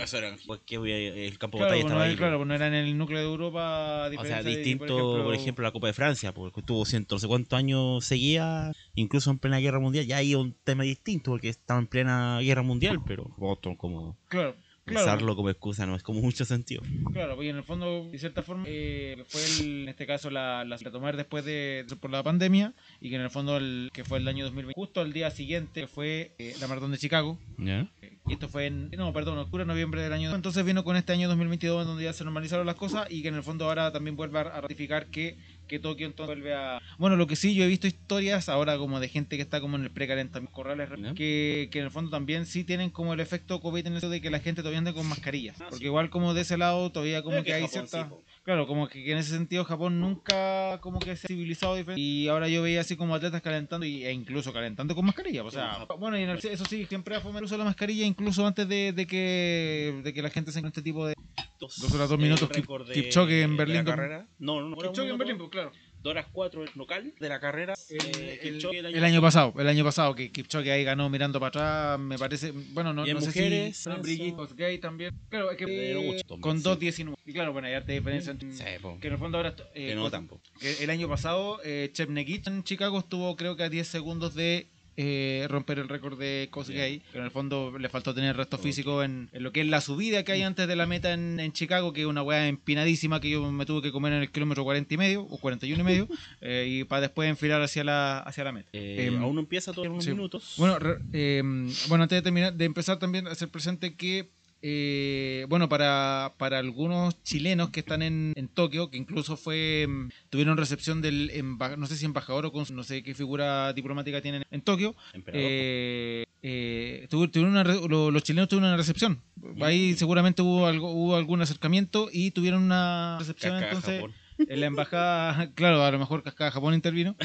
Speaker 9: Pues que voy a- el campo de
Speaker 8: claro,
Speaker 9: batalla
Speaker 8: bueno,
Speaker 9: estaba ahí.
Speaker 8: claro, bueno, era en el núcleo de Europa, a
Speaker 9: O sea,
Speaker 8: diferencia de,
Speaker 9: distinto, por ejemplo, a la Copa de Francia, porque tuvo ciento no sé cuántos años seguía, incluso en plena guerra mundial, ya hay un tema distinto, porque estaba en plena guerra mundial, pero Boston como
Speaker 8: claro, claro,
Speaker 9: usarlo como excusa no es como mucho sentido.
Speaker 8: Claro, pues y en el fondo, de cierta forma, eh, fue el- en este caso la, la la tomar después de por la pandemia y que en el fondo el, que fue el año 2020, justo al día siguiente que fue eh, la maratón de Chicago. Eh, Y esto fue en, no, perdón, octubre, noviembre del año. Entonces vino con este año 2022 en donde ya se normalizaron las cosas y que en el fondo ahora también vuelve a a ratificar que, que Tokio entonces vuelve a... Bueno, lo que sí, yo he visto historias ahora como de gente que está como en el precalentamiento, corrales, que, que en el fondo también sí tienen como el efecto COVID en el sentido de que la gente todavía anda con mascarillas. Porque igual como de ese lado todavía como que, hay cierta... Claro, como que, que en ese sentido Japón nunca como que se ha civilizado diferente. Y ahora yo veía así como atletas calentando y, e incluso calentando con mascarilla. O sea, bueno, y en el- eso sí, siempre ha fomentado el uso de la mascarilla incluso antes de, de que, de que la gente se encuentre este tipo de... Dos
Speaker 9: eh,
Speaker 8: horas, dos minutos, Kip- Kipchoge en Berlín, dos-
Speaker 9: No, no, no.
Speaker 8: Kipchoge en Berlín, pues, claro.
Speaker 9: Dos horas cuatro el local de la carrera. eh, Kipchoge
Speaker 8: El año pasado, el año pasado que Kipchoge ahí ganó mirando para atrás, me parece, bueno, no,
Speaker 9: Y en
Speaker 8: no
Speaker 9: mujeres,
Speaker 8: sé si...
Speaker 9: eso.
Speaker 8: Brigitte Kosgei también. Claro, es que
Speaker 9: Pero
Speaker 8: eh,
Speaker 9: mucho,
Speaker 8: con
Speaker 9: sí.
Speaker 8: 2.19. Y claro, bueno, hay harta diferencia entre-
Speaker 9: Sí, po.
Speaker 8: que en el fondo ahora... eh,
Speaker 9: Que no
Speaker 8: Kos-
Speaker 9: tampoco.
Speaker 8: que el año pasado, eh, Chepnegich en Chicago estuvo creo que a 10 segundos de eh, romper el récord de Kosgei, pero en el fondo le faltó tener resto físico en, en lo que es la subida que hay antes de la meta en, en Chicago, que es una weá empinadísima que yo me tuve que comer en el kilómetro 40 y medio, o 41 y medio, eh, y para después enfilar hacia la, hacia la meta.
Speaker 9: Eh,
Speaker 8: Em,
Speaker 9: aún no empieza todo en unos
Speaker 8: sí.
Speaker 9: minutos.
Speaker 8: bueno, re- eh, bueno, antes de terminar, de empezar también a hacer presente que, eh, bueno, para, para algunos chilenos que están en, en Tokio, que incluso fue mm, tuvieron recepción del, emba- no sé si embajador o cons- no sé qué figura diplomática tienen en Tokio,
Speaker 9: Emperador,
Speaker 8: eh, eh, tuvi- tuvieron una re- lo- los chilenos tuvieron una recepción. Ahí seguramente hubo algo, hubo algún acercamiento y tuvieron una recepción
Speaker 9: Cascada
Speaker 8: entonces
Speaker 9: Japón.
Speaker 8: en la embajada, [LAUGHS] claro, a lo mejor Cascada Japón intervino.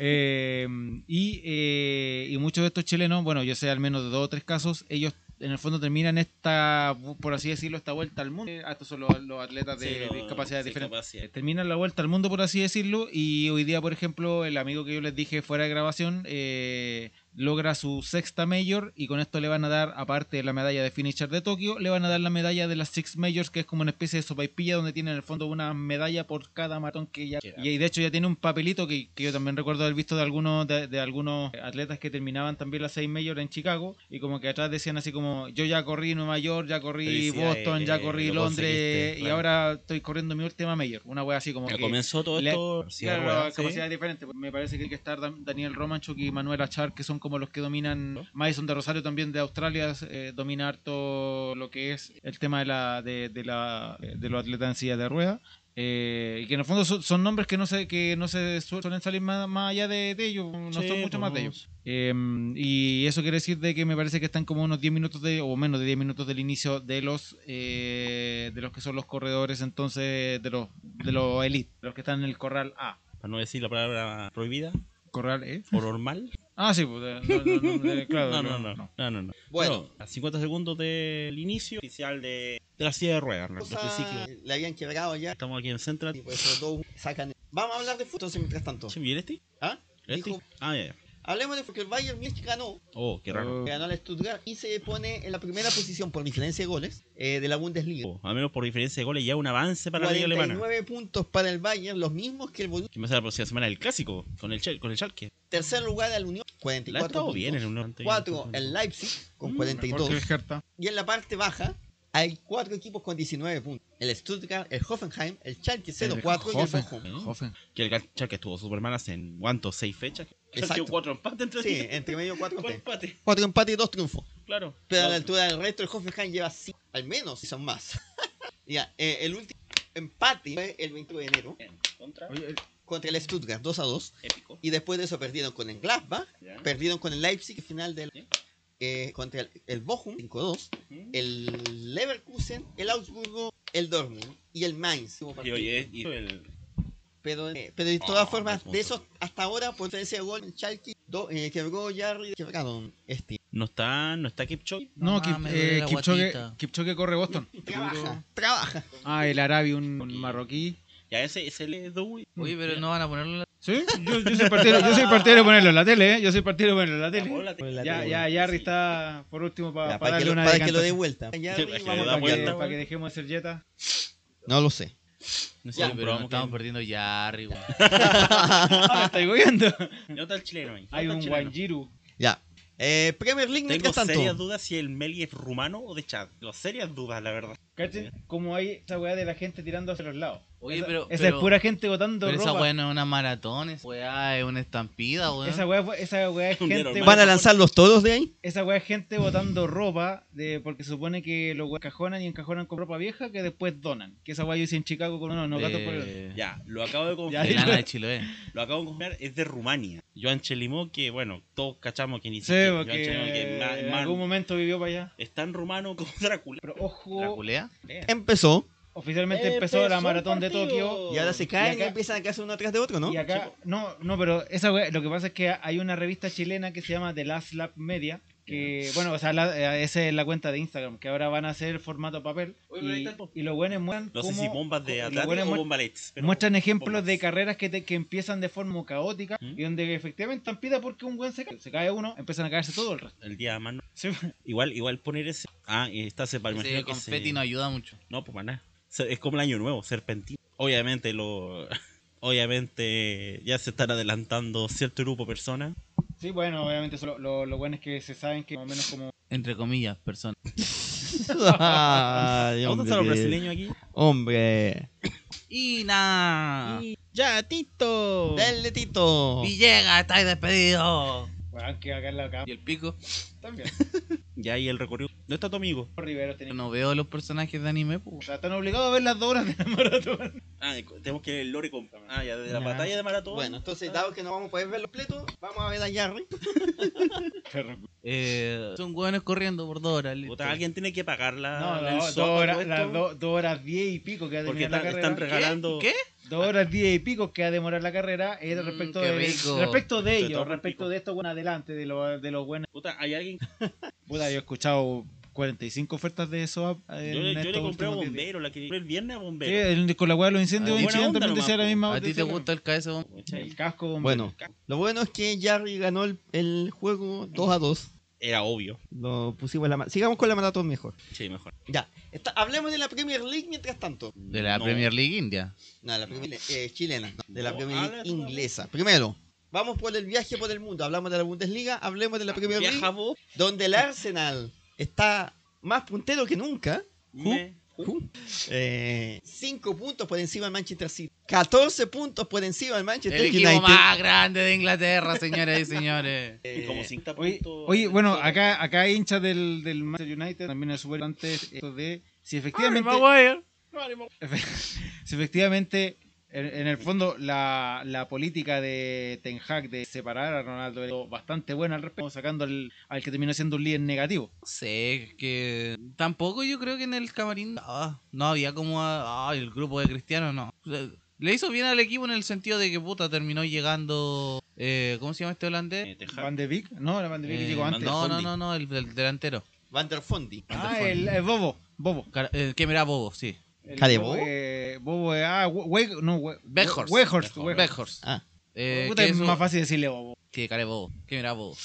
Speaker 8: Eh, y, eh, y muchos de estos chilenos, bueno, yo sé al menos de dos o tres casos, ellos en el fondo terminan esta, por así decirlo, esta vuelta al mundo. Eh, Estos son los, los atletas de,
Speaker 9: Sí, no,
Speaker 8: discapacidades
Speaker 9: sí,
Speaker 8: diferentes Este,
Speaker 9: capacidad.
Speaker 8: terminan eh, la vuelta al mundo, por así decirlo, y hoy día, por ejemplo, el amigo que yo les dije fuera de grabación eh, logra su sexta mayor y con esto le van a dar, aparte de la medalla de finisher de Tokio, le van a dar la medalla de las six majors, que es como una especie de sopaipilla donde tiene en el fondo una medalla por cada matón que ya...
Speaker 9: Qué
Speaker 8: Y ahí, de hecho ya tiene un papelito que, que yo también recuerdo haber visto de algunos, de, de algunos atletas que terminaban también las seis majors en Chicago y como que atrás decían así como, yo ya corrí Nueva York, ya corrí
Speaker 9: Felicidades,
Speaker 8: Boston, ya
Speaker 9: eh,
Speaker 8: corrí
Speaker 9: lo
Speaker 8: Londres
Speaker 9: conseguiste,
Speaker 8: y
Speaker 9: claro.
Speaker 8: ahora ahora estoy corriendo mi última mayor, una wea así como
Speaker 9: Ya
Speaker 8: que
Speaker 9: comenzó todo
Speaker 8: le-
Speaker 9: esto.
Speaker 8: claro,
Speaker 9: rueda,
Speaker 8: pues, capacidad diferente. Me parece que hay que estar Dan- Daniel Romanchuk y Manuel Achar, que son como los que dominan. Madison de Rosario también de Australia eh, domina harto lo que es el tema de, la, de, de la, eh, de los atletas en silla de rueda. Eh, y que en el fondo son, son nombres que no se, que no se su- suelen salir más, más allá de, de ellos, no
Speaker 9: Sí,
Speaker 8: son mucho más de
Speaker 9: pues.
Speaker 8: ellos. Eh, y eso quiere decir de que me parece que están como unos 10 minutos de, o menos de 10 minutos del inicio de los eh, de los que son los corredores entonces de los de los elite, de los que están en el corral A.
Speaker 9: Para no decir la palabra prohibida
Speaker 8: Corral E.
Speaker 9: o normal.
Speaker 8: Ah, sí, pues, eh, no, no, [LAUGHS] no, [LAUGHS] eh, claro.
Speaker 9: No, no, no, no, no, no.
Speaker 4: Bueno.
Speaker 9: a 50 segundos del inicio oficial de, de la silla de ruedas, Hernando,
Speaker 4: Cosa-
Speaker 9: del triciclo.
Speaker 4: le habían quebrado ya.
Speaker 9: Estamos aquí en
Speaker 4: Y
Speaker 9: Central.
Speaker 4: por eso todos sacan. Vamos a hablar de fútbol entonces, mientras tanto.
Speaker 9: Che, ¿Y el este?
Speaker 4: ¿Ah?
Speaker 9: ¿El este?
Speaker 4: Dijo-
Speaker 9: Ah, ya, ya.
Speaker 4: hablemos de porque el Bayern Múnich ganó.
Speaker 9: Oh, qué raro.
Speaker 4: Ganó al Stuttgart y se pone en la primera posición por diferencia de goles eh, de la Bundesliga.
Speaker 9: Oh, al menos por diferencia de goles ya un avance para la liga alemana.
Speaker 4: 49 puntos para el Bayern, los mismos que el Borussia.
Speaker 9: Que me sale la próxima semana el clásico con el, Chel- con el Schalke.
Speaker 4: Tercer lugar al Unión,
Speaker 9: La ha
Speaker 4: 44
Speaker 9: estado
Speaker 4: puntos.
Speaker 9: bien en un
Speaker 4: 4 el Leipzig
Speaker 9: Mm,
Speaker 4: con
Speaker 8: Mejor que el
Speaker 4: 42.
Speaker 8: Hertha.
Speaker 4: Y en la parte baja hay cuatro equipos con 19 puntos. El Stuttgart, el Hoffenheim, el Schalke 04 y el Bochum.
Speaker 8: Hoffen.
Speaker 9: Que el Schalke estuvo súper mal hace en cuántos, seis fechas.
Speaker 4: Exacto.
Speaker 9: Exacto. cuatro empates entre
Speaker 4: Sí,
Speaker 9: sí.
Speaker 4: entre medio cuatro
Speaker 9: Cuatro
Speaker 4: empates.
Speaker 9: empates,
Speaker 4: Cuatro empates y dos triunfos.
Speaker 9: claro.
Speaker 4: Pero a la altura del resto, el Hoffenheim lleva cinco, al menos, si son más. [LAUGHS] ya, eh, el último empate fue el 20 de enero
Speaker 9: En Contra.
Speaker 4: contra el Stuttgart 2 a 2.
Speaker 9: Épico.
Speaker 4: Y después de eso perdieron con el Gladbach,
Speaker 9: Ya.
Speaker 4: perdieron con el Leipzig, al final del.
Speaker 9: Sí.
Speaker 4: eh, contra el, el Bochum 5-2,
Speaker 9: Ujú.
Speaker 4: el Leverkusen, el Augsburgo, el Dortmund y el Mainz. Hubo
Speaker 9: Y
Speaker 4: partido.
Speaker 9: oye, y el,
Speaker 4: Pero, eh, pero de todas
Speaker 9: Ah,
Speaker 4: formas,
Speaker 9: punto.
Speaker 4: de esos hasta ahora, por diferencia de gol, el Chalky do- eh, quebró Jarry, quebraron este.
Speaker 9: no está, no está Kipchoge.
Speaker 8: No,
Speaker 5: Mamá,
Speaker 8: Kip-
Speaker 5: me
Speaker 8: eh,
Speaker 5: duele la
Speaker 8: Kipchoge,
Speaker 5: guatita.
Speaker 8: Kipchoge corre Boston.
Speaker 4: Trabaja, trabaja.
Speaker 8: Ah, el Arabi, un, un marroquí.
Speaker 9: Ya ese, ese le doy.
Speaker 16: Oye, pero no van a ponerlo en la-
Speaker 8: ¿Sí? Yo, [LAUGHS] yo soy partidario, yo soy partidario de ponerlo en la tele, ¿eh? Yo soy partidario de ponerlo en la
Speaker 9: La
Speaker 8: tele.
Speaker 9: bola te-
Speaker 8: Ya, ya, Yarry está por último
Speaker 4: Ya,
Speaker 8: para
Speaker 4: para que
Speaker 8: darle
Speaker 4: lo,
Speaker 8: una
Speaker 4: para que lo dé
Speaker 8: decantación.
Speaker 4: vuelta. Jarry,
Speaker 9: para que
Speaker 4: vamos a
Speaker 9: le da
Speaker 8: Para que-
Speaker 4: cambiarlo.
Speaker 9: vuelta,
Speaker 8: para que dejemos de ser Jetta.
Speaker 4: No lo sé.
Speaker 9: No sé,
Speaker 4: Ya,
Speaker 9: pero
Speaker 16: Pero nos
Speaker 9: vamos
Speaker 16: estamos
Speaker 9: que-
Speaker 16: perdiendo ya
Speaker 8: [LAUGHS]
Speaker 16: arriba.
Speaker 8: Ah, [LAUGHS] me estoy goyando.
Speaker 9: No está el chileno ahí.
Speaker 8: Hay
Speaker 9: No está el
Speaker 8: un
Speaker 9: chileno.
Speaker 8: Wanjiru.
Speaker 4: Ya. Eh, Premier League,
Speaker 9: Tengo
Speaker 4: mientras tanto.
Speaker 9: serias dudas si el Meli es rumano o de Chad. Tengo serias dudas, la verdad.
Speaker 8: ¿Cachen? Como hay esa weá de la gente tirando hacia los lados.
Speaker 16: Oye,
Speaker 8: esa,
Speaker 16: pero-
Speaker 8: Esa
Speaker 16: pero-
Speaker 8: es pura gente botando
Speaker 5: Pero esa
Speaker 8: ropa.
Speaker 5: weá no es una maratón, esa weá es una estampida, weón.
Speaker 8: Esa weá, fue- esa weá es
Speaker 9: Un día
Speaker 8: gente.
Speaker 9: normal.
Speaker 4: ¿Van a lanzar los todos de ahí?
Speaker 8: Esa weá es gente botando ropa de, porque supone que los weá encajonan y encajonan con ropa vieja que después donan. Que esa weá yo hice en Chicago con unos, unos gatos por el-
Speaker 5: de...
Speaker 9: Ya, lo acabo de
Speaker 8: Ya,
Speaker 5: de
Speaker 9: confirmar.
Speaker 8: [LAUGHS]
Speaker 5: lana de Chiloé.
Speaker 9: Lo acabo de confirmar, es de Rumania. Joan Chelimó, que bueno, todos cachamos que ni
Speaker 8: Sí,
Speaker 9: siquiera- Joan
Speaker 8: porque
Speaker 9: Chelimó, que es ma-
Speaker 8: en
Speaker 9: man-
Speaker 8: algún momento vivió para allá.
Speaker 9: es tan rumano como [LAUGHS] Drácula.
Speaker 8: Pero
Speaker 5: ¿La
Speaker 8: ojo,
Speaker 5: culea?
Speaker 4: Empezó.
Speaker 8: oficialmente empezó la maratón de Tokio.
Speaker 4: Y ahora se caen y,
Speaker 8: acá-
Speaker 4: empiezan a caerse uno atrás de otro, ¿no?
Speaker 8: Y acá, no, no, pero esa wea- lo que pasa es que hay una revista chilena que se llama The Last Lab Media, que, bueno, o sea, la- eh, esa es la cuenta de Instagram, que ahora van a hacer formato papel. Y, y los buenos muestran.
Speaker 9: No sé
Speaker 8: cómo-
Speaker 9: si bombas de
Speaker 8: los
Speaker 9: ataque
Speaker 8: buenos
Speaker 9: o
Speaker 8: muest-
Speaker 9: bombalets. pero-
Speaker 8: Muestran ejemplos
Speaker 9: bombas.
Speaker 8: de carreras que, te- que empiezan de forma caótica
Speaker 9: ¿Mm?
Speaker 8: y donde efectivamente estampida porque un buen se cae. Se cae uno, empiezan a caerse todo el resto.
Speaker 9: El día a mano.
Speaker 8: Sí.
Speaker 9: Igual, igual poner ese. Ah, y está separado.
Speaker 5: Ese
Speaker 9: Imagino que
Speaker 5: confeti
Speaker 9: se-
Speaker 5: no ayuda mucho.
Speaker 9: No, pues para nada. Se- Es como el año nuevo, serpentino. Obviamente lo. [LAUGHS] Obviamente ya se están adelantando cierto grupo de personas.
Speaker 8: Sí, bueno, obviamente eso, lo, lo, lo bueno es que se saben que más o menos como...
Speaker 5: Entre comillas, persona.
Speaker 4: Ay,
Speaker 9: ¿Dónde
Speaker 4: hombre,
Speaker 9: están los
Speaker 4: que-
Speaker 9: brasileños aquí?
Speaker 4: Hombre.
Speaker 5: Y nada.
Speaker 9: ¡Ya, Tito!
Speaker 4: Dale, Tito.
Speaker 5: Villegas, estáis despedido.
Speaker 8: Bueno, que acá en la cama
Speaker 16: Y el pico.
Speaker 8: también. [LAUGHS]
Speaker 9: Ya ahí el recorrido. ¿Dónde está tu amigo?
Speaker 8: Rivero tenía-
Speaker 5: No veo los personajes de anime, pues.
Speaker 8: [LAUGHS] O sea, están obligados a ver las dos horas de la maratón.
Speaker 9: Ah, eh, tenemos que ir el lore con. Ah, ya, desde la
Speaker 8: Ya.
Speaker 9: batalla de maratón.
Speaker 4: Bueno, entonces, dado que no vamos a poder verlo completo, vamos a ver a Jarry.
Speaker 8: Perro.
Speaker 5: Eh, son hueones corriendo por dos horas. listo.
Speaker 9: Puta, alguien tiene que pagar la.
Speaker 8: No,
Speaker 9: la
Speaker 8: no,
Speaker 9: ensopa,
Speaker 8: dos
Speaker 9: todo
Speaker 8: horas,
Speaker 9: esto,
Speaker 8: las do- dos horas diez y pico que va a
Speaker 9: Porque
Speaker 8: terminar la
Speaker 9: están, están
Speaker 8: carrera.
Speaker 9: regalando.
Speaker 16: ¿Qué?
Speaker 8: Dos horas diez y pico que va a demorar la carrera eh,
Speaker 5: Mm,
Speaker 8: respecto,
Speaker 5: qué
Speaker 8: de,
Speaker 5: rico.
Speaker 8: respecto de
Speaker 9: Sobre
Speaker 8: ellos,
Speaker 9: todo
Speaker 8: respecto
Speaker 9: pico.
Speaker 8: de esto, bueno, adelante, de, lo- de los buenos.
Speaker 9: Puta, hay alguien.
Speaker 8: Puta, yo he escuchado 45 ofertas de eso ah,
Speaker 9: Yo, le- yo le compré a bombero, la que compré el viernes a bombero.
Speaker 8: con la hueá de los incendios
Speaker 5: Ah,
Speaker 8: en
Speaker 5: buena
Speaker 8: Chile
Speaker 9: onda
Speaker 8: también
Speaker 9: nomás,
Speaker 8: decía la
Speaker 9: po.
Speaker 8: misma
Speaker 5: ¿A ti te
Speaker 8: decía lo
Speaker 5: gusta el KSO?
Speaker 8: mismo. El casco bombero.
Speaker 4: Bueno, lo bueno es que Jarry ganó el, el juego 2 a 2.
Speaker 9: Era obvio.
Speaker 4: Lo pusimos en la ma- Sigamos con la maratón mejor.
Speaker 9: Sí, mejor.
Speaker 4: Ya. Está- hablemos de la Premier League mientras tanto.
Speaker 5: De la
Speaker 9: No.
Speaker 5: Premier League India.
Speaker 4: No, la Premier League, eh, chilena. no, de la
Speaker 9: No,
Speaker 4: Premier
Speaker 9: habla
Speaker 4: League
Speaker 9: tú, habla.
Speaker 4: inglesa. Primero, vamos por el viaje por el mundo. Hablamos de la Bundesliga, hablemos de la Premier League.
Speaker 9: Viaja vos.
Speaker 4: Donde el Arsenal está más puntero que nunca.
Speaker 9: me-
Speaker 4: Eh, 5 puntos por encima del Manchester City. 14 puntos por encima del Manchester
Speaker 5: El equipo
Speaker 4: United.
Speaker 5: más grande de Inglaterra, señoras y señores.
Speaker 4: Eh,
Speaker 9: Como 50
Speaker 8: Oye,
Speaker 9: puntos.
Speaker 8: oye, bueno, acá, acá hay hinchas del, del Manchester United también es súper importante esto de si efectivamente, [LAUGHS] si efectivamente en, en el fondo la, la política de Ten Hag de separar a Ronaldo es bastante buena al respecto, sacando al, al que terminó siendo un líder negativo.
Speaker 5: No sé, que tampoco yo creo que en el camarín ah, no había como ah, el grupo de cristianos, no. O sea, Le hizo bien al equipo en el sentido de que puta terminó llegando. eh, ¿Cómo se llama este holandés?
Speaker 9: Eh, Ten Hag.
Speaker 8: Van de Beek, no, era Van de Beek
Speaker 5: Eh,
Speaker 8: llegó antes.
Speaker 5: no, no,
Speaker 9: Fondi.
Speaker 5: no, no, el, el delantero.
Speaker 4: Van der Fondi.
Speaker 8: Ah, el, el Bobo, Bobo.
Speaker 5: Cara- eh, que mira Bobo, sí.
Speaker 8: El
Speaker 4: ¿Jade Bobo?
Speaker 8: eh, Bobo, eh, ah, We- no, We-
Speaker 5: Weghorst.
Speaker 8: Weghorst, Weghorst.
Speaker 5: Beckhorst.
Speaker 4: Ah.
Speaker 5: Eh,
Speaker 8: Puta,
Speaker 5: que
Speaker 8: es
Speaker 5: eso-
Speaker 8: más fácil decirle Bobo.
Speaker 5: Sí, cara de Bobo. Que mira Bobo.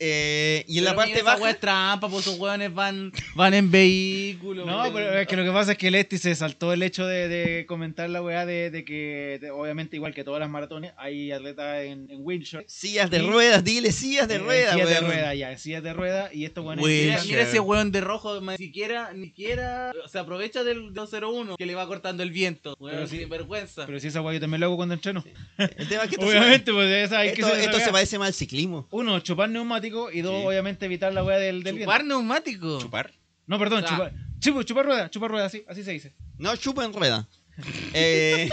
Speaker 4: Eh, y en la
Speaker 5: Pero
Speaker 4: parte
Speaker 5: mira, Esa
Speaker 4: baja.
Speaker 5: wea es trampa, pues esos hueones van, van en vehículo.
Speaker 8: No,
Speaker 5: weón.
Speaker 8: pero es que lo que pasa es que el Esti se saltó el hecho de, de comentar la weá de, de que, de- obviamente, igual que todas las maratones, hay atletas en, en wheelchair.
Speaker 4: Sillas de ruedas, dile sillas de
Speaker 8: eh,
Speaker 4: ruedas,
Speaker 8: Sillas de
Speaker 4: weón.
Speaker 8: rueda, ya, en sillas de rueda, y estos buenos.
Speaker 5: Mira, mira
Speaker 4: Wheelchair.
Speaker 5: ese hueón de rojo, ni siquiera, ni siquiera se aprovecha del 201 que le va cortando el viento.
Speaker 8: Pero
Speaker 5: Hueón,
Speaker 8: sí.
Speaker 5: sin vergüenza.
Speaker 8: Pero si esa weá yo también lo hago cuando entreno.
Speaker 4: El tema es que esto,
Speaker 8: Obviamente, pues esa
Speaker 4: se,
Speaker 8: hay que
Speaker 4: esto,
Speaker 8: ser esa
Speaker 4: esto se
Speaker 8: weá.
Speaker 4: parece más al ciclismo.
Speaker 8: Uno, chupar neumático, y dos, obviamente, evitar la weá del, del viento.
Speaker 5: Chupar neumático.
Speaker 9: Chupar.
Speaker 8: No, perdón,
Speaker 5: Ah.
Speaker 8: chupar. Chupo, chupar rueda, chupar rueda, así, así se dice.
Speaker 4: No chupen ruedas. Eh,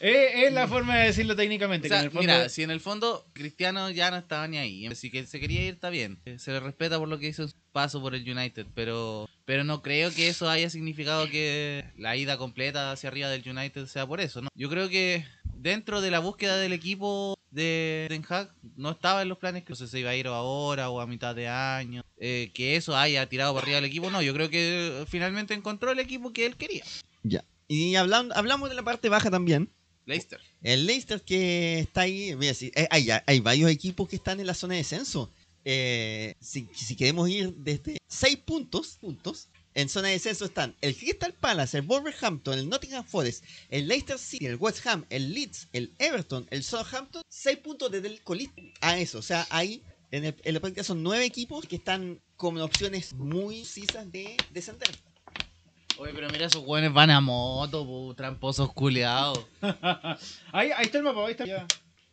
Speaker 8: Eh, es la forma de decirlo
Speaker 5: O
Speaker 8: técnicamente.
Speaker 5: sea,
Speaker 8: que en el fondo-
Speaker 5: mira, si en el fondo Cristiano ya no estaba ni ahí, así que se quería ir, está bien. Se le respeta por lo que hizo en su paso por el United, pero pero no creo que eso haya significado que la ida completa hacia arriba del United sea por eso, ¿no? Yo creo que dentro de la búsqueda del equipo de Ten Hag no estaba en los planes que no sé, se iba a ir ahora o a mitad de año, eh, que eso haya tirado para arriba del equipo, no, yo creo que eh, finalmente encontró el equipo que él quería,
Speaker 4: ya. Y hablando, hablamos de la parte baja también.
Speaker 5: Leicester.
Speaker 4: El Leicester que está ahí, mira, si- eh, hay, hay varios equipos que están en la zona de descenso. Eh, si, si queremos ir desde 6 puntos, puntos, en zona de descenso están el Crystal Palace, el Wolverhampton, el Nottingham Forest, el Leicester City, el West Ham, el Leeds, el Everton, el Southampton, 6 puntos desde el colista a eso. O sea, ahí en, el, en la práctica son 9 equipos que están con opciones muy precisas de descender.
Speaker 5: Oye, pero mira, esos hueones van a moto, po, tramposos culeados.
Speaker 8: [LAUGHS] ahí, ahí está el mapa, ahí está. Ya.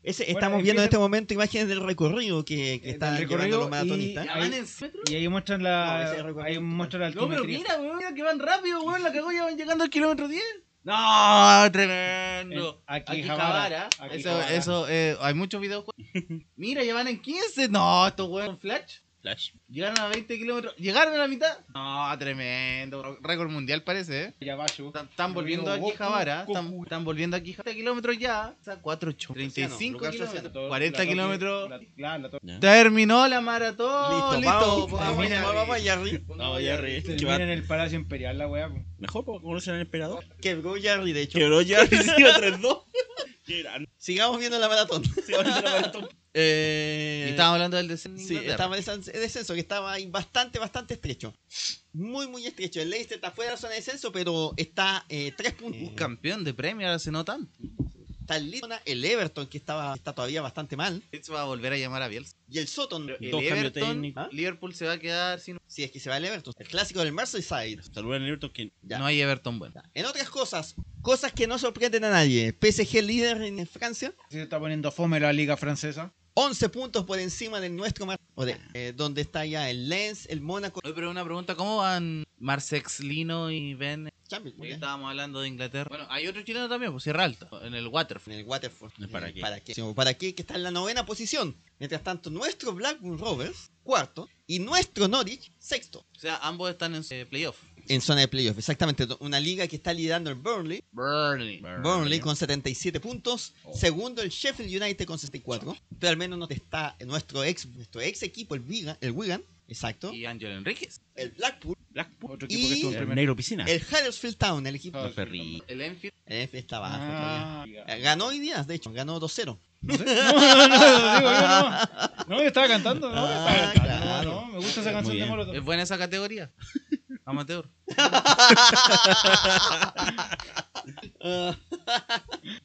Speaker 4: Ese,
Speaker 8: Bueno,
Speaker 4: estamos viendo en este
Speaker 8: empieza-
Speaker 4: momento imágenes del recorrido que, que
Speaker 8: Eh,
Speaker 4: están
Speaker 8: del
Speaker 4: llevando los
Speaker 8: recorrido y-
Speaker 4: maratonistas.
Speaker 5: ¿Ya van
Speaker 8: Ahí-
Speaker 5: en metro?
Speaker 8: Y ahí muestran
Speaker 4: No,
Speaker 8: la.
Speaker 4: ese recorrido
Speaker 8: ahí
Speaker 4: está
Speaker 8: muestran la
Speaker 5: No, pero
Speaker 8: altimetría.
Speaker 5: mira, weón, mira que van rápido, weón. La cagó, ya van llegando al kilómetro 10. No, tremendo.
Speaker 8: Eh, aquí Javara,
Speaker 5: Javara.
Speaker 8: aquí
Speaker 5: eso,
Speaker 8: Javara.
Speaker 5: eso, eh, hay muchos videos.
Speaker 8: [LAUGHS]
Speaker 5: jue- Mira, ya van en 15. No, estos weón con flash.
Speaker 9: Flash.
Speaker 5: Llegaron a 20 kilómetros. Llegaron a la mitad. No, tremendo. Récord mundial parece, eh.
Speaker 8: Ya va, Shu.
Speaker 5: Están, están volviendo
Speaker 8: Amigo,
Speaker 5: aquí
Speaker 8: Goku,
Speaker 5: Javara. Están,
Speaker 8: Goku.
Speaker 5: están volviendo aquí. 30 kilómetros ya. O sea, 4, 8. 35
Speaker 4: Lucas Luciano.
Speaker 5: kilómetros.
Speaker 8: Todo-
Speaker 5: 40
Speaker 8: la toque-
Speaker 5: kilómetros.
Speaker 8: la- Claro, la toque.
Speaker 5: Terminó la maratón.
Speaker 4: Listo, vamos,
Speaker 5: vamos,
Speaker 4: vamos,
Speaker 5: ya.
Speaker 4: vamos Yarry.
Speaker 9: No, Jerry. Que
Speaker 8: Termina
Speaker 9: va-
Speaker 8: en el Palacio Imperial la wea. po.
Speaker 9: Mejor porque conocen al emperador.
Speaker 8: [LAUGHS]
Speaker 4: Quebró Yarry, de hecho.
Speaker 9: Quebró Jerry, sí, [LAUGHS] a 3-2. Qué grande,
Speaker 4: Sigamos viendo la maratón.
Speaker 9: se va a hacer la maratón.
Speaker 4: Eh,
Speaker 5: Y estábamos hablando del descenso. en
Speaker 4: sí,
Speaker 5: Inglaterra.
Speaker 4: estaba en descenso- en descenso, que estaba ahí bastante, bastante estrecho. Muy, muy estrecho. El Leicester está fuera de la zona de descenso, pero está eh, tres puntos.
Speaker 5: Un campeón de premio, ahora se notan.
Speaker 4: Está en Leeds, el Everton, que estaba está todavía bastante mal.
Speaker 5: Esto va a volver a llamar a Bielsa.
Speaker 4: Y el Soton,
Speaker 5: El
Speaker 9: Dos cambios
Speaker 5: Everton,
Speaker 9: técnicos.
Speaker 5: Liverpool se va a quedar sin...
Speaker 4: si es que se va el Everton. El clásico del Merseyside.
Speaker 9: Saludan a Everton que
Speaker 4: Ya.
Speaker 5: No hay Everton bueno.
Speaker 4: Ya. En otras cosas, cosas que no sorprenden a nadie. PSG líder en Francia.
Speaker 8: Se está poniendo fome la liga francesa.
Speaker 4: 11 puntos por encima del nuestro. Mar- o de- eh, donde está ya el Lens, el Mónaco.
Speaker 5: Oye, pero una pregunta, ¿cómo van Marsex Lino y Ben?
Speaker 4: Champions, muy bien.
Speaker 5: Estábamos hablando de Inglaterra. Bueno, hay otro chileno también, pues Sierra Alta, en el Waterford.
Speaker 4: en el Waterford. eh,
Speaker 9: ¿Y para qué?
Speaker 4: ¿Para qué? Sí, ¿Para qué? Que está en la novena posición. Mientras tanto, nuestro Blackburn Rovers, cuarto, y nuestro Norwich, sexto.
Speaker 5: O sea, ambos están en eh, playoff.
Speaker 4: En zona de playoff, exactamente. Una liga que está liderando el Burnley.
Speaker 5: Burnley.
Speaker 4: Burnley con 77 puntos. Segundo, el Sheffield United con 64. Pero al menos nos está nuestro ex, nuestro ex equipo, el Wigan. El Wigan exacto.
Speaker 5: Y Ángel Enríquez.
Speaker 4: El Blackpool.
Speaker 9: Blackpool.
Speaker 8: Otro equipo que
Speaker 4: Y-
Speaker 8: estuvo en
Speaker 9: El
Speaker 8: primer
Speaker 9: negro piscina.
Speaker 4: El Huddersfield Town, el equipo.
Speaker 8: Ah, sí.
Speaker 9: Ferri.
Speaker 5: El Enfield.
Speaker 4: El F está abajo
Speaker 8: Ah,
Speaker 4: todavía. Eh, Ganó hoy día, de hecho. Ganó 2-0.
Speaker 8: No, sé. no, no, no, digo yo, no. No, yo estaba cantando, no,
Speaker 4: Ah,
Speaker 8: estaba cantando,
Speaker 4: claro.
Speaker 8: no, me gusta esa canción de
Speaker 9: bien.
Speaker 8: Molotov.
Speaker 5: Es buena esa categoría. [LAUGHS] Amateur.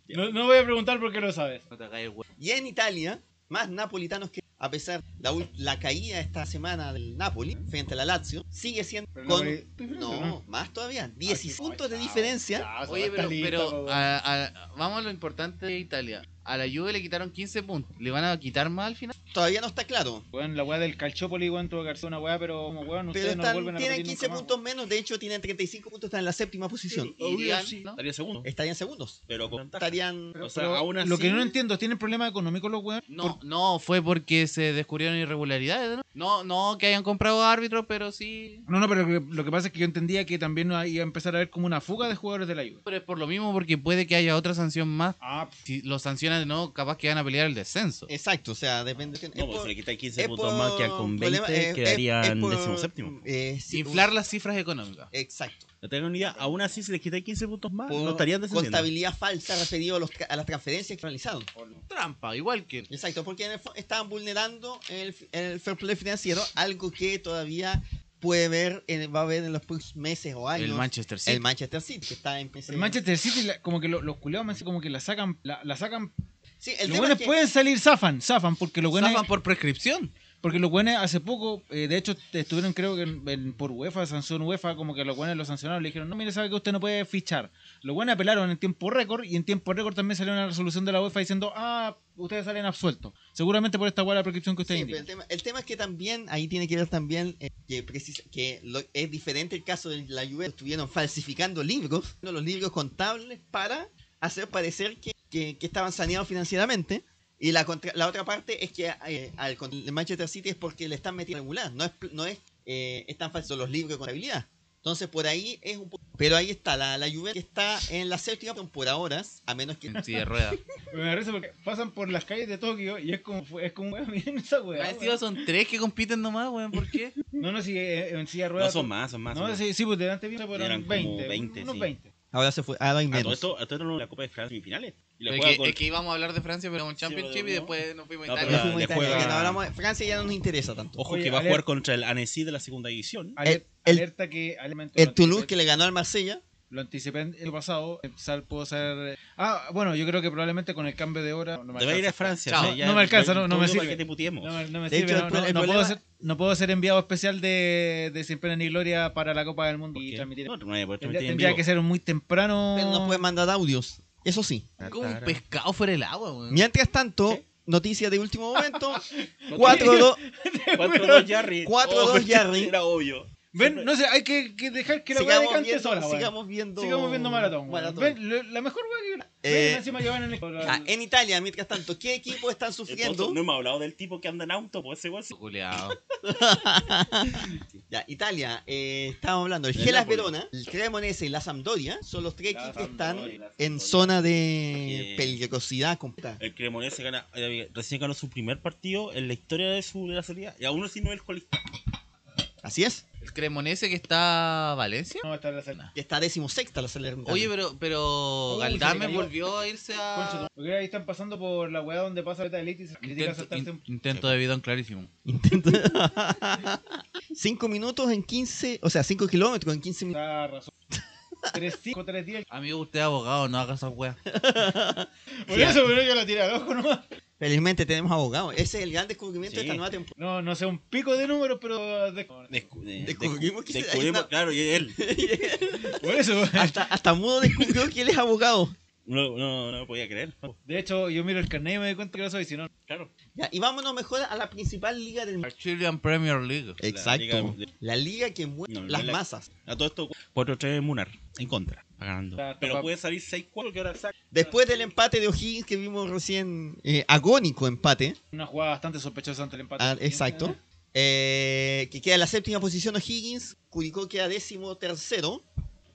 Speaker 8: No, no voy a preguntar por qué lo sabes.
Speaker 5: No te hagas el hue-
Speaker 4: Y en Italia, más napolitanos que a pesar de la, ul- la caída esta semana del Napoli frente a la Lazio, sigue siendo
Speaker 17: Pero
Speaker 4: con...
Speaker 17: no hay diferencia,
Speaker 4: no,
Speaker 17: ¿no? Ah,
Speaker 4: más todavía, 16
Speaker 17: Ay,
Speaker 4: puntos de
Speaker 17: chao,
Speaker 4: diferencia.
Speaker 8: Ah,
Speaker 17: chao, esa
Speaker 5: Oye,
Speaker 17: weá
Speaker 5: pero,
Speaker 17: está lista,
Speaker 5: pero ah.
Speaker 17: po,
Speaker 5: a- a- vamos a lo importante de Italia. A la Juve le quitaron 15 puntos. ¿Le van a quitar más al final?
Speaker 4: Todavía no está claro.
Speaker 17: Weón, la weá del Calchópoli, weón, tuvo que hacer una weá, pero como weón,
Speaker 4: Pero
Speaker 17: ustedes no
Speaker 4: están-
Speaker 17: vuelven a
Speaker 4: tienen
Speaker 17: repetir
Speaker 4: 15
Speaker 17: nunca más,
Speaker 4: puntos menos, de hecho tienen 35 puntos, están en la séptima posición.
Speaker 5: Irían, ¿no?
Speaker 9: Estaría segundo.
Speaker 4: Estarían segundos, pero
Speaker 9: Con ventaja.
Speaker 4: estarían...
Speaker 9: o sea, aún así.
Speaker 8: Lo que no entiendo, ¿tienen problemas económicos los weones?
Speaker 5: No, no, fue porque se descubrieron irregularidades, ¿no? No, no que hayan comprado árbitros, pero sí.
Speaker 8: No, no, pero lo que, lo que pasa es que yo entendía que también iba a empezar a haber como una fuga de jugadores de la Juve.
Speaker 5: Pero es por lo mismo, porque puede que haya otra sanción más.
Speaker 17: Ah, p-
Speaker 5: Si los sancionan de nuevo, capaz que van a pelear el descenso.
Speaker 8: Eh,
Speaker 4: Exacto, o sea, depende... es
Speaker 9: No, pues
Speaker 4: por-
Speaker 9: si le quitan 15
Speaker 4: es
Speaker 9: puntos
Speaker 4: por
Speaker 9: más, quedan con 20,
Speaker 4: problema- eh, es- es
Speaker 9: quedarían
Speaker 4: por-
Speaker 9: décimo séptimo.
Speaker 4: eh, sí,
Speaker 5: Inflar las cifras económicas.
Speaker 4: Exacto.
Speaker 9: No tengo ni idea. Aún así, si le quitan 15 puntos más,
Speaker 4: Por
Speaker 9: Ah, no estarían descendiendo.
Speaker 4: contabilidad falsa referido a, los tra- a las transferencias que realizaron.
Speaker 5: Trampa, igual que.
Speaker 4: Exacto, porque en el fo- estaban vulnerando el, fi- el fair play financiero, algo que todavía puede ver, en- va a ver en los próximos meses o años.
Speaker 5: El Manchester City.
Speaker 4: El Manchester City, que está en ese-
Speaker 8: El Manchester City, la- como que lo- los culeados me dicen como que la sacan, la, la sacan.
Speaker 4: Sí, el tema
Speaker 8: los
Speaker 4: es
Speaker 8: buenos
Speaker 4: que
Speaker 8: pueden salir, zafan, zafan, porque los buenos,
Speaker 5: Zafan por prescripción.
Speaker 8: porque los buenos hace poco, eh, de hecho, te- estuvieron creo que en- en- por UEFA, sanción UEFA, como que los buenos lo sancionaron, le dijeron, no, mire, sabe que usted no puede fichar. Los buenos apelaron en tiempo récord y en tiempo récord también salió una resolución de la UEFA diciendo, ah, ustedes salen absueltos. Seguramente por esta buena prescripción que
Speaker 4: Sí,
Speaker 8: ustedes
Speaker 4: pero
Speaker 8: indican.
Speaker 4: el, tema, el tema es que también, ahí tiene que ver también eh, que, precisa- que lo- es diferente el caso de la Juve, estuvieron falsificando libros, ¿no? los libros contables para hacer parecer que, que- que estaban saneados financieramente. Y la, contra- la otra parte es que eh, al con- el Manchester City es porque le están metiendo regular, no es, pl- no es, eh, es tan falso los libros de contabilidad. Entonces por ahí es un poco... Pero ahí está, la, la Juve que está en la séptima por ahora, a menos que...
Speaker 5: Sí, de rueda.
Speaker 8: Me da risa porque pasan por las calles de Tokio y es como, es como, [LAUGHS] "Weón, miren esa weá,
Speaker 5: Más
Speaker 8: [LAUGHS] weón".
Speaker 5: encima son tres que compiten nomás, weón. ¿Por qué?
Speaker 8: No, no, si eh, en silla de
Speaker 9: No,
Speaker 8: ruedas.
Speaker 9: son más, son más. son
Speaker 8: No,
Speaker 9: más.
Speaker 8: sí, sí, pues delante vimos fueron
Speaker 9: Eran como
Speaker 8: 20,
Speaker 9: 20,
Speaker 8: unos
Speaker 9: sí.
Speaker 8: 20.
Speaker 4: Ahora se fue, ahora hay
Speaker 9: A Ah, todo
Speaker 4: menos.
Speaker 9: esto, a todo esto la Copa de Francia semifinales. Y le
Speaker 5: Es
Speaker 9: juega
Speaker 5: que,
Speaker 9: con.
Speaker 5: es que íbamos a hablar de Francia, pero un championship y
Speaker 9: no.
Speaker 5: después nos fuimos a
Speaker 9: No, pero
Speaker 4: Ya
Speaker 5: Italia.
Speaker 9: la-
Speaker 4: fuimos a
Speaker 9: le
Speaker 4: Italia,
Speaker 9: juega-
Speaker 4: ya no hablamos de Francia ya no nos interesa tanto.
Speaker 9: Ojo
Speaker 8: Oye,
Speaker 9: que va a
Speaker 8: Ale-
Speaker 9: jugar contra el Annecy de la segunda división.
Speaker 8: Aler-
Speaker 4: el-
Speaker 8: alerta que alimento
Speaker 4: El Toulouse que le ganó al Marsella.
Speaker 8: lo anticipé en el pasado, eh, sal puedo ser eh, Ah, bueno, yo creo que probablemente con el cambio de hora no, no me
Speaker 9: Te va a ir a
Speaker 8: alcanza.
Speaker 9: Francia.
Speaker 5: Chao.
Speaker 9: o sea, ya-
Speaker 8: No me alcanza, no- no me
Speaker 9: todo
Speaker 8: sirve.
Speaker 9: para que te puteemos.
Speaker 8: No, me- no me
Speaker 4: De
Speaker 8: sirve,
Speaker 4: hecho, el
Speaker 8: no,
Speaker 4: pro-
Speaker 8: no-
Speaker 4: el
Speaker 8: no puedo
Speaker 4: problema-
Speaker 8: ser no puedo ser enviado especial de, de Sin Pena ni Gloria para la Copa del Mundo y
Speaker 9: ¿Qué?
Speaker 8: transmitir.
Speaker 9: No, no voy a poder
Speaker 8: Tendría,
Speaker 9: transmitir en
Speaker 8: tendría
Speaker 9: vivo.
Speaker 8: que ser muy temprano.
Speaker 4: Pero no puede mandar audios. Eso sí.
Speaker 5: Como un pescado fuera del agua,
Speaker 9: Ah.
Speaker 5: weón.
Speaker 4: Mientras tanto, noticias de último
Speaker 9: [LAUGHS]
Speaker 4: momento. 4-2
Speaker 9: Cuatro, dos, Jarry.
Speaker 4: 4-2
Speaker 9: [LAUGHS] pues,
Speaker 4: Jarry.
Speaker 9: Era obvio.
Speaker 8: Ven, no sé, hay que, que dejar que la weá
Speaker 4: sigamos,
Speaker 8: decante
Speaker 4: viendo,
Speaker 8: sola, weón.
Speaker 4: sigamos viendo.
Speaker 8: Sigamos viendo maratón. weón.
Speaker 4: Maratón.
Speaker 8: Ven, lo- la mejor weá que
Speaker 4: Eh,
Speaker 8: Ven, encima llevan en el
Speaker 4: Ah, en Italia, mientras tanto, ¿qué equipos están
Speaker 9: Entonces,
Speaker 4: sufriendo?
Speaker 9: no hemos hablado del tipo que anda en auto, pues ese weón sí.
Speaker 5: Culeado.
Speaker 4: Ya, Italia, eh, estábamos hablando. El
Speaker 9: El
Speaker 4: Gelas
Speaker 9: Napoli.
Speaker 4: Verona, el Cremonese y la Sampdoria son los tres
Speaker 9: La
Speaker 4: equipos que
Speaker 9: Sampdoria,
Speaker 4: están
Speaker 9: la
Speaker 4: en
Speaker 9: Sampdoria.
Speaker 4: zona
Speaker 9: Porque-
Speaker 4: de peligrosidad completa.
Speaker 9: El Cremonese gana, eh, recién ganó su primer partido en la historia de su de la salida y aún así no es el colista.
Speaker 4: Así es.
Speaker 5: El Cremonese que está Valencia.
Speaker 8: No, está la cena.
Speaker 4: Que está decimosexta la Salernitana.
Speaker 5: Oye, pero, pero
Speaker 8: Uy,
Speaker 5: Galdame
Speaker 8: se le cayó.
Speaker 5: volvió a irse a.
Speaker 8: Porque ahí están pasando por la weá donde pasa Beta Elite y se critica
Speaker 5: Intento,
Speaker 8: saltarse
Speaker 5: in- intento de bidón clarísimo.
Speaker 4: Intento. [LAUGHS] 5 minutos en 15, o sea, 5 kilómetros en 15 minutos.
Speaker 8: Da razón. 3-5, 3-10.
Speaker 5: Amigo, usted es abogado, no haga esa [LAUGHS] weá.
Speaker 8: Por eso, pero yo la tiré al ojo nomás.
Speaker 4: Felizmente tenemos abogados. Ese es el gran descubrimiento de
Speaker 9: Sí.
Speaker 4: esta nueva temporada.
Speaker 8: No, no sé, un pico de números, pero. de-
Speaker 9: Descu- eh,
Speaker 4: Descubrimos que se-
Speaker 9: descubrimos,
Speaker 4: hay una-
Speaker 9: claro,
Speaker 4: [LAUGHS]
Speaker 9: y él.
Speaker 8: Por eso,
Speaker 4: Hasta, hasta Mudo descubrió
Speaker 9: [LAUGHS]
Speaker 4: que él es abogado.
Speaker 9: No, no, no lo podía creer.
Speaker 8: [LAUGHS] De hecho, yo miro el carnet y me doy cuenta que lo soy, si no.
Speaker 9: Claro.
Speaker 4: Ya, y vámonos mejor a la principal liga del mundo.
Speaker 5: Chilean Premier League.
Speaker 4: Exacto.
Speaker 9: La liga-
Speaker 4: La liga que mueve
Speaker 9: No, no
Speaker 4: las
Speaker 9: la-
Speaker 4: masas.
Speaker 9: A todo esto, 4-3 Munar en contra, va ganando.
Speaker 8: Está- está
Speaker 9: Pero
Speaker 8: pa-
Speaker 9: puede salir 6-4 que
Speaker 4: [LAUGHS]
Speaker 9: ahora saca.
Speaker 4: Después del empate de O'Higgins que vimos recién, eh, agónico empate,
Speaker 8: Una jugada bastante sospechosa ante el empate.
Speaker 4: ah, exacto, eh, que queda en la séptima posición O'Higgins, Curicó queda décimo tercero,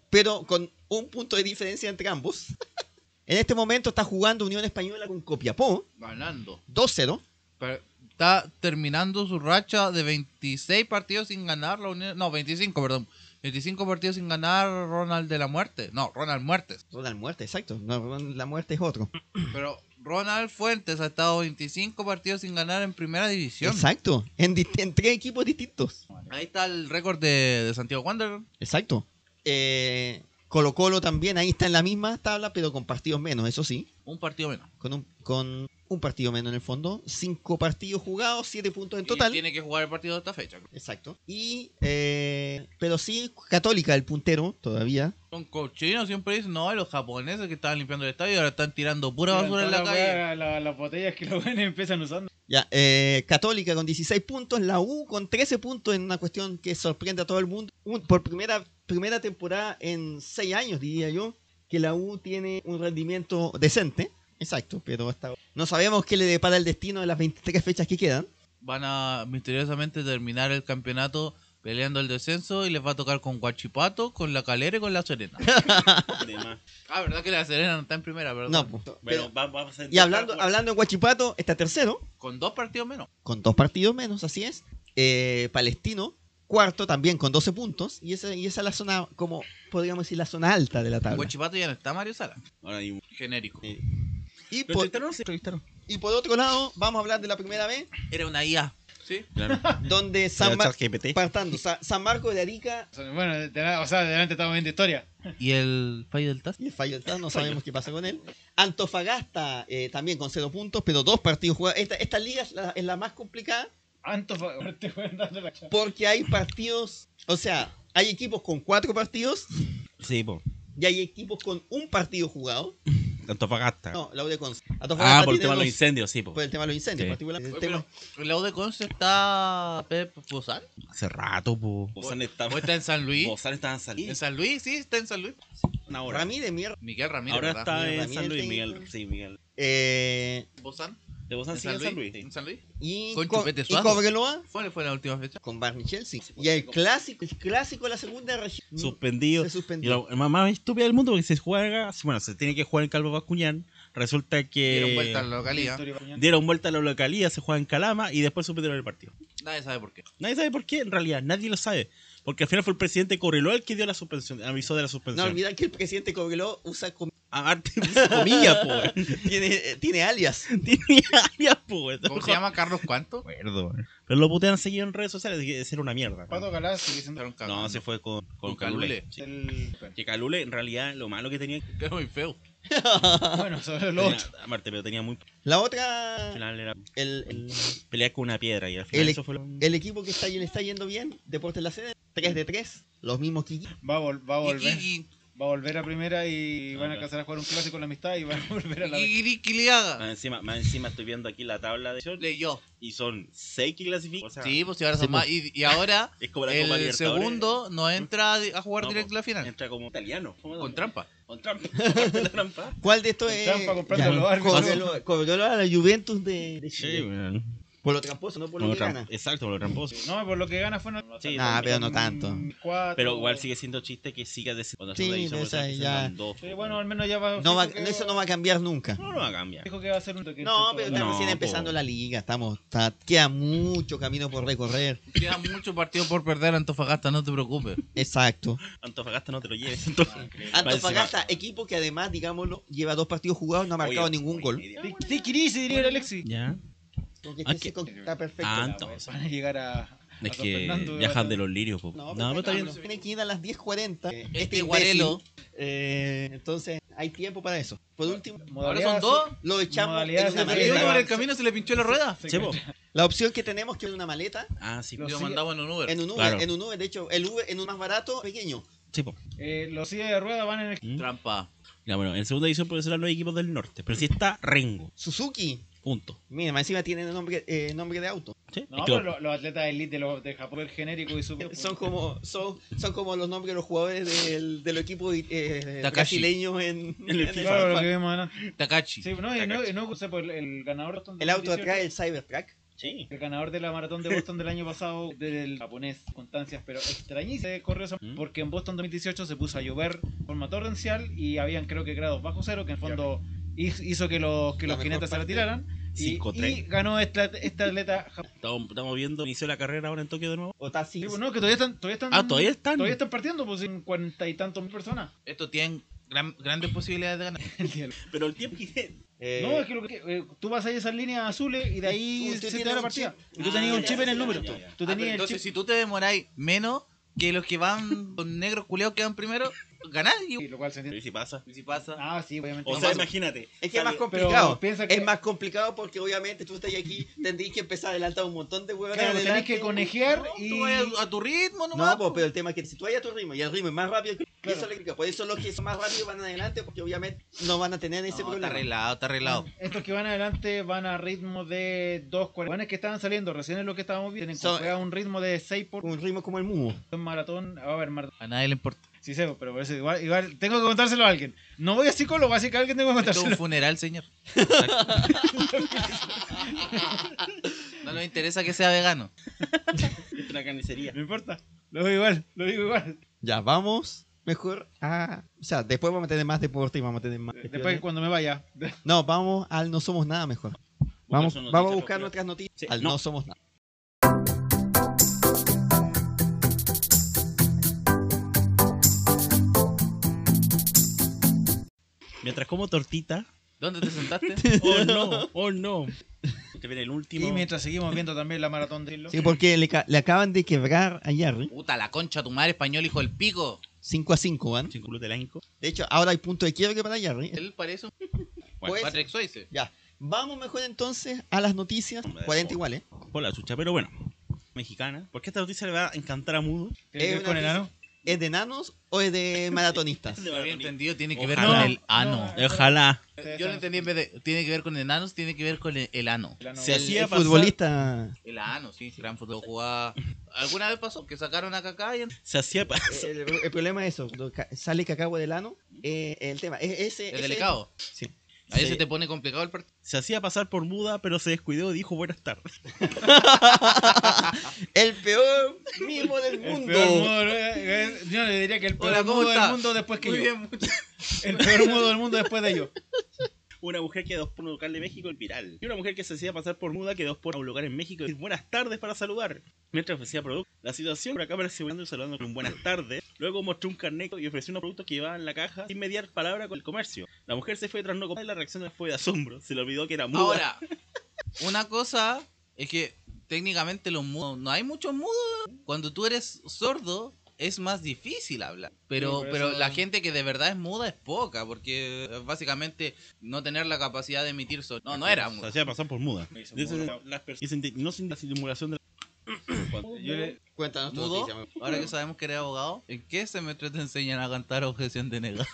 Speaker 4: pero con un punto de diferencia entre ambos. [LAUGHS] en este momento está jugando Unión Española con Copiapó,
Speaker 5: Ganando.
Speaker 4: 2-0.
Speaker 5: Pero está terminando su racha de 26 partidos sin ganar la Unión. No, 25, perdón. 25 partidos sin ganar Ronald de la Muerte. No, Ronald Muertes.
Speaker 4: Ronald Muerte, exacto. No, Ronald la muerte es otro.
Speaker 5: Pero Ronald Fuentes ha estado 25 partidos sin ganar en primera división.
Speaker 4: Exacto. En, dist- en tres equipos distintos.
Speaker 5: Ahí está el récord de, de Santiago Wanderers.
Speaker 4: Exacto. Eh, Colo Colo también ahí está en la misma tabla, pero con partidos menos, eso sí.
Speaker 5: Un partido menos.
Speaker 4: Con un, con un partido menos en el fondo, cinco partidos jugados, siete puntos en total.
Speaker 18: Y tiene que jugar el partido de esta fecha.
Speaker 4: Exacto. Y, eh, pero sí, Católica, el puntero, todavía.
Speaker 5: Son cochinos, siempre dicen, no, los japoneses que estaban limpiando el estadio ahora están tirando pura basura en la calle.
Speaker 8: las botellas que los buenos empiezan usando.
Speaker 4: Ya, eh, Católica con 16 puntos, la U con 13 puntos en una cuestión que sorprende a todo el mundo. Un- por primera, primera temporada en 6 años, diría yo, que la U tiene un rendimiento decente. Exacto, pero hasta no sabemos qué le depara el destino de las 23 fechas que quedan.
Speaker 5: Van a misteriosamente terminar el campeonato peleando el descenso y les va a tocar con Guachipato, con La Calera y con La
Speaker 4: [LAUGHS]
Speaker 5: Serena.
Speaker 9: Además.
Speaker 5: ah, verdad que La Serena no está en primera, ¿verdad?
Speaker 4: No, pues,
Speaker 9: Bueno, pues.
Speaker 4: pero-
Speaker 9: va- vamos a hacer
Speaker 4: y hablando, hablando en Huachipato, está tercero,
Speaker 5: Con dos partidos menos.
Speaker 4: con dos partidos menos, así es. Eh, Palestino, cuarto también con 12 puntos. Y esa, y esa es la zona, como podríamos decir, la zona alta de la tabla.
Speaker 5: Guachipato ya no está Mario Sala.
Speaker 9: Ahora hay un-
Speaker 5: Genérico.
Speaker 4: Y
Speaker 9: ¿Lo
Speaker 4: por,
Speaker 9: entrevistaron o se entrevistaron?
Speaker 4: y por otro lado, vamos a hablar de la primera vez.
Speaker 5: Era una IA.
Speaker 4: donde San, Mar- partando, Sa- San Marcos de Arica
Speaker 8: Bueno, de- de- o sea, delante estamos viendo historia.
Speaker 5: ¿Y el fallo del TAS?
Speaker 4: y el fallo está,
Speaker 9: [LAUGHS]
Speaker 4: no sabemos qué pasa con él. Antofagasta eh, también con cero puntos, pero dos partidos jugados. Esta, esta liga es la, es la más complicada
Speaker 8: Antofagasta, [LAUGHS] te voy dando la chapa.
Speaker 4: porque hay partidos, o sea, hay equipos con cuatro partidos
Speaker 9: Sí, po.
Speaker 4: y hay equipos con un partido jugado.
Speaker 9: Antofagasta.
Speaker 4: No, la U de Conce.
Speaker 9: ah,
Speaker 4: Antofagasta
Speaker 9: por el
Speaker 4: tiene
Speaker 9: tema de los
Speaker 4: dos- Pues-
Speaker 9: incendios, sí, po.
Speaker 4: Por el tema de los incendios,
Speaker 9: Sí.
Speaker 4: particular. el
Speaker 5: Oye,
Speaker 4: tema-
Speaker 5: pero ¿El lado de Conce está Pep
Speaker 9: [LAUGHS]
Speaker 5: Bozal?
Speaker 9: Hace rato, po. Bozán está,
Speaker 4: Pues,
Speaker 5: ¿O está en San Luis?
Speaker 9: Bozán estaban saliendo.
Speaker 5: ¿En San Luis? Sí, está en San Luis.
Speaker 9: Ahora,
Speaker 4: Ramírez, mierda.
Speaker 5: Miguel Ramírez,
Speaker 9: ahora
Speaker 5: ¿verdad?
Speaker 9: está
Speaker 4: Miguel
Speaker 9: en San Luis,
Speaker 4: Ramírez,
Speaker 9: Miguel.
Speaker 4: técnico.
Speaker 9: Sí, Miguel.
Speaker 4: Eh,
Speaker 5: ¿Bozán?
Speaker 9: De Bozán
Speaker 5: ¿En
Speaker 9: sigue en San Luis. sí.
Speaker 5: ¿En San Luis?
Speaker 4: y,
Speaker 5: Con
Speaker 4: Co-
Speaker 5: Chupete
Speaker 4: y
Speaker 5: Suazo.
Speaker 4: Cobreloa
Speaker 5: ¿Cuál fue la última fecha?
Speaker 4: con Barney Chelsea. Y el clásico, el clásico de la segunda región.
Speaker 9: Suspendido.
Speaker 4: Se suspendió.
Speaker 9: Y la- la más estúpida del mundo porque se juega, bueno, se tiene que jugar en Calvo Bascuñán. Resulta que
Speaker 5: Dieron vuelta a la localidad.
Speaker 9: dieron vuelta a la localidad, se juega en Calama y después suspendieron el partido.
Speaker 5: Nadie sabe
Speaker 9: [LAUGHS]
Speaker 5: por qué.
Speaker 9: Nadie sabe por qué, en realidad, nadie lo sabe. Porque al final fue el presidente Correloa el que dio la suspensión, avisó de la
Speaker 4: No
Speaker 9: suspensión.
Speaker 4: olvidar que el presidente Cobreloa usa com-
Speaker 9: Ah, arte, [LAUGHS] puso comillas, po. weón. [LAUGHS]
Speaker 4: tiene, eh, tiene alias.
Speaker 9: Tiene áreas, po. weón.
Speaker 5: ¿Cómo se llama Carlos cuánto?
Speaker 9: No me acuerdo, weón. Pero lo putean seguido en redes sociales, así que ese era una mierda.
Speaker 8: Pato Galás sigue siendo
Speaker 5: Estaron cagando.
Speaker 9: No, se fue con, con,
Speaker 5: Con
Speaker 9: Calule.
Speaker 5: Calule.
Speaker 9: Sí.
Speaker 8: el...
Speaker 9: Que Calule, en realidad, lo malo que tenía.
Speaker 5: Quedó muy feo.
Speaker 4: Ah.
Speaker 8: Bueno, sobre lo
Speaker 9: tenía
Speaker 8: otro.
Speaker 9: aparte, pero tenía muy.
Speaker 4: La
Speaker 9: Al
Speaker 4: otra,
Speaker 9: final era
Speaker 4: el, el,
Speaker 9: pelear con una piedra y al final
Speaker 4: El-
Speaker 9: eso fue lo.
Speaker 4: el equipo que está, le está yendo bien, Deportes La Sede, 3 de 3, los mismos que
Speaker 8: Va a, vol- va a volver.
Speaker 5: Y- y-
Speaker 8: Va a volver a primera y van
Speaker 9: Ah,
Speaker 8: a alcanzar a jugar un clásico en la amistad y van a [LAUGHS] volver a la
Speaker 5: y- y- y- Kiliaga.
Speaker 9: Más encima, más encima estoy viendo aquí la tabla de
Speaker 5: Leyó.
Speaker 9: y son 6 que clasifican. O Ah. sea,
Speaker 5: Sí, pues y ahora
Speaker 9: sí,
Speaker 5: son más. Y, y ahora
Speaker 9: [LAUGHS] es como la Copa
Speaker 5: el
Speaker 9: Libertadores.
Speaker 5: segundo no entra a jugar
Speaker 9: No, pues.
Speaker 5: directo a la final.
Speaker 9: entra como italiano. ¿Cómo
Speaker 5: Con
Speaker 9: se llama?
Speaker 5: trampa.
Speaker 9: Con trampa. [LAUGHS] Con ah. trampa.
Speaker 4: ¿Cuál de estos
Speaker 8: Con
Speaker 4: es?
Speaker 8: trampa, comprando
Speaker 4: Ya,
Speaker 8: los árbitros.
Speaker 4: Cobreloa- Cobreloa, la Juventus de, de Chile.
Speaker 9: Sí, weón.
Speaker 4: Por lo tramposo, no por lo
Speaker 9: Como
Speaker 4: que
Speaker 9: tram-
Speaker 4: gana.
Speaker 9: Exacto, por lo tramposo.
Speaker 8: No, por lo que gana fue... No,
Speaker 9: Sí,
Speaker 4: Nah,
Speaker 9: también.
Speaker 4: pero no tanto.
Speaker 8: Cuatro.
Speaker 9: Pero igual sigue siendo chiste que siga descendiendo. Cuando
Speaker 4: Sí,
Speaker 9: son de ahí, son
Speaker 4: esa
Speaker 9: personas que
Speaker 4: ya-
Speaker 9: se dan dos.
Speaker 8: Sí, bueno, al menos ya va...
Speaker 4: No va-
Speaker 8: dijo que-
Speaker 4: eso no va a cambiar nunca.
Speaker 9: No lo va a cambiar.
Speaker 8: Dijo que va a ser un toque.
Speaker 4: No, pero está
Speaker 9: No,
Speaker 4: recién
Speaker 9: po.
Speaker 4: empezando la liga, estamos, está- queda mucho camino por recorrer.
Speaker 5: Queda mucho partido por perder Antofagasta, no te preocupes.
Speaker 4: Exacto.
Speaker 9: [LAUGHS] Antofagasta no te lo lleves. Entonces,
Speaker 4: Antofagasta, equipo que además, digámoslo, lleva dos partidos jugados, no ha marcado ningún gol.
Speaker 8: Te querís, diría el Alexis.
Speaker 9: Ya.
Speaker 4: Porque
Speaker 9: Ah,
Speaker 4: este
Speaker 9: que-
Speaker 4: seco está perfecto.
Speaker 9: Ah,
Speaker 8: Ah, bueno, Van a llegar a. a
Speaker 9: Es
Speaker 8: San
Speaker 9: que
Speaker 8: Fernando,
Speaker 9: viajas
Speaker 8: ¿verdad?
Speaker 9: de los lirios, po. No, pero está bien.
Speaker 4: Tiene que ir a las 10.40. eh,
Speaker 5: Este
Speaker 4: imbécil.
Speaker 5: Guarelo.
Speaker 4: Eh, entonces, hay tiempo para eso. Por último,
Speaker 5: Ahora
Speaker 8: Modalidad
Speaker 5: son dos.
Speaker 4: lo echamos en
Speaker 8: modalidad
Speaker 4: una
Speaker 8: se-
Speaker 5: ¿Y uno por el
Speaker 4: maleta.
Speaker 5: camino se le pinchó la rueda?
Speaker 8: se-
Speaker 9: Sí, po.
Speaker 4: La opción que tenemos que es una maleta
Speaker 9: Ah, sí.
Speaker 8: Los-
Speaker 5: Lo
Speaker 8: sigue.
Speaker 5: mandamos en un Uber.
Speaker 4: en un Uber.
Speaker 9: Claro.
Speaker 4: En un Uber, de hecho, el Uber en un más barato, pequeño.
Speaker 9: Sí, po.
Speaker 8: eh, los sillas de ruedas van en el.
Speaker 5: Trampa.
Speaker 9: Ya, bueno, en segunda división pueden ser los equipos del norte. Pero sí está Rengo.
Speaker 4: Suzuki.
Speaker 9: Punto.
Speaker 4: Mira, más encima tienen nombre, eh, nombre de auto.
Speaker 9: Sí.
Speaker 8: No, pero lo- los atletas de elite de, los, de Japón, el genérico y su.
Speaker 4: [LAUGHS]
Speaker 8: [LAUGHS]
Speaker 4: Son como, son, son como los nombres de los jugadores del, del equipo eh,
Speaker 5: Takashi.
Speaker 4: brasileño en, en el
Speaker 8: Claro, lo que
Speaker 4: FIFA.
Speaker 8: vemos adelante.
Speaker 5: Takachi.
Speaker 8: Sí, no, y no, y no, o sea, pues, el, el ganador. de
Speaker 4: El auto
Speaker 8: 2018,
Speaker 4: atrás, el Cybertruck.
Speaker 9: Sí.
Speaker 8: El ganador de la maratón de Boston del año pasado, del japonés, constancias, pero extrañísimo eh, corrió esa-
Speaker 9: ¿Mm?
Speaker 8: porque en Boston 2018 se puso a llover de forma torrencial y habían, creo que, grados bajo cero, que en el fondo hiz- hizo que los, que
Speaker 4: La
Speaker 8: los
Speaker 4: mejor
Speaker 8: jinetes se
Speaker 4: parte.
Speaker 8: retiraran. Y,
Speaker 9: 5-3.
Speaker 8: y ganó esta, esta atleta japonesa.
Speaker 9: Estamos, estamos viendo, inició la carrera ahora en Tokio de nuevo.
Speaker 4: O taxi.
Speaker 8: No, que todavía están, todavía están.
Speaker 9: Ah, todavía están.
Speaker 8: Todavía están partiendo, pues en cuarenta y tantos mil personas. [LAUGHS]
Speaker 5: Esto tienen gran- grandes posibilidades de ganar.
Speaker 9: Pero el tiempo que [LAUGHS]
Speaker 4: Eh,
Speaker 8: no, es que, lo que eh, tú vas a esas líneas azules y de ahí
Speaker 4: Tú- tú
Speaker 8: se te
Speaker 4: tienes
Speaker 8: da la
Speaker 4: un
Speaker 8: partida.
Speaker 4: chip.
Speaker 8: Y tú
Speaker 9: Ah,
Speaker 8: tenías un
Speaker 9: ya,
Speaker 8: chip en
Speaker 9: ya,
Speaker 8: el número.
Speaker 9: ya, ya.
Speaker 8: Tú
Speaker 5: Ah, pero
Speaker 8: tenías el
Speaker 5: entonces,
Speaker 8: chip.
Speaker 5: [LAUGHS] si tú te demoráis menos que los que van con negros culeados que van primero, ganar y,
Speaker 8: Sí, lo cual se entiende.
Speaker 9: Y si pasa.
Speaker 5: y si pasa.
Speaker 8: Ah, sí, obviamente.
Speaker 9: O
Speaker 8: No
Speaker 9: sea,
Speaker 8: pasa.
Speaker 9: imagínate.
Speaker 4: Es que es más
Speaker 9: sale-
Speaker 4: complicado.
Speaker 8: Pero piensa que-
Speaker 4: Es más complicado porque obviamente tú estás aquí, tendrías que empezar a adelantar un montón de huevos.
Speaker 8: Claro, tenés que conejear y.
Speaker 5: Tú vas a, a tu ritmo
Speaker 4: No,
Speaker 5: nomás.
Speaker 4: po, pero el tema es que si tú vayas a tu ritmo y el ritmo es más rápido, que- y eso es lo que Por eso los que son más rápidos van adelante porque obviamente no van a tener ese
Speaker 5: No, está
Speaker 4: problema.
Speaker 5: arreglado, está arreglado.
Speaker 8: Estos que van adelante van a ritmo de 2.40. Bueno, es que estaban saliendo, recién es lo que estábamos viendo. Tienen que
Speaker 4: Son-
Speaker 8: jugar a un ritmo de 6 por
Speaker 4: Un ritmo como el mudo.
Speaker 8: un maratón. Va a haber maratón.
Speaker 5: A nadie le [LAUGHS] importa.
Speaker 8: Sí, sé, pero por eso igual, igual tengo que contárselo a alguien. No voy a psicólogo, así que a alguien tengo que
Speaker 5: Esto es un
Speaker 8: contárselo.
Speaker 5: funeral, señor. [LAUGHS] no nos interesa que sea vegano.
Speaker 9: Una carnicería.
Speaker 8: [LAUGHS] No importa, lo digo igual, lo digo igual.
Speaker 4: Ya, vamos mejor a... O sea, después vamos a tener más deporte y vamos a tener más...
Speaker 8: Ah. Después cuando me vaya.
Speaker 5: [LAUGHS]
Speaker 4: No, vamos al No Somos Nada mejor. Vamos,
Speaker 9: sus
Speaker 4: vamos a
Speaker 9: noticias
Speaker 4: buscar
Speaker 9: locura.
Speaker 4: nuestras noticias
Speaker 9: Sí,
Speaker 4: al
Speaker 9: no.
Speaker 4: no. Somos Nada.
Speaker 9: Mientras como tortita.
Speaker 5: ¿Dónde te [LAUGHS] sentaste?
Speaker 9: [LAUGHS] Oh no, [LAUGHS] oh no. Te viene el último.
Speaker 8: Y mientras seguimos viendo también la maratón de Hilo.
Speaker 4: Sí, porque le, ca- le acaban de quebrar a Jerry
Speaker 5: Puta, la concha, tu madre español, hijo del pico.
Speaker 4: 5 a 5, ¿van?
Speaker 9: Sin culo del ahínco.
Speaker 4: De hecho, ahora hay punto de quiebre para Jerry.
Speaker 5: Él parece un.
Speaker 4: Pues-
Speaker 5: Patrick Swayze.
Speaker 4: Ya, vamos mejor entonces a las noticias. 40 igual, ¿eh?
Speaker 9: Por la chucha, pero bueno. Mexicana. Porque esta noticia le va a encantar a Mudo.
Speaker 8: ¿Tiene que ver
Speaker 4: Es
Speaker 8: con
Speaker 4: una
Speaker 8: enano?
Speaker 4: ¿Es de enanos o es de maratonistas?
Speaker 5: [LAUGHS]
Speaker 9: De
Speaker 5: Lo había
Speaker 9: Barbarita.
Speaker 5: entendido, tiene que ver
Speaker 9: Ojalá.
Speaker 5: con el ano. eh,
Speaker 9: Ojalá.
Speaker 5: Yo lo entendí en vez de. Tiene que ver con enanos, tiene que ver con el, el ano.
Speaker 8: El ano.
Speaker 9: Se
Speaker 4: El,
Speaker 9: hacía
Speaker 4: el
Speaker 9: pasar-
Speaker 4: futbolista.
Speaker 5: El ano, sí, gran fútbol. Jugaba... ¿Alguna vez pasó que sacaron a Kaká y en-
Speaker 9: Se hacía pa- [LAUGHS]
Speaker 4: El, el problema es eso, cuando ca- sale cacao del ano, eh, el tema. Es, ese,
Speaker 5: es
Speaker 4: ese-
Speaker 5: delicado?
Speaker 4: Sí.
Speaker 5: Ahí
Speaker 9: Sí.
Speaker 5: se te pone complicado el partido.
Speaker 9: se hacía pasar por muda, pero se descuidó y dijo buenas tardes.
Speaker 4: El peor mimo del
Speaker 8: El
Speaker 4: mundo.
Speaker 8: peor modo, eh, yo le diría que el peor
Speaker 5: Hola, ¿cómo
Speaker 8: modo del
Speaker 5: está?
Speaker 8: mundo después que
Speaker 5: Muy
Speaker 8: yo.
Speaker 5: bien, mucho.
Speaker 8: El peor modo del mundo después de yo.
Speaker 9: Una mujer quedó por un local de México, el viral. Y una mujer que se hacía pasar por muda, quedó por un lugar en México y decir buenas tardes para saludar. Mientras ofrecía productos, la situación por acá apareció y saludando con un [LAUGHS] buenas tardes. Luego mostró un carnet y ofreció unos productos que llevaba en la caja sin mediar palabra con el comercio. La mujer se fue tras no comprar y la reacción fue de asombro. Se le olvidó que era muda.
Speaker 5: Ahora, una cosa es que técnicamente los mudos, no hay muchos mudos. Cuando tú eres sordo es más difícil hablar. Pero,
Speaker 8: Sí, por
Speaker 5: pero
Speaker 8: eso-
Speaker 5: la gente que de verdad es muda es poca, porque eh, básicamente no tener la capacidad de emitir sonido. No, no era
Speaker 9: Se
Speaker 5: mudo.
Speaker 9: hacía pasar por muda.
Speaker 8: hizo
Speaker 9: Entonces,
Speaker 8: muda.
Speaker 9: las personas- y se enti- no sin la simulación de la...
Speaker 8: Yo le-
Speaker 4: Cuéntanos tu
Speaker 5: Mudo,
Speaker 4: noticia. amigo.
Speaker 5: ahora que sabemos que eres abogado, ¿en qué semestre te enseñan a cantar objeción de negar?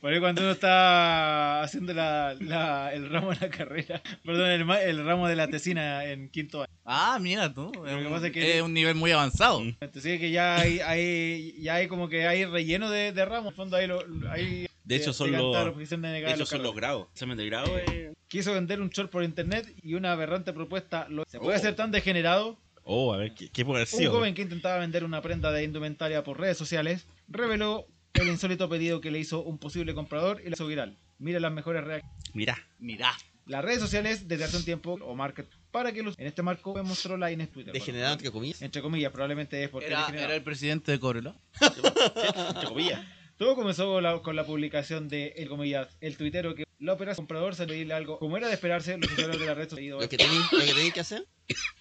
Speaker 8: Por ahí cuando uno está haciendo la, la- el ramo de la carrera, [LAUGHS] perdón, el, ma- el ramo de la tesina en quinto año.
Speaker 5: [LAUGHS] Ah, mira tú.
Speaker 8: Lo que
Speaker 5: Es un,
Speaker 8: pasa es que-
Speaker 5: es un nivel muy avanzado.
Speaker 8: Entonces que ya hay, hay- ya hay como que hay relleno de, de ramos. En el fondo hay lo- lo- hay-
Speaker 9: De hecho,
Speaker 8: se
Speaker 9: son
Speaker 8: canta
Speaker 9: los-
Speaker 8: la oposición de negar
Speaker 9: De
Speaker 8: a
Speaker 9: hecho,
Speaker 8: los
Speaker 9: son los
Speaker 8: cargos.
Speaker 9: grados. Eh, El examen de grado es...
Speaker 8: Quiso vender un short por internet y una aberrante propuesta. lo- ¿Se puede
Speaker 9: Oh.
Speaker 8: ser tan degenerado?
Speaker 9: Oh, a ver, ¿qué, qué puede haber
Speaker 8: Un
Speaker 9: sido?
Speaker 8: joven que intentaba vender una prenda de indumentaria por redes sociales reveló el insólito pedido que le hizo un posible comprador y la hizo viral. Mira las mejores reacciones.
Speaker 9: Mirá.
Speaker 5: Mirá.
Speaker 8: Las redes sociales desde hace un tiempo o market para que los en este marco me mostró la Inés Twitter. bueno,
Speaker 4: Degenerado, entre comillas.
Speaker 8: entre comillas, probablemente es porque
Speaker 5: Era,
Speaker 8: es degenerado.
Speaker 5: era el presidente de Corelo.
Speaker 9: Entre comillas.
Speaker 8: Todo comenzó con la, con la publicación de el comillas, el tuitero que la operación comprador se pedirle algo. Como era de esperarse, los usuarios de la red social
Speaker 4: [LAUGHS] Lo que tenéis lo que, tenéis que hacer.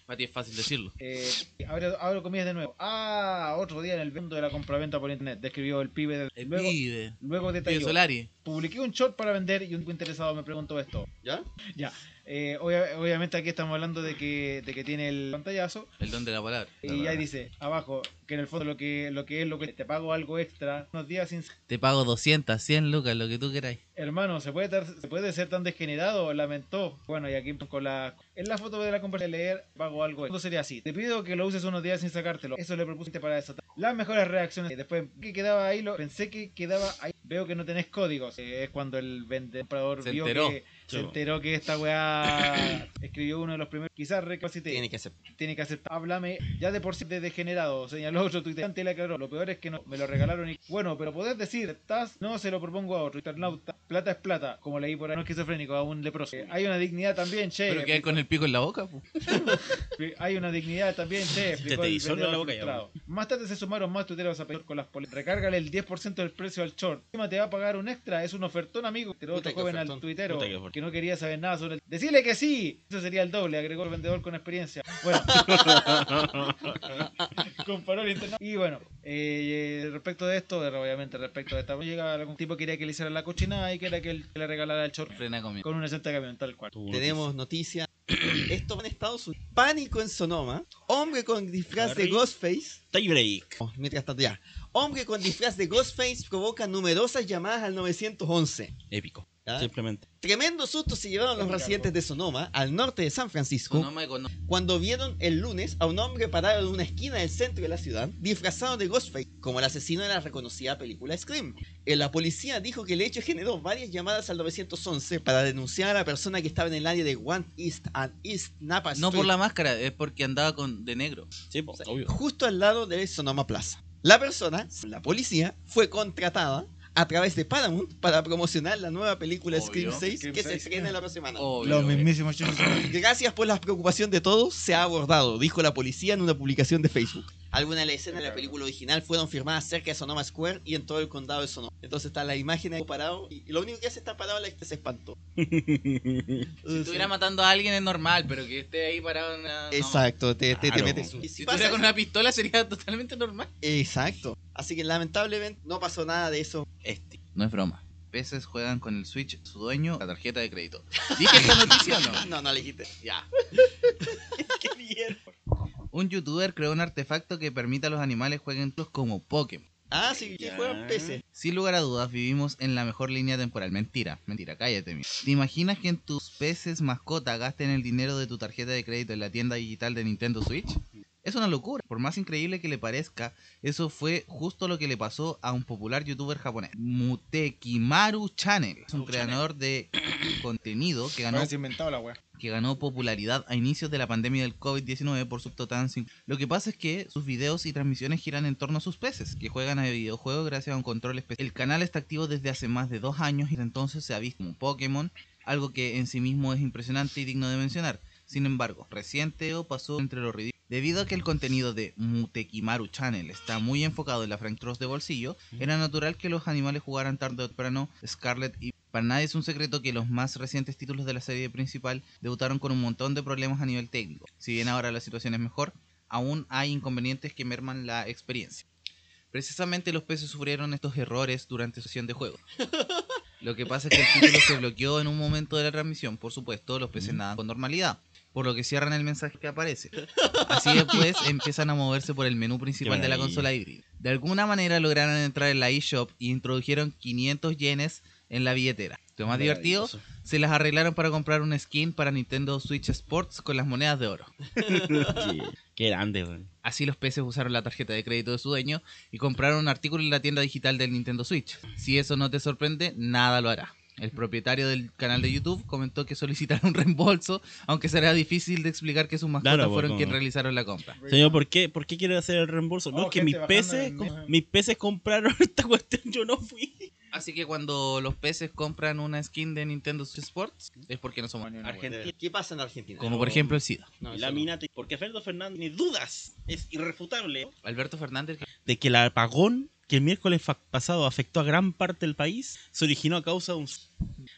Speaker 5: Para ti es fácil decirlo.
Speaker 8: eh, abro, abro comillas de nuevo. Ah, otro día en el mundo de la compraventa por internet, describió el pibe de,
Speaker 5: El
Speaker 8: luego,
Speaker 5: pibe.
Speaker 8: luego
Speaker 5: El pibe
Speaker 8: detalló.
Speaker 5: Solari.
Speaker 8: Publiqué un short para vender y un tipo interesado me preguntó esto.
Speaker 4: ¿Ya?
Speaker 8: Ya. Eh, obvia- obviamente aquí estamos hablando de que, de que tiene el pantallazo.
Speaker 5: El don de la palabra.
Speaker 8: Y ahí dice, abajo, que en el fondo lo que, lo que es, lo que te pago algo extra, unos días sin...
Speaker 5: Te pago 200, 100 lucas, lo que tú queráis.
Speaker 8: Hermano, ¿se puede, tar- ¿se puede ser tan degenerado? Lamentó. Bueno, y aquí con la... En la foto de la compra de leer, pago algo extra. Todo sería así. Te pido que lo uses unos días sin sacártelo. Eso le propusiste para desatar. Las mejores reacciones. Después, que quedaba ahí? Lo... Pensé que quedaba ahí. Veo que no tenés códigos. Eh, es cuando el vendedor comprador
Speaker 5: Se
Speaker 8: vio
Speaker 5: enteró.
Speaker 8: que... Se enteró que esta weá escribió uno de los primeros. Quizás recapacité
Speaker 4: Tiene que hacer.
Speaker 8: tiene que hacer. Háblame ya de por sí de degenerado, señaló otro tuiteante y le aclaró. Lo peor es que no, me lo regalaron y bueno, pero podés decir, estás, no se lo propongo a otro internauta. Plata es plata, como leí por ahí, no es esquizofrénico, a un leproso. Eh, hay una dignidad también, che.
Speaker 5: Pero que hay con el pico en la boca. po.
Speaker 8: expli- Hay una dignidad también,
Speaker 9: [LAUGHS]
Speaker 8: che. explicó
Speaker 9: te
Speaker 8: el
Speaker 9: disolvió la
Speaker 8: vendedor
Speaker 9: boca ya,
Speaker 8: frustrado. Más tarde se sumaron más tuiteros a pedir con las polémicas. Recárgale el 10% del precio al short. ¿Qué te va a pagar un extra, es un ofertón, amigo. Tiró
Speaker 9: Puta
Speaker 8: otro
Speaker 9: que
Speaker 8: joven al
Speaker 9: ofertón,
Speaker 8: tuitero
Speaker 9: puta que ofertón.
Speaker 8: que no quería saber nada sobre el... ¡Decile que sí! Eso sería el doble, agregó el vendedor con experiencia.
Speaker 9: [LAUGHS]
Speaker 8: Bueno, comparó el internet. Y bueno, eh, respecto de esto, obviamente respecto de esta... Llega algún tipo que quería que le hiciera la cochinada y que era que él- que le regalara el chorro
Speaker 5: Frena conmigo.
Speaker 8: con una cinta de camión, tal cual.
Speaker 4: Tenemos noticias. Esto en Estados Unidos. Pánico en Sonoma. Hombre con disfraz de
Speaker 9: Harry.
Speaker 4: Ghostface.
Speaker 9: Tiebreak.
Speaker 4: Oh, mientras tanto ya. Hombre con disfraz de Ghostface provoca numerosas llamadas al 911.
Speaker 9: Épico.
Speaker 4: ¿Ya?
Speaker 9: Simplemente.
Speaker 4: Tremendo susto se llevaron los residentes de Sonoma, al norte de San Francisco,
Speaker 19: Sonoma y con-
Speaker 4: cuando vieron el lunes a un hombre parado en una esquina del centro de la ciudad, disfrazado de Ghostface, como el asesino de la reconocida película Scream. Eh, La policía dijo que el hecho generó varias llamadas al 911 para denunciar a la persona que estaba en el área de One East and East
Speaker 8: Ah,
Speaker 4: Napa
Speaker 19: No
Speaker 4: Street,
Speaker 19: por la máscara, es porque andaba con de negro.
Speaker 9: Sí, po, obvio.
Speaker 4: justo al lado de Sonoma Plaza. La persona, la policía, fue contratada a través de Paramount para promocionar la nueva película
Speaker 19: Obvio. Oh.
Speaker 4: Scream 6
Speaker 8: Scream
Speaker 4: que se
Speaker 8: 6,
Speaker 4: estrena
Speaker 8: eh.
Speaker 4: la próxima semana.
Speaker 19: Obvio,
Speaker 20: Los
Speaker 19: obvio.
Speaker 20: mismísimos Jameson.
Speaker 4: Gracias por la preocupación de todos, se ha abordado, dijo la policía en una publicación de Facebook. Algunas de las escenas de la película original fueron filmadas cerca de Sonoma Square y en todo el condado de Sonoma. Entonces está la imagen ahí parado y y lo único que hace está parado es que
Speaker 19: [LAUGHS]
Speaker 4: se espantó.
Speaker 19: Si estuviera matando a alguien es normal, pero que esté ahí parado en una... no.
Speaker 4: Exacto, te, te, te
Speaker 9: Claro.
Speaker 4: metes.
Speaker 19: Si
Speaker 4: Y si
Speaker 19: estuviera
Speaker 4: pasa-
Speaker 19: con una pistola
Speaker 5: [LAUGHS]
Speaker 19: sería totalmente normal.
Speaker 4: Exacto. Así que lamentablemente no pasó nada de eso.
Speaker 5: Este. No es broma. Peces juegan con el Switch, su dueño, la tarjeta de crédito. ¿Dije esta noticia o
Speaker 4: [LAUGHS]
Speaker 5: no?
Speaker 4: No, no le dijiste.
Speaker 5: Ya. Un youtuber creó un artefacto que permite a los animales jueguen todos como Pokémon.
Speaker 4: Ah, sí, que
Speaker 9: Ya.
Speaker 4: juegan peces.
Speaker 5: Sin lugar a dudas, vivimos en la mejor línea temporal. Mentira, mentira, cállate. mira. ¿Te imaginas que en tus peces mascota gasten el dinero de tu tarjeta de crédito en la tienda digital de Nintendo Switch? Es una locura. Por más increíble que le parezca, eso fue justo lo que le pasó a un popular youtuber japonés, Mutekimaru Channel. Es un creador de [COUGHS] contenido que ganó
Speaker 20: Parece inventado la weá.
Speaker 5: que ganó popularidad a inicios de la pandemia del COVID-19 por su totalancing. Lo que pasa es que sus videos y transmisiones giran en torno a sus peces, que juegan a videojuegos gracias a un control especial. El canal está activo desde hace más de dos años y desde entonces se ha visto como un Pokémon, algo que en sí mismo es impresionante y digno de mencionar. Sin embargo, reciente pasó entre los ridículos. Debido a que el contenido de Mutekimaru Channel está muy enfocado en la franquicia de bolsillo, era natural que los animales jugaran tarde o temprano Scarlet y... Para nadie es un secreto que los más recientes títulos de la serie principal debutaron con un montón de problemas a nivel técnico. Si bien ahora la situación es mejor, aún hay inconvenientes que merman la experiencia. Precisamente los peces sufrieron estos errores durante su sesión de
Speaker 9: [LAUGHS]
Speaker 5: juego. Lo que pasa es que el título se bloqueó en un momento de la transmisión, por supuesto, los peces
Speaker 9: Mm.
Speaker 5: nadan con normalidad, por lo que cierran el mensaje que aparece. Así
Speaker 9: [LAUGHS]
Speaker 5: después empiezan a moverse por el menú principal
Speaker 9: Qué
Speaker 5: de la
Speaker 9: maravilla.
Speaker 5: consola híbrida. De alguna manera lograron entrar en la eShop y introdujeron 500 yenes en la billetera. Lo más divertido, se las arreglaron para comprar un skin para Nintendo Switch Sports con las monedas de oro.
Speaker 21: Qué grande, güey.
Speaker 5: Así los peces usaron la tarjeta de crédito de su dueño y compraron un artículo en la tienda digital del Nintendo Switch. Si eso no te sorprende, nada lo hará. El propietario del canal de YouTube comentó que solicitará un reembolso, aunque será difícil de explicar que sus mascotas
Speaker 9: Claro,
Speaker 5: fueron
Speaker 9: pues,
Speaker 5: quienes
Speaker 9: como-
Speaker 5: realizaron la compra.
Speaker 21: Señor, ¿por qué, ¿por qué quiere hacer el reembolso? No,
Speaker 8: Oh,
Speaker 21: es que
Speaker 8: gente
Speaker 21: mis
Speaker 8: bajando
Speaker 21: peces,
Speaker 8: en-
Speaker 21: com- mis peces compraron [LAUGHS] esta cuestión, yo no
Speaker 4: Ah,
Speaker 21: fui.
Speaker 5: Así que cuando los peces compran una skin de Nintendo Switch Sports, es porque no somos
Speaker 9: Argentina.
Speaker 4: ¿Qué pasa en Argentina?
Speaker 5: Como por ejemplo el SIDA.
Speaker 4: No,
Speaker 9: La
Speaker 4: eso no.
Speaker 9: mina te- Porque Fernando Fernández tiene dudas. Es irrefutable.
Speaker 5: Alberto Fernández,
Speaker 21: De que el apagón que el miércoles fa- pasado afectó a gran parte del país se originó a causa de un...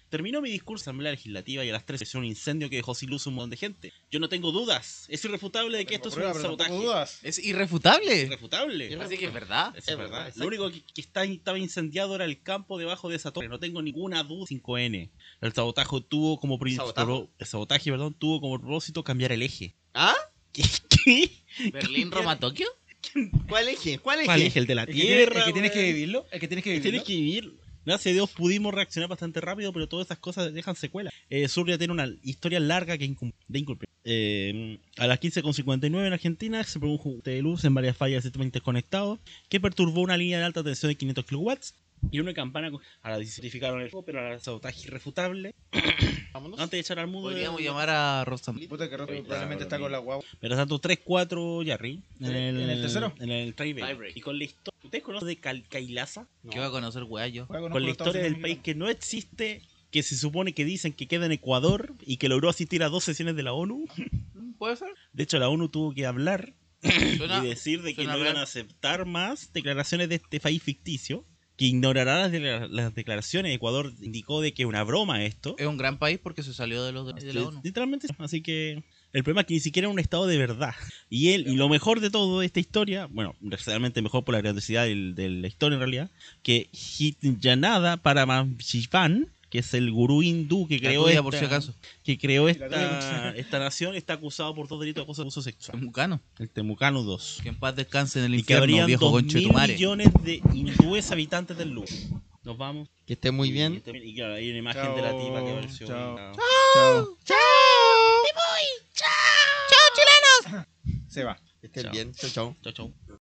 Speaker 21: Terminó mi discurso en la Asamblea Legislativa y a las 3 se un incendio que dejó sin luz un montón de gente. Yo no tengo dudas. Es irrefutable de que esto es un sabotaje.
Speaker 8: dudas.
Speaker 5: es
Speaker 9: Es
Speaker 5: irrefutable.
Speaker 9: irrefutable.
Speaker 5: Así que es
Speaker 9: [LAUGHS]
Speaker 5: verdad.
Speaker 9: Es,
Speaker 4: Es verdad,
Speaker 9: verdad.
Speaker 4: exacto.
Speaker 9: Lo único que, que está, estaba incendiado era el campo debajo de esa torre. No tengo ninguna duda. 5N. El sabotaje tuvo como prin-
Speaker 4: ¿Sabotaje?
Speaker 9: pro- el sabotaje, perdón, tuvo como propósito cambiar el eje.
Speaker 4: ¿Ah?
Speaker 9: [LAUGHS] ¿Qué? ¿Qué?
Speaker 5: Berlín, Roma, Tokio.
Speaker 4: ¿Cuál eje? ¿Cuál eje?
Speaker 9: ¿Cuál eje? El de la
Speaker 8: El que,
Speaker 9: tierra.
Speaker 8: tiene- el que tienes que
Speaker 9: weón.
Speaker 8: vivirlo, el que tienes que
Speaker 9: Que
Speaker 8: vivirlo.
Speaker 9: tienes que vivir. Gracias a Dios pudimos reaccionar bastante rápido, pero todas esas cosas dejan secuelas. Eh, Surya tiene una historia larga que incum- de incumplir. Eh, a las 15.59 en Argentina se produjo un corte de luz en varias fallas de sistemas interconectados que perturbó una línea de alta tensión de 500 kW y una campana. con- A la certificaron el fuego, pero al sabotaje irrefutable. [COUGHS]
Speaker 4: Vámonos.
Speaker 9: Antes de echar al mundo.
Speaker 5: Podríamos llamar a Rosa
Speaker 20: Puta que Rocky
Speaker 9: Ahí está,
Speaker 20: probablemente está
Speaker 9: Rocky.
Speaker 20: con la guagua.
Speaker 9: Mientras tanto, 3-4 Yarri. En el,
Speaker 20: ¿En el tercero?
Speaker 9: En el tiebreak.
Speaker 19: Tiebreak.
Speaker 9: Y con la historia. ¿Ustedes conocen de Cal- Kailasa?
Speaker 5: Que va a conocer, weá, yo.
Speaker 20: Juega
Speaker 9: con la
Speaker 20: los Estados
Speaker 9: historia del
Speaker 20: Unidos
Speaker 9: país que no existe, que se supone que dicen que queda en Ecuador y que logró asistir a dos sesiones de la ONU.
Speaker 19: ¿Puede ser?
Speaker 9: De hecho, la ONU tuvo que hablar
Speaker 5: Suena-
Speaker 9: y decir de que
Speaker 5: suena
Speaker 9: no iban
Speaker 5: real.
Speaker 9: a aceptar más declaraciones de este país ficticio, que ignorará las, de- las declaraciones. Ecuador indicó de que es una broma esto.
Speaker 5: Es un gran país porque se salió de, los, de la ONU.
Speaker 9: Literalmente, así que el problema es que ni siquiera era un estado de verdad. Y él, y lo mejor de todo de esta historia, bueno, realmente mejor por la grandiosidad del- de la historia en realidad, que Hityanada Paramahansa, que es el gurú hindú que creó
Speaker 5: Catulla,
Speaker 9: esta,
Speaker 5: por si acaso.
Speaker 9: que creó
Speaker 5: Catulla, por si
Speaker 9: esta,
Speaker 5: acaso.
Speaker 9: esta nación, está acusado por dos delitos de acoso, abuso sexual.
Speaker 5: Temucano.
Speaker 9: El Temucano 2.
Speaker 5: Que en paz descanse en el
Speaker 9: Y que habrían
Speaker 5: Mm. infierno, viejo
Speaker 9: 2.000
Speaker 5: conchetumare.
Speaker 9: millones de hindúes habitantes del lugar. Nos vamos.
Speaker 4: Que esté muy bien.
Speaker 9: Y claro, hay una imagen de la tipa que apareció.
Speaker 2: chao.
Speaker 9: Chao.
Speaker 2: Chao.
Speaker 4: ¡Chao!
Speaker 2: Se va.
Speaker 4: Que estén bien. Chao, chao.
Speaker 9: Chao, chao.